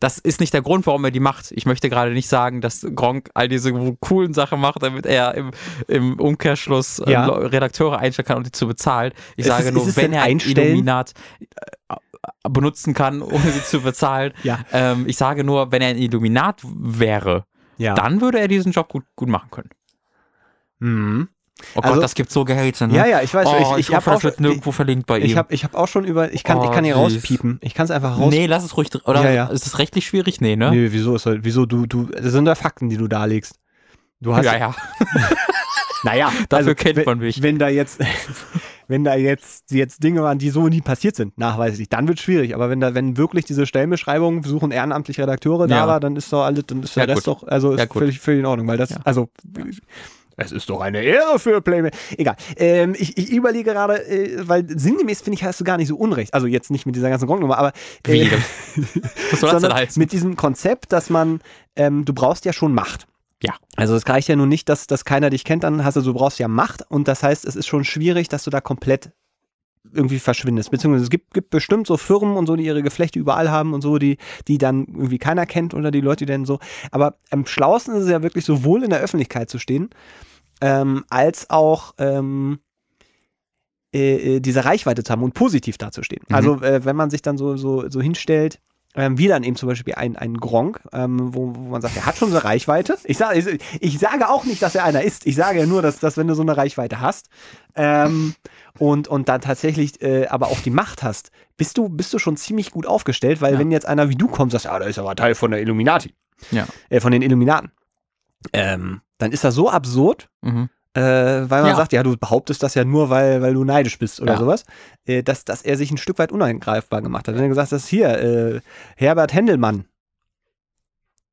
S2: das ist nicht der Grund, warum er die macht. Ich möchte gerade nicht sagen, dass Gronk all diese coolen Sachen macht, damit er im, im Umkehrschluss äh,
S1: Ja.
S2: Le- Redakteure einstellen kann und die zu bezahlen. Ich
S1: Ist
S2: sage
S1: es-
S2: nur,
S1: ist es
S2: wenn
S1: denn
S2: er ein
S1: einstellen?
S2: Illuminat äh, benutzen kann, ohne sie zu bezahlen.
S1: Ja.
S2: Ähm, ich sage nur, wenn er ein Illuminat wäre,
S1: ja.
S2: dann würde er diesen Job gut, gut machen können.
S1: Mhm.
S2: Oh
S1: Also-
S2: Gott, das gibt so Gehälter, ne?
S1: Ja, ja, ich weiß,
S2: Oh,
S1: ich, ich,
S2: hoffe,
S1: habe auch
S2: das wird
S1: schon,
S2: nirgendwo verlinkt bei
S1: ich
S2: ihm.
S1: hab, ich hab auch schon über, ich kann, ich
S2: Oh,
S1: kann hier
S2: süß.
S1: rauspiepen. Ich kann es einfach raus.
S2: nee, lass es ruhig drin. Oder
S1: Ja, ja.
S2: ist das rechtlich schwierig? Nee, ne?
S1: Nee, wieso ist halt, wieso du, du, das sind ja Fakten, die du darlegst. Du hast,
S2: ja, ja.
S1: naja, also,
S2: Dafür kennt man mich.
S1: Wenn da jetzt, wenn da jetzt, jetzt Dinge waren, die so nie passiert sind, nachweislich, dann wird schwierig. Aber wenn da, wenn wirklich diese Stellenbeschreibungen suchen ehrenamtliche Redakteure da
S2: Ja.
S1: war, dann ist doch alles, dann ist der
S2: Ja,
S1: Rest
S2: gut.
S1: doch, also ist
S2: Ja, gut.
S1: völlig, völlig in Ordnung, weil das,
S2: Ja.
S1: also es ist doch eine Ehre für Playmate. Egal. Ähm, ich, ich überlege gerade, äh, weil sinngemäß finde ich, hast du gar nicht so unrecht. Also jetzt nicht mit dieser ganzen Grundnummer, aber äh,
S2: Wie? Was soll das denn
S1: sondern
S2: heißen?
S1: mit diesem Konzept, dass man, ähm, du brauchst ja schon Macht.
S2: Ja.
S1: Also es reicht ja nun nicht, dass, dass keiner dich kennt, dann hast du, du brauchst ja Macht und das heißt, es ist schon schwierig, dass du da komplett irgendwie verschwindest. Beziehungsweise es gibt, gibt bestimmt so Firmen und so, die ihre Geflechte überall haben und so, die, die dann irgendwie keiner kennt oder die Leute, die dann so. Aber am schlausten ist es ja wirklich sowohl in der Öffentlichkeit zu stehen, ähm, als auch ähm, äh, äh, diese Reichweite zu haben und positiv dazustehen.
S2: Mhm.
S1: Also äh, wenn man sich dann so, so, so hinstellt, ähm, wie dann eben zum Beispiel ein, ein Gronk, ähm, wo, wo man sagt, er hat schon so eine Reichweite. Ich, sag, ich, ich sage auch nicht, dass er einer ist. Ich sage ja nur, dass, dass wenn du so eine Reichweite hast ähm, und, und dann tatsächlich äh, aber auch die Macht hast, bist du, bist du schon ziemlich gut aufgestellt, weil
S2: Ja.
S1: wenn jetzt einer wie du kommt, sagst, ja, da ist aber Teil von der Illuminati,
S2: Ja.
S1: äh, von den Illuminaten, ähm, dann ist das so absurd,
S2: Mhm.
S1: äh, weil man
S2: Ja.
S1: sagt, ja, du behauptest das ja nur, weil, weil du neidisch bist oder
S2: Ja.
S1: sowas, äh, dass, dass er sich ein Stück weit unangreifbar gemacht hat. Wenn er gesagt hat, hier, äh, Herbert Händelmann,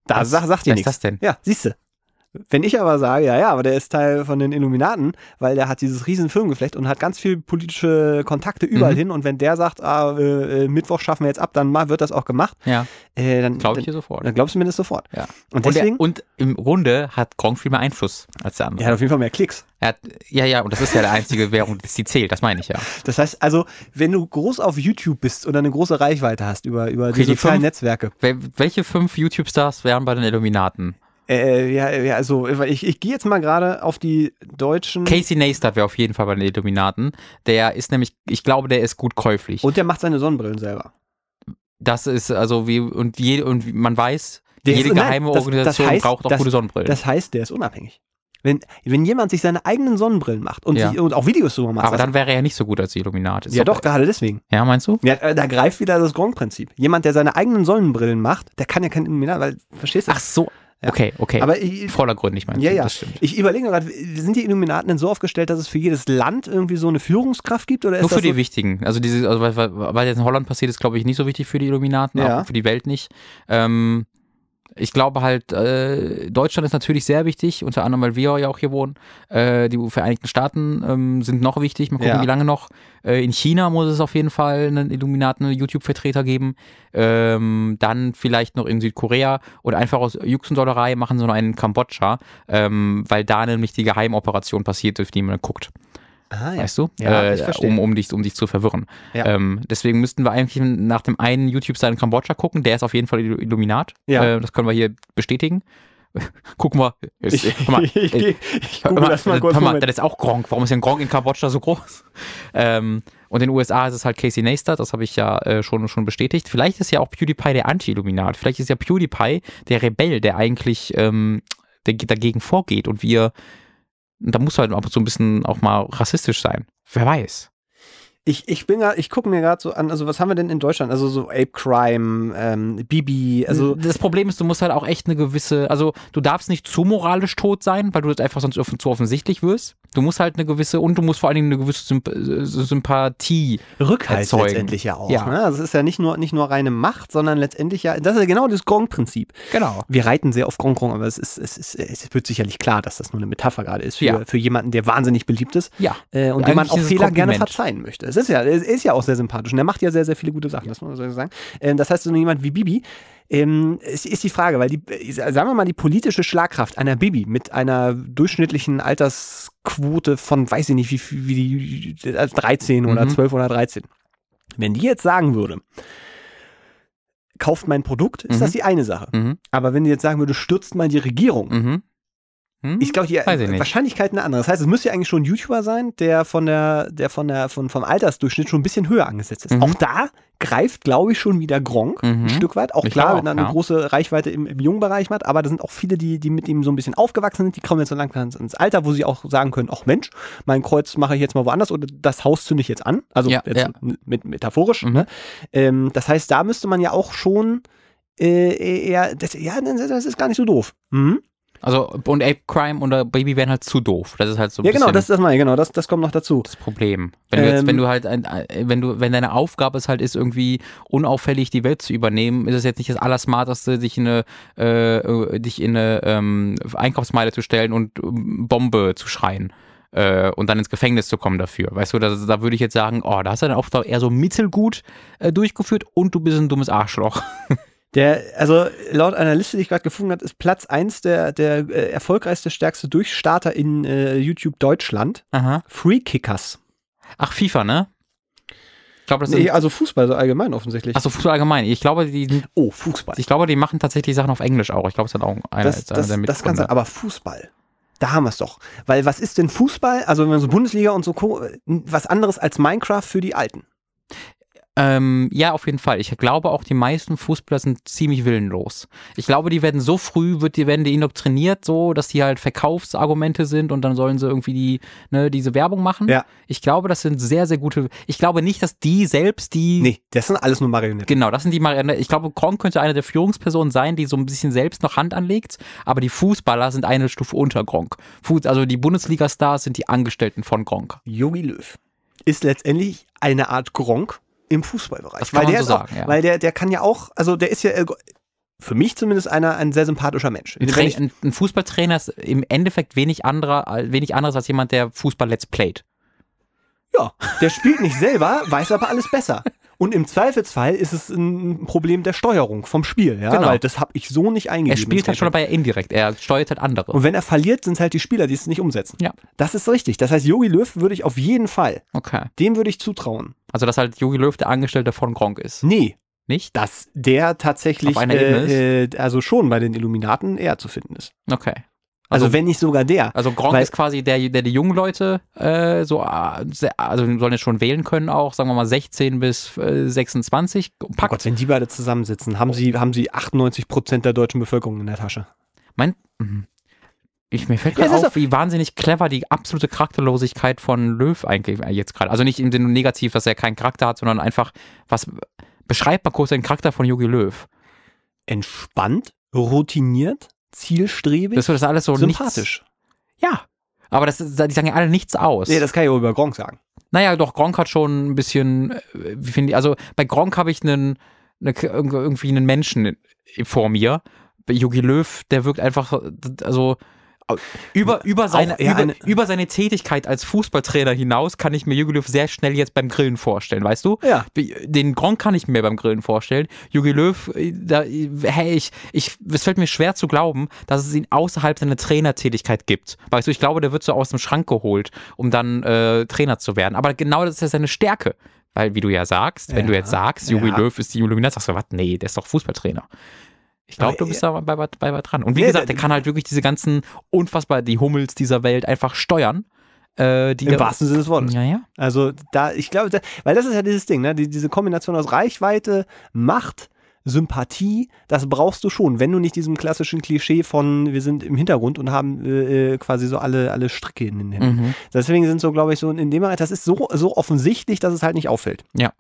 S1: da
S2: Was?
S1: sag, sagt
S2: Wer
S1: dir
S2: ist
S1: nichts.
S2: das denn?
S1: Ja, siehst du. Wenn ich aber sage, ja, ja, aber der ist Teil von den Illuminaten, weil der hat dieses riesen Firmengeflecht und hat ganz viel politische Kontakte überall
S2: Mhm.
S1: hin und wenn der sagt, ah, äh, äh, Mittwoch schaffen wir jetzt ab, dann ma- wird das auch gemacht,
S2: Ja,
S1: äh, dann,
S2: glaube ich
S1: dann,
S2: hier sofort.
S1: dann glaubst du mir das sofort.
S2: Ja.
S1: Und
S2: Und,
S1: deswegen,
S2: der, und im Grunde hat Gronk viel mehr Einfluss als der
S1: er
S2: andere.
S1: hat auf jeden Fall mehr Klicks.
S2: Er hat, ja, ja, und das ist ja die einzige Währung, die zählt, das meine ich ja.
S1: Das heißt also, wenn du groß auf YouTube bist oder eine große Reichweite hast über, über
S2: Okay,
S1: die
S2: die
S1: sozialen
S2: fünf-
S1: Netzwerke.
S2: Wel welche fünf YouTube-Stars wären bei den Illuminaten?
S1: Äh, ja, ja, also ich, ich gehe jetzt mal gerade auf die deutschen.
S2: Casey Neistat wäre auf jeden Fall bei den Illuminaten. Der ist nämlich, ich glaube, der ist gut käuflich.
S1: Und der macht seine Sonnenbrillen selber.
S2: das ist also wie, und, jede, und wie- man weiß,
S1: Der
S2: jede
S1: ist- nein,
S2: geheime
S1: das- das
S2: Organisation
S1: heißt,
S2: braucht auch
S1: das-
S2: gute Sonnenbrillen.
S1: Das heißt, der ist unabhängig. Wenn, wenn jemand sich seine eigenen Sonnenbrillen macht und,
S2: Ja.
S1: sich, und auch Videos drüber macht,
S2: Aber
S1: das-
S2: dann wäre er ja nicht so gut als die Illuminati. Ist
S1: ja doch, gerade deswegen.
S2: Ja, meinst du?
S1: Ja, äh, da greift wieder das Gronk-Prinzip. Jemand, der seine eigenen Sonnenbrillen macht, der kann ja kein Illuminat, weil, verstehst du?
S2: Ach so. Okay, okay.
S1: Aber ich,
S2: Vordergründig meinst
S1: Ja,
S2: du,
S1: ja.
S2: das stimmt.
S1: Ich überlege gerade, sind die Illuminaten denn so aufgestellt, dass es für jedes Land irgendwie so eine Führungskraft gibt? Oder ist
S2: Nur für
S1: das
S2: die
S1: so,
S2: wichtigen. Also, diese, also was, was- was jetzt in Holland passiert, ist, glaube ich, nicht so wichtig für die Illuminaten,
S1: Ja.
S2: auch für die Welt nicht. Ähm, ich glaube halt, äh, Deutschland ist natürlich sehr wichtig, unter anderem, weil wir ja auch hier wohnen. Äh, die Vereinigten Staaten ähm, sind noch wichtig. Mal gucken,
S1: Ja.
S2: wie lange noch. Äh, in China muss es auf jeden Fall einen Illuminaten, einen YouTube-Vertreter geben. Ähm, dann vielleicht noch in Südkorea oder einfach aus Juxendollerei machen sie noch einen in Kambodscha, ähm, weil da nämlich die Geheimoperation passiert, auf die man guckt.
S1: Ah, ja.
S2: Weißt du?
S1: Ja, ich
S2: äh,
S1: verstehe.
S2: um, um, dich, um dich zu verwirren.
S1: Ja.
S2: Ähm, deswegen müssten wir eigentlich nach dem einen YouTube-Star in Kambodscha gucken. Der ist auf jeden Fall Ill- Illuminat.
S1: Ja.
S2: Äh, das können wir hier bestätigen. Gucken wir. Ist,
S1: Ich,
S2: hör mal,
S1: ich,
S2: äh,
S1: ich, ich
S2: hör
S1: google
S2: mal,
S1: das mal kurz.
S2: äh, hör mal,
S1: Moment.
S2: das ist auch Gronk. Warum ist denn Gronk in Kambodscha so groß? Ähm, und in den USA ist es halt Casey Neistat, das habe ich ja äh, schon, schon bestätigt. Vielleicht ist ja auch PewDiePie der Anti-Illuminat. Vielleicht ist ja PewDiePie der Rebell, der eigentlich ähm, der, dagegen vorgeht und wir, da muss halt ab und zu ein bisschen auch mal rassistisch sein. Wer weiß.
S1: Ich, ich bin grad, ich gucke mir gerade so an, also was haben wir denn in Deutschland? Also so Ape Crime, ähm, Bibi, also
S2: das Problem ist, du musst halt auch echt eine gewisse, also du darfst nicht zu moralisch tot sein, weil du das einfach sonst offen, zu offensichtlich wirst. Du musst halt eine gewisse, und du musst vor allen Dingen eine gewisse Symp äh, Sympathie
S1: Rückhalt
S2: erzeugen.
S1: letztendlich ja auch.
S2: Ja.
S1: Ne? Also es ist ja nicht nur, nicht nur reine Macht, sondern letztendlich ja, das ist ja genau das Gronk-Prinzip.
S2: Genau.
S1: Wir reiten sehr auf Gronk, Gronk, aber es, ist, es, ist, es wird sicherlich klar, dass das nur eine Metapher gerade ist für,
S2: Ja.
S1: für jemanden, der wahnsinnig beliebt ist
S2: Ja.
S1: äh, und
S2: Eigentlich
S1: dem man auch
S2: ist es
S1: Fehler gerne
S2: Kompliment.
S1: verzeihen möchte. Es Es ist ja, er ist ja auch sehr sympathisch und er macht ja sehr, sehr viele gute Sachen, das muss man so sagen. Ähm, das heißt, so jemand wie Bibi ähm, ist, ist die Frage, weil die, äh, sagen wir mal, die politische Schlagkraft einer Bibi mit einer durchschnittlichen Altersquote von, weiß ich nicht, wie, viel- wie die, äh, 13 oder
S2: Mhm.
S1: 12 oder 13. Wenn die jetzt sagen würde, kauft mein Produkt, ist
S2: Mhm.
S1: das die eine Sache.
S2: Mhm.
S1: Aber wenn die jetzt sagen würde, stürzt mal die Regierung,
S2: Mhm. Hm?
S1: ich glaube, die
S2: Weiß ich nicht.
S1: Wahrscheinlichkeit eine andere. Das heißt, es müsste ja eigentlich schon ein YouTuber sein, der von der, der von der, von, vom Altersdurchschnitt schon ein bisschen höher angesetzt ist.
S2: Mhm.
S1: Auch da greift, glaube ich, schon wieder Gronk
S2: Mhm.
S1: ein Stück weit. Auch
S2: Ich
S1: klar,
S2: glaub
S1: wenn er
S2: auch,
S1: eine
S2: ja.
S1: große Reichweite im, im jungen Bereich hat, aber da sind auch viele, die, die mit ihm so ein bisschen aufgewachsen sind, die kommen jetzt so langsam ins- ins Alter, wo sie auch sagen können, ach Mensch, mein Kreuz mache ich jetzt mal woanders oder das Haus zünde ich jetzt an. Also
S2: Ja,
S1: jetzt
S2: ja.
S1: Mit, metaphorisch.
S2: Mhm.
S1: Ne? Ähm, das heißt, da müsste man ja auch schon äh, eher, das, ja, das ist gar nicht so doof. Mhm.
S2: Also, und Ape Crime und äh, Baby wären halt zu doof. Das ist halt so ein
S1: Ja,
S2: bisschen
S1: genau, das, das meine ich, genau, das, das kommt noch dazu.
S2: das Problem. Wenn du jetzt,
S1: Ähm.
S2: wenn du halt, ein, äh, wenn du, wenn deine Aufgabe es halt ist, irgendwie unauffällig die Welt zu übernehmen, ist es jetzt nicht das Allersmarteste, dich in eine, äh, äh, dich in eine ähm, Einkaufsmeile zu stellen und ähm, Bombe zu schreien. Äh, und dann ins Gefängnis zu kommen dafür. Weißt du, da, da würde ich jetzt sagen, oh, da hast du deine Aufgabe eher so mittelgut äh, durchgeführt und du bist ein dummes Arschloch.
S1: Der, also laut einer Liste, die ich gerade gefunden habe, ist Platz 1 der, der äh, erfolgreichste, stärkste Durchstarter in äh, YouTube Deutschland.
S2: Aha.
S1: Free Kickers.
S2: Ach, FIFA, ne? Ich glaube, das
S1: Nee,
S2: sind.
S1: also Fußball, so allgemein offensichtlich.
S2: Achso, Fußball allgemein. Ich glaube, die sind
S1: oh, Fußball.
S2: Ich glaube, die machen tatsächlich Sachen auf Englisch auch. Ich glaube, es hat auch einer
S1: Das,
S2: ist einer
S1: das,
S2: der
S1: das kann sein,
S2: Mitgründer.
S1: aber Fußball. Da haben wir es doch. Weil was ist denn Fußball? Also wenn man so Bundesliga und so, Co- äh, was anderes als Minecraft für die Alten.
S2: ähm, ja, auf jeden Fall. Ich glaube auch, die meisten Fußballer sind ziemlich willenlos. Ich glaube, die werden so früh, wird, die werden die indoktriniert, so, dass die halt Verkaufsargumente sind und dann sollen sie irgendwie die, ne, diese Werbung machen.
S1: Ja.
S2: Ich glaube, das sind sehr, sehr gute. Ich glaube nicht, dass die selbst die.
S1: Nee, das sind alles nur Marionetten.
S2: Genau, das sind die Marionetten. Ich glaube, Kron könnte eine der Führungspersonen sein, die so ein bisschen selbst noch Hand anlegt, aber die Fußballer sind eine Stufe unter Gronk. Fuß, also die Bundesliga-Stars sind die Angestellten von Gronk.
S1: Yogi Löw ist letztendlich eine Art Gronk im Fußballbereich.
S2: Das kann
S1: weil
S2: man
S1: der
S2: so
S1: ist auch,
S2: sagen, ja.
S1: Weil der, der kann ja auch, also der ist ja äh, für mich zumindest einer ein sehr sympathischer Mensch.
S2: Ein,
S1: Den
S2: Tra
S1: kann ich-
S2: ein, ein Fußballtrainer ist im Endeffekt wenig, anderer, äh, wenig anderes als jemand, der Fußball let's playt.
S1: ja, der spielt nicht selber, weiß aber alles besser. Und im Zweifelsfall ist es ein Problem der Steuerung vom Spiel, ja,
S2: Genau.
S1: weil das habe ich so nicht
S2: Er
S1: eingegeben.
S2: spielt halt
S1: ins
S2: schon
S1: Gameplay.
S2: dabei indirekt, er steuert halt andere.
S1: Und wenn er verliert, sind es halt die Spieler, die es nicht umsetzen.
S2: Ja.
S1: Das ist richtig. Das heißt, Yogi Löw würde ich auf jeden Fall,
S2: Okay.
S1: dem würde ich zutrauen.
S2: Also, dass halt Jogi Löw der Angestellte von Gronk ist.
S1: Nee,
S2: Nicht?
S1: dass der tatsächlich,
S2: Auf einer Ebene
S1: äh, äh, also schon bei den Illuminaten eher zu finden ist.
S2: Okay.
S1: Also,
S2: Also,
S1: wenn nicht sogar der.
S2: also Gronk
S1: weil-
S2: ist quasi der, der die jungen Leute äh, so, äh, se- also sollen jetzt schon wählen können auch, sagen wir mal 16 bis äh, 26
S1: Oh
S2: packt.
S1: Gott, wenn die beide zusammensitzen, haben sie, haben sie 98 Prozent der deutschen Bevölkerung in der Tasche.
S2: mein, Mhm. ich, mir fällt
S1: Ja,
S2: gerade
S1: es ist
S2: auf, wie wahnsinnig clever die absolute Charakterlosigkeit von Löw eigentlich jetzt gerade. Also nicht im Sinne negativ, dass er keinen Charakter hat, sondern einfach, was beschreibt mal kurz den Charakter von Jogi Löw.
S1: Entspannt, routiniert, zielstrebig,
S2: Das wird das alles so
S1: sympathisch.
S2: Nichts, ja. Aber das, ist- die sagen ja alle nichts aus.
S1: Nee, das kann ich auch über Gronk sagen.
S2: naja, doch, Gronk hat schon ein bisschen, äh, wie finde ich, also bei Gronk habe ich einen, eine, irgendwie einen Menschen vor mir. Bei Jogi Löw, der wirkt einfach, also über, über, seine,
S1: eher
S2: über,
S1: eine-
S2: über seine Tätigkeit als Fußballtrainer hinaus kann ich mir Jogi Löw sehr schnell jetzt beim Grillen vorstellen, weißt du?
S1: Ja.
S2: Den Gronk kann ich mir beim Grillen vorstellen. Jogi Löw, äh, da, hey, ich, ich, es fällt mir schwer zu glauben, dass es ihn außerhalb seiner Trainertätigkeit gibt. Weißt du, ich glaube, der wird so aus dem Schrank geholt, um dann äh, Trainer zu werden. Aber genau das ist ja seine Stärke. Weil, wie du ja sagst, wenn du
S1: Ja,
S2: jetzt sagst, Jogi
S1: ja.
S2: Löw ist die Illuminat, sagst du, was? Nee, der ist doch Fußballtrainer. Ich glaube,
S1: Aber
S2: du bist da bei, bei, bei, bei dran. Und wie
S1: Nee,
S2: gesagt,
S1: der-
S2: der kann halt wirklich diese ganzen unfassbar, die Hummels dieser Welt einfach steuern. Äh, die
S1: Im wahrsten Sinne des Wortes.
S2: Ja, ja.
S1: Also da, ich glaube, da, weil das ist ja dieses Ding, ne? Die, diese Kombination aus Reichweite, Macht, Sympathie, das brauchst du schon, wenn du nicht diesem klassischen Klischee von wir sind im Hintergrund und haben äh, äh, quasi so alle, alle Stricke in den Händen.
S2: Mhm.
S1: Deswegen sind so, glaube ich, so in dem Bereich, das ist so, so offensichtlich, dass es halt nicht auffällt.
S2: Ja.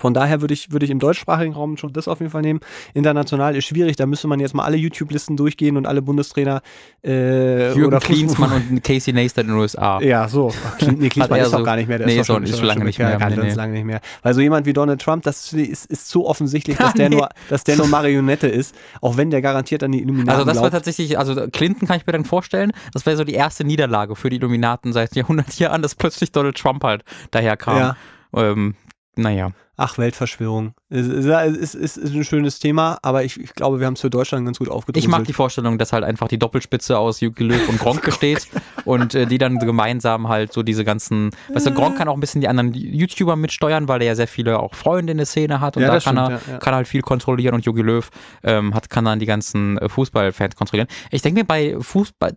S1: Von daher würde ich, würde ich im deutschsprachigen Raum schon das auf jeden Fall nehmen. International ist schwierig, da müsste man jetzt mal alle YouTube-Listen durchgehen und alle Bundestrainer äh,
S2: Jürgen
S1: oder
S2: Klinsmann und Casey Neistat in den USA.
S1: Ja, so. Ach, Klin nee, Klinsmann
S2: er
S1: ist doch
S2: so-
S1: gar nicht mehr. Der
S2: nee,
S1: ist doch
S2: ist auch- ist lange nicht
S1: Ja,
S2: mehr,
S1: Ganz,
S2: nee,
S1: ganz
S2: nee.
S1: lange nicht mehr. Weil so jemand wie Donald Trump, das ist, ist so offensichtlich, dass der,
S2: Nee.
S1: nur, dass der nur Marionette ist, auch wenn der garantiert an die Illuminaten
S2: Also das war
S1: glaubt.
S2: tatsächlich, also Clinton kann ich mir dann vorstellen, das wäre so die erste Niederlage für die Illuminaten seit Jahrhundertjahren, dass plötzlich Donald Trump halt daherkam.
S1: Ja.
S2: Ähm, naja.
S1: Ach, Weltverschwörung. Es ist, es ist, es ist ein schönes Thema, aber ich, ich glaube, wir haben es für Deutschland ganz gut aufgedröselt.
S2: Ich mag die Vorstellung, dass halt einfach die Doppelspitze aus Jürgen Löw und Gronk besteht und äh, die dann gemeinsam halt so diese ganzen, weißt du, Gronk kann auch ein bisschen die anderen YouTuber mitsteuern, weil er ja sehr viele auch Freunde in der Szene hat und
S1: Ja,
S2: da
S1: das
S2: kann
S1: stimmt,
S2: er
S1: ja, ja.
S2: kann halt viel kontrollieren und Jogi Löw ähm, hat kann dann die ganzen äh, Fußballfans kontrollieren. Ich denke mir bei Fußball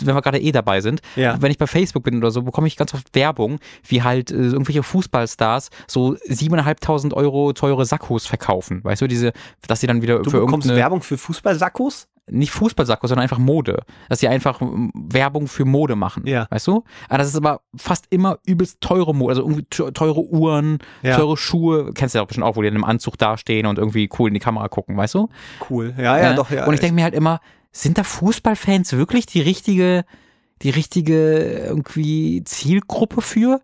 S2: wenn wir gerade eh dabei sind,
S1: Ja.
S2: wenn ich bei Facebook bin oder so, bekomme ich ganz oft Werbung, wie halt äh, irgendwelche Fußballstars so 7.500 Euro teure Sackos verkaufen. Weißt du, diese, dass sie dann wieder
S1: Du
S2: für
S1: bekommst
S2: irgendeine,
S1: Werbung für Fußballsackos?
S2: nicht Fußballsackos, sondern einfach Mode. Dass sie einfach ähm, Werbung für Mode machen.
S1: Ja.
S2: Weißt du? Aber das ist aber fast immer übelst teure Mode, also irgendwie teu- teure Uhren,
S1: Ja.
S2: teure Schuhe. Kennst du ja auch bestimmt auch, wo die in einem Anzug dastehen und irgendwie cool in die Kamera gucken, weißt du?
S1: Cool. Ah, Ja, ja, doch, ja.
S2: Und ich denke mir halt immer, sind da Fußballfans wirklich die richtige, die richtige irgendwie Zielgruppe für?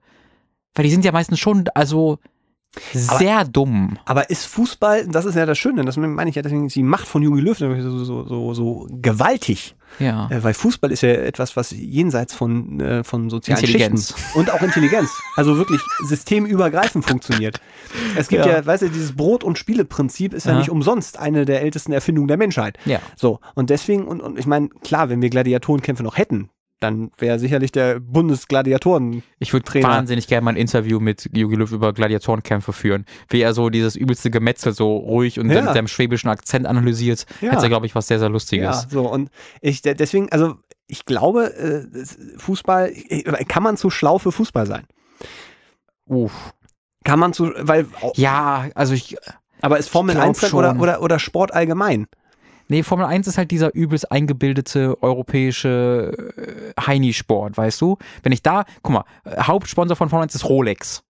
S2: Weil die sind ja meistens schon, also sehr dumm.
S1: Aber ist Fußball, das ist ja das Schöne, das meine ich ja, deswegen ist die Macht von Jogi Löw so, so, so, so gewaltig.
S2: Ja.
S1: Äh, Weil Fußball ist ja etwas, was jenseits von, äh, von sozialen
S2: Intelligenz.
S1: Schichten und auch Intelligenz, also wirklich systemübergreifend funktioniert. Es gibt ja,
S2: Ja.
S1: weißt du, dieses Brot- und Spiele-Prinzip ist ja
S2: Aha.
S1: nicht umsonst eine der ältesten Erfindungen der Menschheit.
S2: Ja.
S1: So, und deswegen, und, und ich meine, klar, wenn wir Gladiatorenkämpfe noch hätten, dann wäre sicherlich der Bundesgladiatoren
S2: Ich würde
S1: Trainer.
S2: wahnsinnig gerne mal ein Interview mit Jogi Löw über Gladiatorenkämpfe führen. Wie er so dieses übelste Gemetzel so ruhig und
S1: Ja.
S2: mit seinem schwäbischen Akzent analysiert.
S1: Ja.
S2: Ja. Hat er, glaube ich, was sehr, sehr Lustiges.
S1: Ja, so und ich de- deswegen, also ich glaube, äh, es- Fußball äh, kann man zu schlau für Fußball sein.
S2: Uff.
S1: Kann man zu, weil,
S2: ja also ich,
S1: aber ist Formel
S2: Ich glaub
S1: 1 dann oder,
S2: schon.
S1: oder, oder Sport allgemein?
S2: Nee, Formel 1 ist halt dieser übelst eingebildete europäische äh, Heini-Sport, weißt du? Wenn ich da, guck mal, äh, Hauptsponsor von Formel 1 ist Rolex.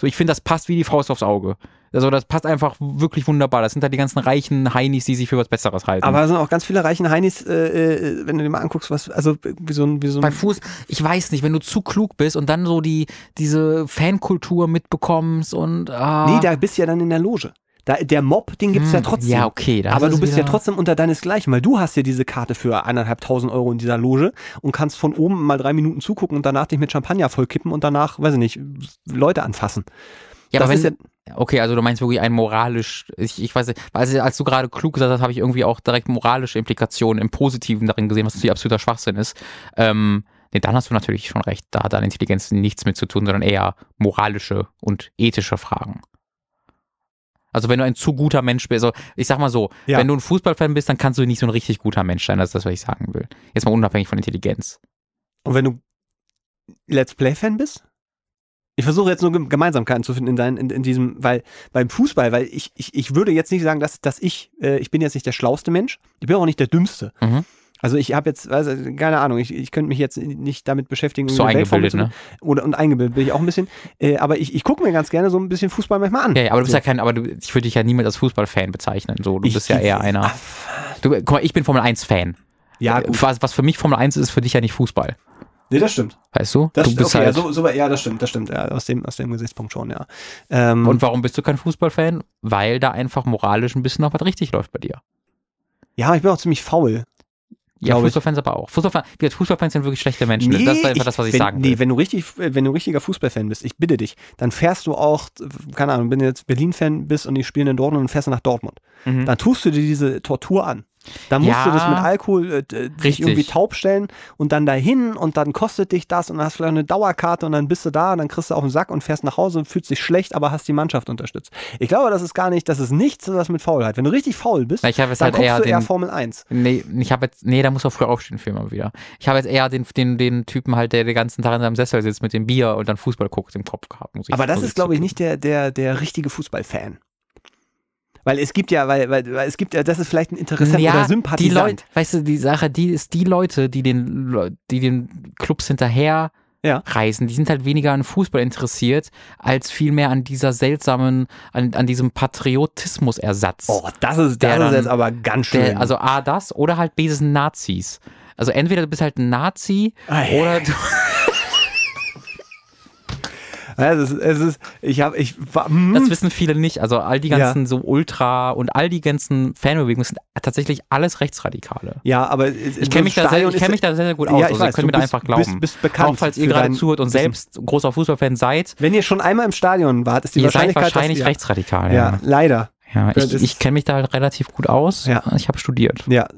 S2: So, ich finde, das passt wie die Faust aufs Auge. Also, das passt einfach wirklich wunderbar. Das sind halt die ganzen reichen Heinis, die sich für was Besseres halten.
S1: Aber es sind auch ganz viele reichen Heinis, äh, äh, wenn du dir mal anguckst, was, also wie so ein, wie so
S2: bei
S1: ein
S2: Fuß, ich weiß nicht, wenn du zu klug bist und dann so die, diese Fankultur mitbekommst und, ah,
S1: Nee, da bist du ja dann in der Loge. Da, der Mob, den gibt's ja
S2: Hm,
S1: trotzdem.
S2: ja, okay, da hast
S1: Aber
S2: du
S1: du
S2: es
S1: bist ja
S2: wieder-
S1: trotzdem unter deinesgleichen, weil du hast ja diese Karte für eineinhalbtausend Euro in dieser Loge und kannst von oben mal drei Minuten zugucken und danach dich mit Champagner vollkippen und danach, weiß ich nicht, Leute anfassen.
S2: ja, aber
S1: das
S2: wenn,
S1: ist ja-
S2: Okay, also du meinst wirklich ein moralisch, ich, ich weiß nicht, also als du gerade klug gesagt hast, habe ich irgendwie auch direkt moralische Implikationen im Positiven darin gesehen, was natürlich absoluter Schwachsinn ist. Ähm, nee, dann hast du natürlich schon recht, da hat dann Intelligenz nichts mit zu tun, sondern eher moralische und ethische Fragen. Also wenn du ein zu guter Mensch bist, also ich sag mal so,
S1: Ja.
S2: wenn du ein Fußballfan bist, dann kannst du nicht so ein richtig guter Mensch sein, das ist das, was ich sagen will. Jetzt mal unabhängig von Intelligenz.
S1: Und wenn du Let's Play-Fan bist? Ich versuche jetzt nur Gem- Gemeinsamkeiten zu finden in, dein, in, in diesem, weil beim Fußball, weil ich, ich, ich würde jetzt nicht sagen, dass, dass ich, äh, ich bin jetzt nicht der schlauste Mensch, ich bin auch nicht der dümmste.
S2: Mhm.
S1: Also ich habe jetzt, weiß, ich- keine Ahnung, ich, ich könnte mich jetzt nicht damit beschäftigen.
S2: So
S1: irgendwie Weltformel
S2: eingebildet, ne?
S1: zu- Oder, und eingebildet bin ich auch ein bisschen. Äh, aber ich, ich gucke mir ganz gerne so ein bisschen Fußball manchmal an.
S2: Ja, ja, aber du bist
S1: so.
S2: ja kein, aber du, ich würde dich ja niemals als Fußballfan bezeichnen. So, du
S1: Ich-
S2: bist ja eher einer. Äh, Du, guck mal, ich bin Formel 1-Fan.
S1: ja, gut.
S2: was, was für mich Formel 1 ist, ist für dich ja nicht Fußball.
S1: Nee, das stimmt.
S2: Weißt du?
S1: Das
S2: du bist
S1: okay, also,
S2: halt,
S1: ja, so, so, ja, das stimmt, das stimmt. Ja, aus, dem, aus dem Gesichtspunkt schon, ja. Ähm,
S2: und warum bist du kein Fußballfan? Weil da einfach moralisch ein bisschen noch was richtig läuft bei dir.
S1: ja, aber ich bin auch ziemlich faul.
S2: Ja,
S1: Glaub ich.
S2: Fußballfans aber auch. Fußballfans, wie gesagt, Fußballfans sind wirklich schlechte Menschen. das ist einfach das, was ich
S1: wenn,
S2: sagen
S1: Nee,
S2: will.
S1: wenn du, richtig, wenn du richtiger Fußballfan bist, ich bitte dich, dann fährst du auch, keine Ahnung, wenn du jetzt Berlin-Fan bist und die spielen in Dortmund und fährst du nach Dortmund,
S2: Mhm.
S1: dann tust du dir diese Tortur an. Dann musst
S2: Ja.
S1: du das mit Alkohol äh, d- dich
S2: Richtig.
S1: irgendwie taub stellen und dann dahin und dann kostet dich das und dann hast du vielleicht eine Dauerkarte und dann bist du da und dann kriegst du auf den Sack und fährst nach Hause und fühlst dich schlecht, aber hast die Mannschaft unterstützt. Ich glaube, das ist gar nicht, das ist nichts, was mit Faulheit. Wenn du richtig faul bist,
S2: Na, ich habe jetzt
S1: dann
S2: halt
S1: guckst
S2: eher
S1: du eher
S2: den-
S1: Formel 1.
S2: Nee, ich habe jetzt, nee, da muss er früher aufstehen für immer wieder. Ich habe jetzt eher den, den, den Typen halt, der den ganzen Tag in seinem Sessel sitzt mit dem Bier und dann Fußball guckt im Kopf gehabt. Muss ich,
S1: Aber das
S2: muss
S1: ist, glaube ich,
S2: zugeben.
S1: nicht der, der, der richtige Fußballfan. Weil es gibt ja, weil, weil, weil es gibt ja, das ist vielleicht ein Interessent oder
S2: die
S1: Sympathisant.
S2: Leute, weißt du, die Sache, die ist die Leute, die den, Leu- die den Clubs hinterher
S1: Ja.
S2: reisen, die sind halt weniger an Fußball interessiert, als vielmehr an dieser seltsamen, an, an diesem Patriotismusersatz.
S1: Oh, das ist, das
S2: Der
S1: ist
S2: dann-
S1: jetzt aber ganz schön.
S2: Der, also A, das oder halt B, das sind Nazis. Also
S1: Ah,
S2: entweder du bist halt ein Nazi
S1: Ei.
S2: oder du,
S1: Ja, es ist, es ist, ich habe, ich war, hm.
S2: Das wissen viele nicht. Also all die
S1: Ja.
S2: ganzen so Ultra und all die ganzen Fanbewegungen sind tatsächlich alles Rechtsradikale.
S1: ja, aber
S2: Ich kenne mich, da sehr- ich kenn mich da sehr, sehr gut aus.
S1: Ja, ich
S2: also
S1: weiß,
S2: ihr könnt mir
S1: du
S2: da
S1: bist-
S2: einfach glauben.
S1: bist- bist bekannt
S2: Auch falls ihr
S1: für
S2: gerade
S1: dein
S2: zuhört und
S1: Wissen.
S2: selbst großer Fußballfan seid,
S1: Wenn ihr schon einmal im Stadion wart, ist die
S2: ihr seid
S1: Wahrscheinlichkeit,
S2: wahrscheinlich
S1: dass,
S2: rechtsradikal.
S1: ja, ja,
S2: Ja,
S1: leider.
S2: ja.
S1: das
S2: ich
S1: ist-
S2: ich kenne mich da halt relativ gut aus.
S1: Ja.
S2: Ich habe studiert.
S1: Ja,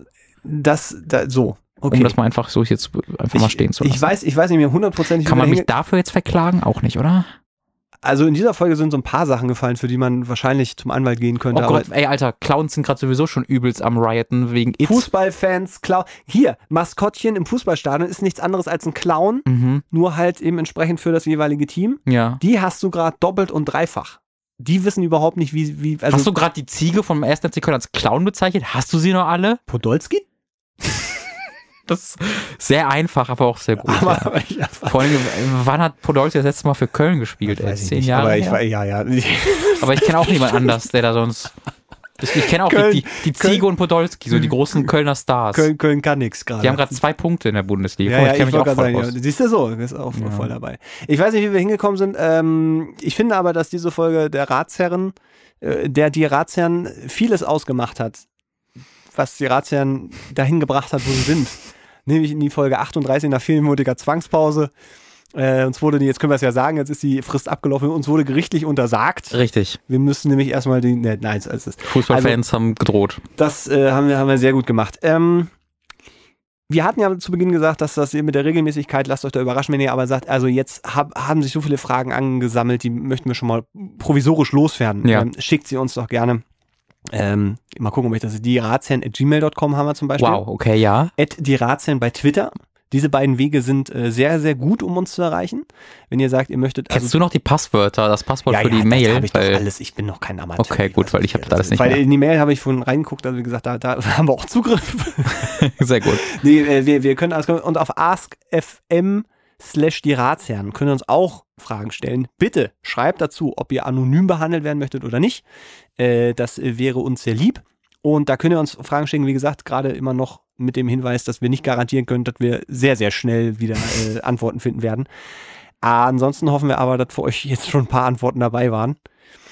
S1: das, da, so. Okay.
S2: Um das mal einfach so jetzt einfach mal stehen zu
S1: ich, ich
S2: lassen.
S1: weiß, ich weiß nicht mehr hundertprozentig.
S2: Kann
S1: wie
S2: man
S1: der
S2: mich dafür jetzt verklagen? Auch nicht, oder?
S1: hinge- also in dieser Folge sind so ein paar Sachen gefallen, für die man wahrscheinlich zum Anwalt gehen
S2: Oh
S1: könnte.
S2: Gott, ey, Alter, Clowns sind gerade sowieso schon übelst am Rioten wegen It.
S1: Fußballfans, Clown. Hier, Maskottchen im Fußballstadion ist nichts anderes als ein Clown,
S2: Mhm.
S1: nur halt eben entsprechend für das jeweilige Team.
S2: Ja.
S1: Die hast du gerade doppelt und dreifach. Die wissen überhaupt nicht, wie. wie also
S2: Hast du gerade die Ziege vom 1. FC Köln als Clown bezeichnet? Hast du sie noch alle?
S1: Podolski?
S2: Das ist sehr einfach, aber auch sehr gut.
S1: Aber,
S2: ja.
S1: aber ich, aber,
S2: Vor allem, wann hat Podolski das letzte Mal für Köln gespielt? Ey,
S1: weiß ich
S2: zehn
S1: nicht,
S2: Jahre.
S1: aber ich,
S2: her?
S1: war- ja, ja.
S2: Aber ich kenne auch niemand anders, der da sonst. Ich, ich kenne auch
S1: Köln-
S2: die, die, die
S1: Köln-
S2: Ziege und Podolski, so die großen Kölner Stars.
S1: Köln, Köln kann nichts gerade.
S2: Die haben gerade zwei Punkte in der Bundesliga.
S1: Ja,
S2: Guck mal,
S1: ja,
S2: kenn
S1: ich wollte gerade sagen,
S2: aus.
S1: ja, siehst du so, ist auch
S2: Ja.
S1: voll dabei. Ich weiß nicht, wie wir hingekommen sind. Ähm, ich finde aber, dass diese Folge der Ratsherren, äh, der die Ratsherren vieles ausgemacht hat, was die Ratsherren dahin gebracht hat, wo sie sind. Nämlich in die Folge 38 nach vielminütiger Zwangspause. Äh, uns wurde die, jetzt können wir es ja sagen, jetzt ist die Frist abgelaufen, uns wurde gerichtlich untersagt.
S2: Richtig.
S1: Wir müssen nämlich erstmal die, ne, nein, es ist, Also-
S2: Fußballfans haben gedroht.
S1: das äh, haben, wir, haben wir sehr gut gemacht. Ähm, wir hatten ja zu Beginn gesagt, dass das mit der Regelmäßigkeit, lasst euch da überraschen, wenn ihr aber sagt, also jetzt hab, haben sich so viele Fragen angesammelt, die möchten wir schon mal provisorisch loswerden.
S2: Ja.
S1: Ähm, schickt sie uns doch gerne. Ähm, mal gucken, ob ich das die Ratsherren at gmail.com haben wir zum Beispiel.
S2: Wow, okay, ja.
S1: At die Ratsherren bei Twitter. Diese beiden Wege sind äh, sehr, sehr gut, um uns zu erreichen. Wenn ihr sagt, ihr möchtet. also
S2: Kennst du noch die Passwörter, das Passwort für die
S1: das
S2: Mail?
S1: Hab ich doch
S2: Weil-
S1: alles. Ich bin noch kein Amateur.
S2: Okay, gut, weil ich hab das alles nicht
S1: Weil
S2: mehr.
S1: in die Mail habe ich vorhin reingeguckt, also wie gesagt, da, da haben wir auch Zugriff.
S2: Sehr gut.
S1: nee, äh, wir, wir können alles. Und auf askfm slash die Ratsherren können uns auch Fragen stellen. Bitte schreibt dazu, ob ihr anonym behandelt werden möchtet oder nicht. Äh, das äh, wäre uns sehr lieb. Und da könnt ihr uns Fragen schicken, wie gesagt, gerade immer noch mit dem Hinweis, dass wir nicht garantieren können, dass wir sehr, sehr schnell wieder äh, Antworten finden werden. Ansonsten hoffen wir aber, dass für euch jetzt schon ein paar Antworten dabei waren.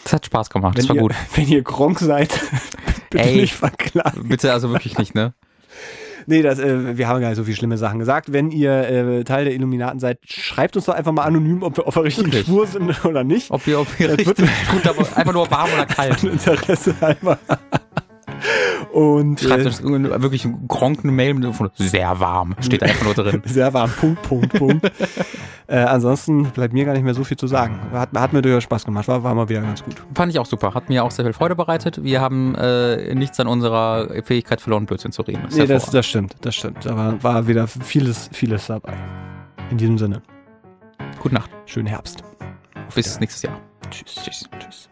S2: Das hat Spaß gemacht.
S1: Wenn
S2: Das war
S1: ihr,
S2: gut.
S1: Wenn ihr Gronk seid, bitte
S2: Ey.
S1: nicht verklagen.
S2: Bitte also wirklich nicht, ne?
S1: Nee, das, äh, wir haben gar nicht so viele schlimme Sachen gesagt. Wenn ihr äh, Teil der Illuminaten seid, schreibt uns doch einfach mal anonym, ob wir auf der richtigen
S2: Wirklich.
S1: Spur sind oder nicht.
S2: Ob ihr, ob ihr
S1: Das wird-
S2: richtig gut, aber einfach nur warm oder kalt.
S1: Interesse halber. Und
S2: Schreibt
S1: äh,
S2: uns irgendeine- wirklich einen kronken Mail mit von sehr warm. Steht einfach nur drin.
S1: sehr warm. Punkt, Punkt, Punkt. äh, ansonsten bleibt mir gar nicht mehr so viel zu sagen. Hat, hat mir durchaus Spaß gemacht. War, war mal wieder ganz gut.
S2: Fand ich auch super. Hat mir auch sehr viel Freude bereitet. Wir haben äh, nichts an unserer Fähigkeit verloren, Blödsinn zu reden. Das ist
S1: Nee, das,
S2: hervorragend.
S1: das stimmt. Das stimmt. Aber war wieder vieles, vieles dabei. In diesem Sinne,
S2: Gute Nacht.
S1: schönen Herbst.
S2: Bis nächstes Jahr.
S1: Tschüss. Tschüss. Tschüss.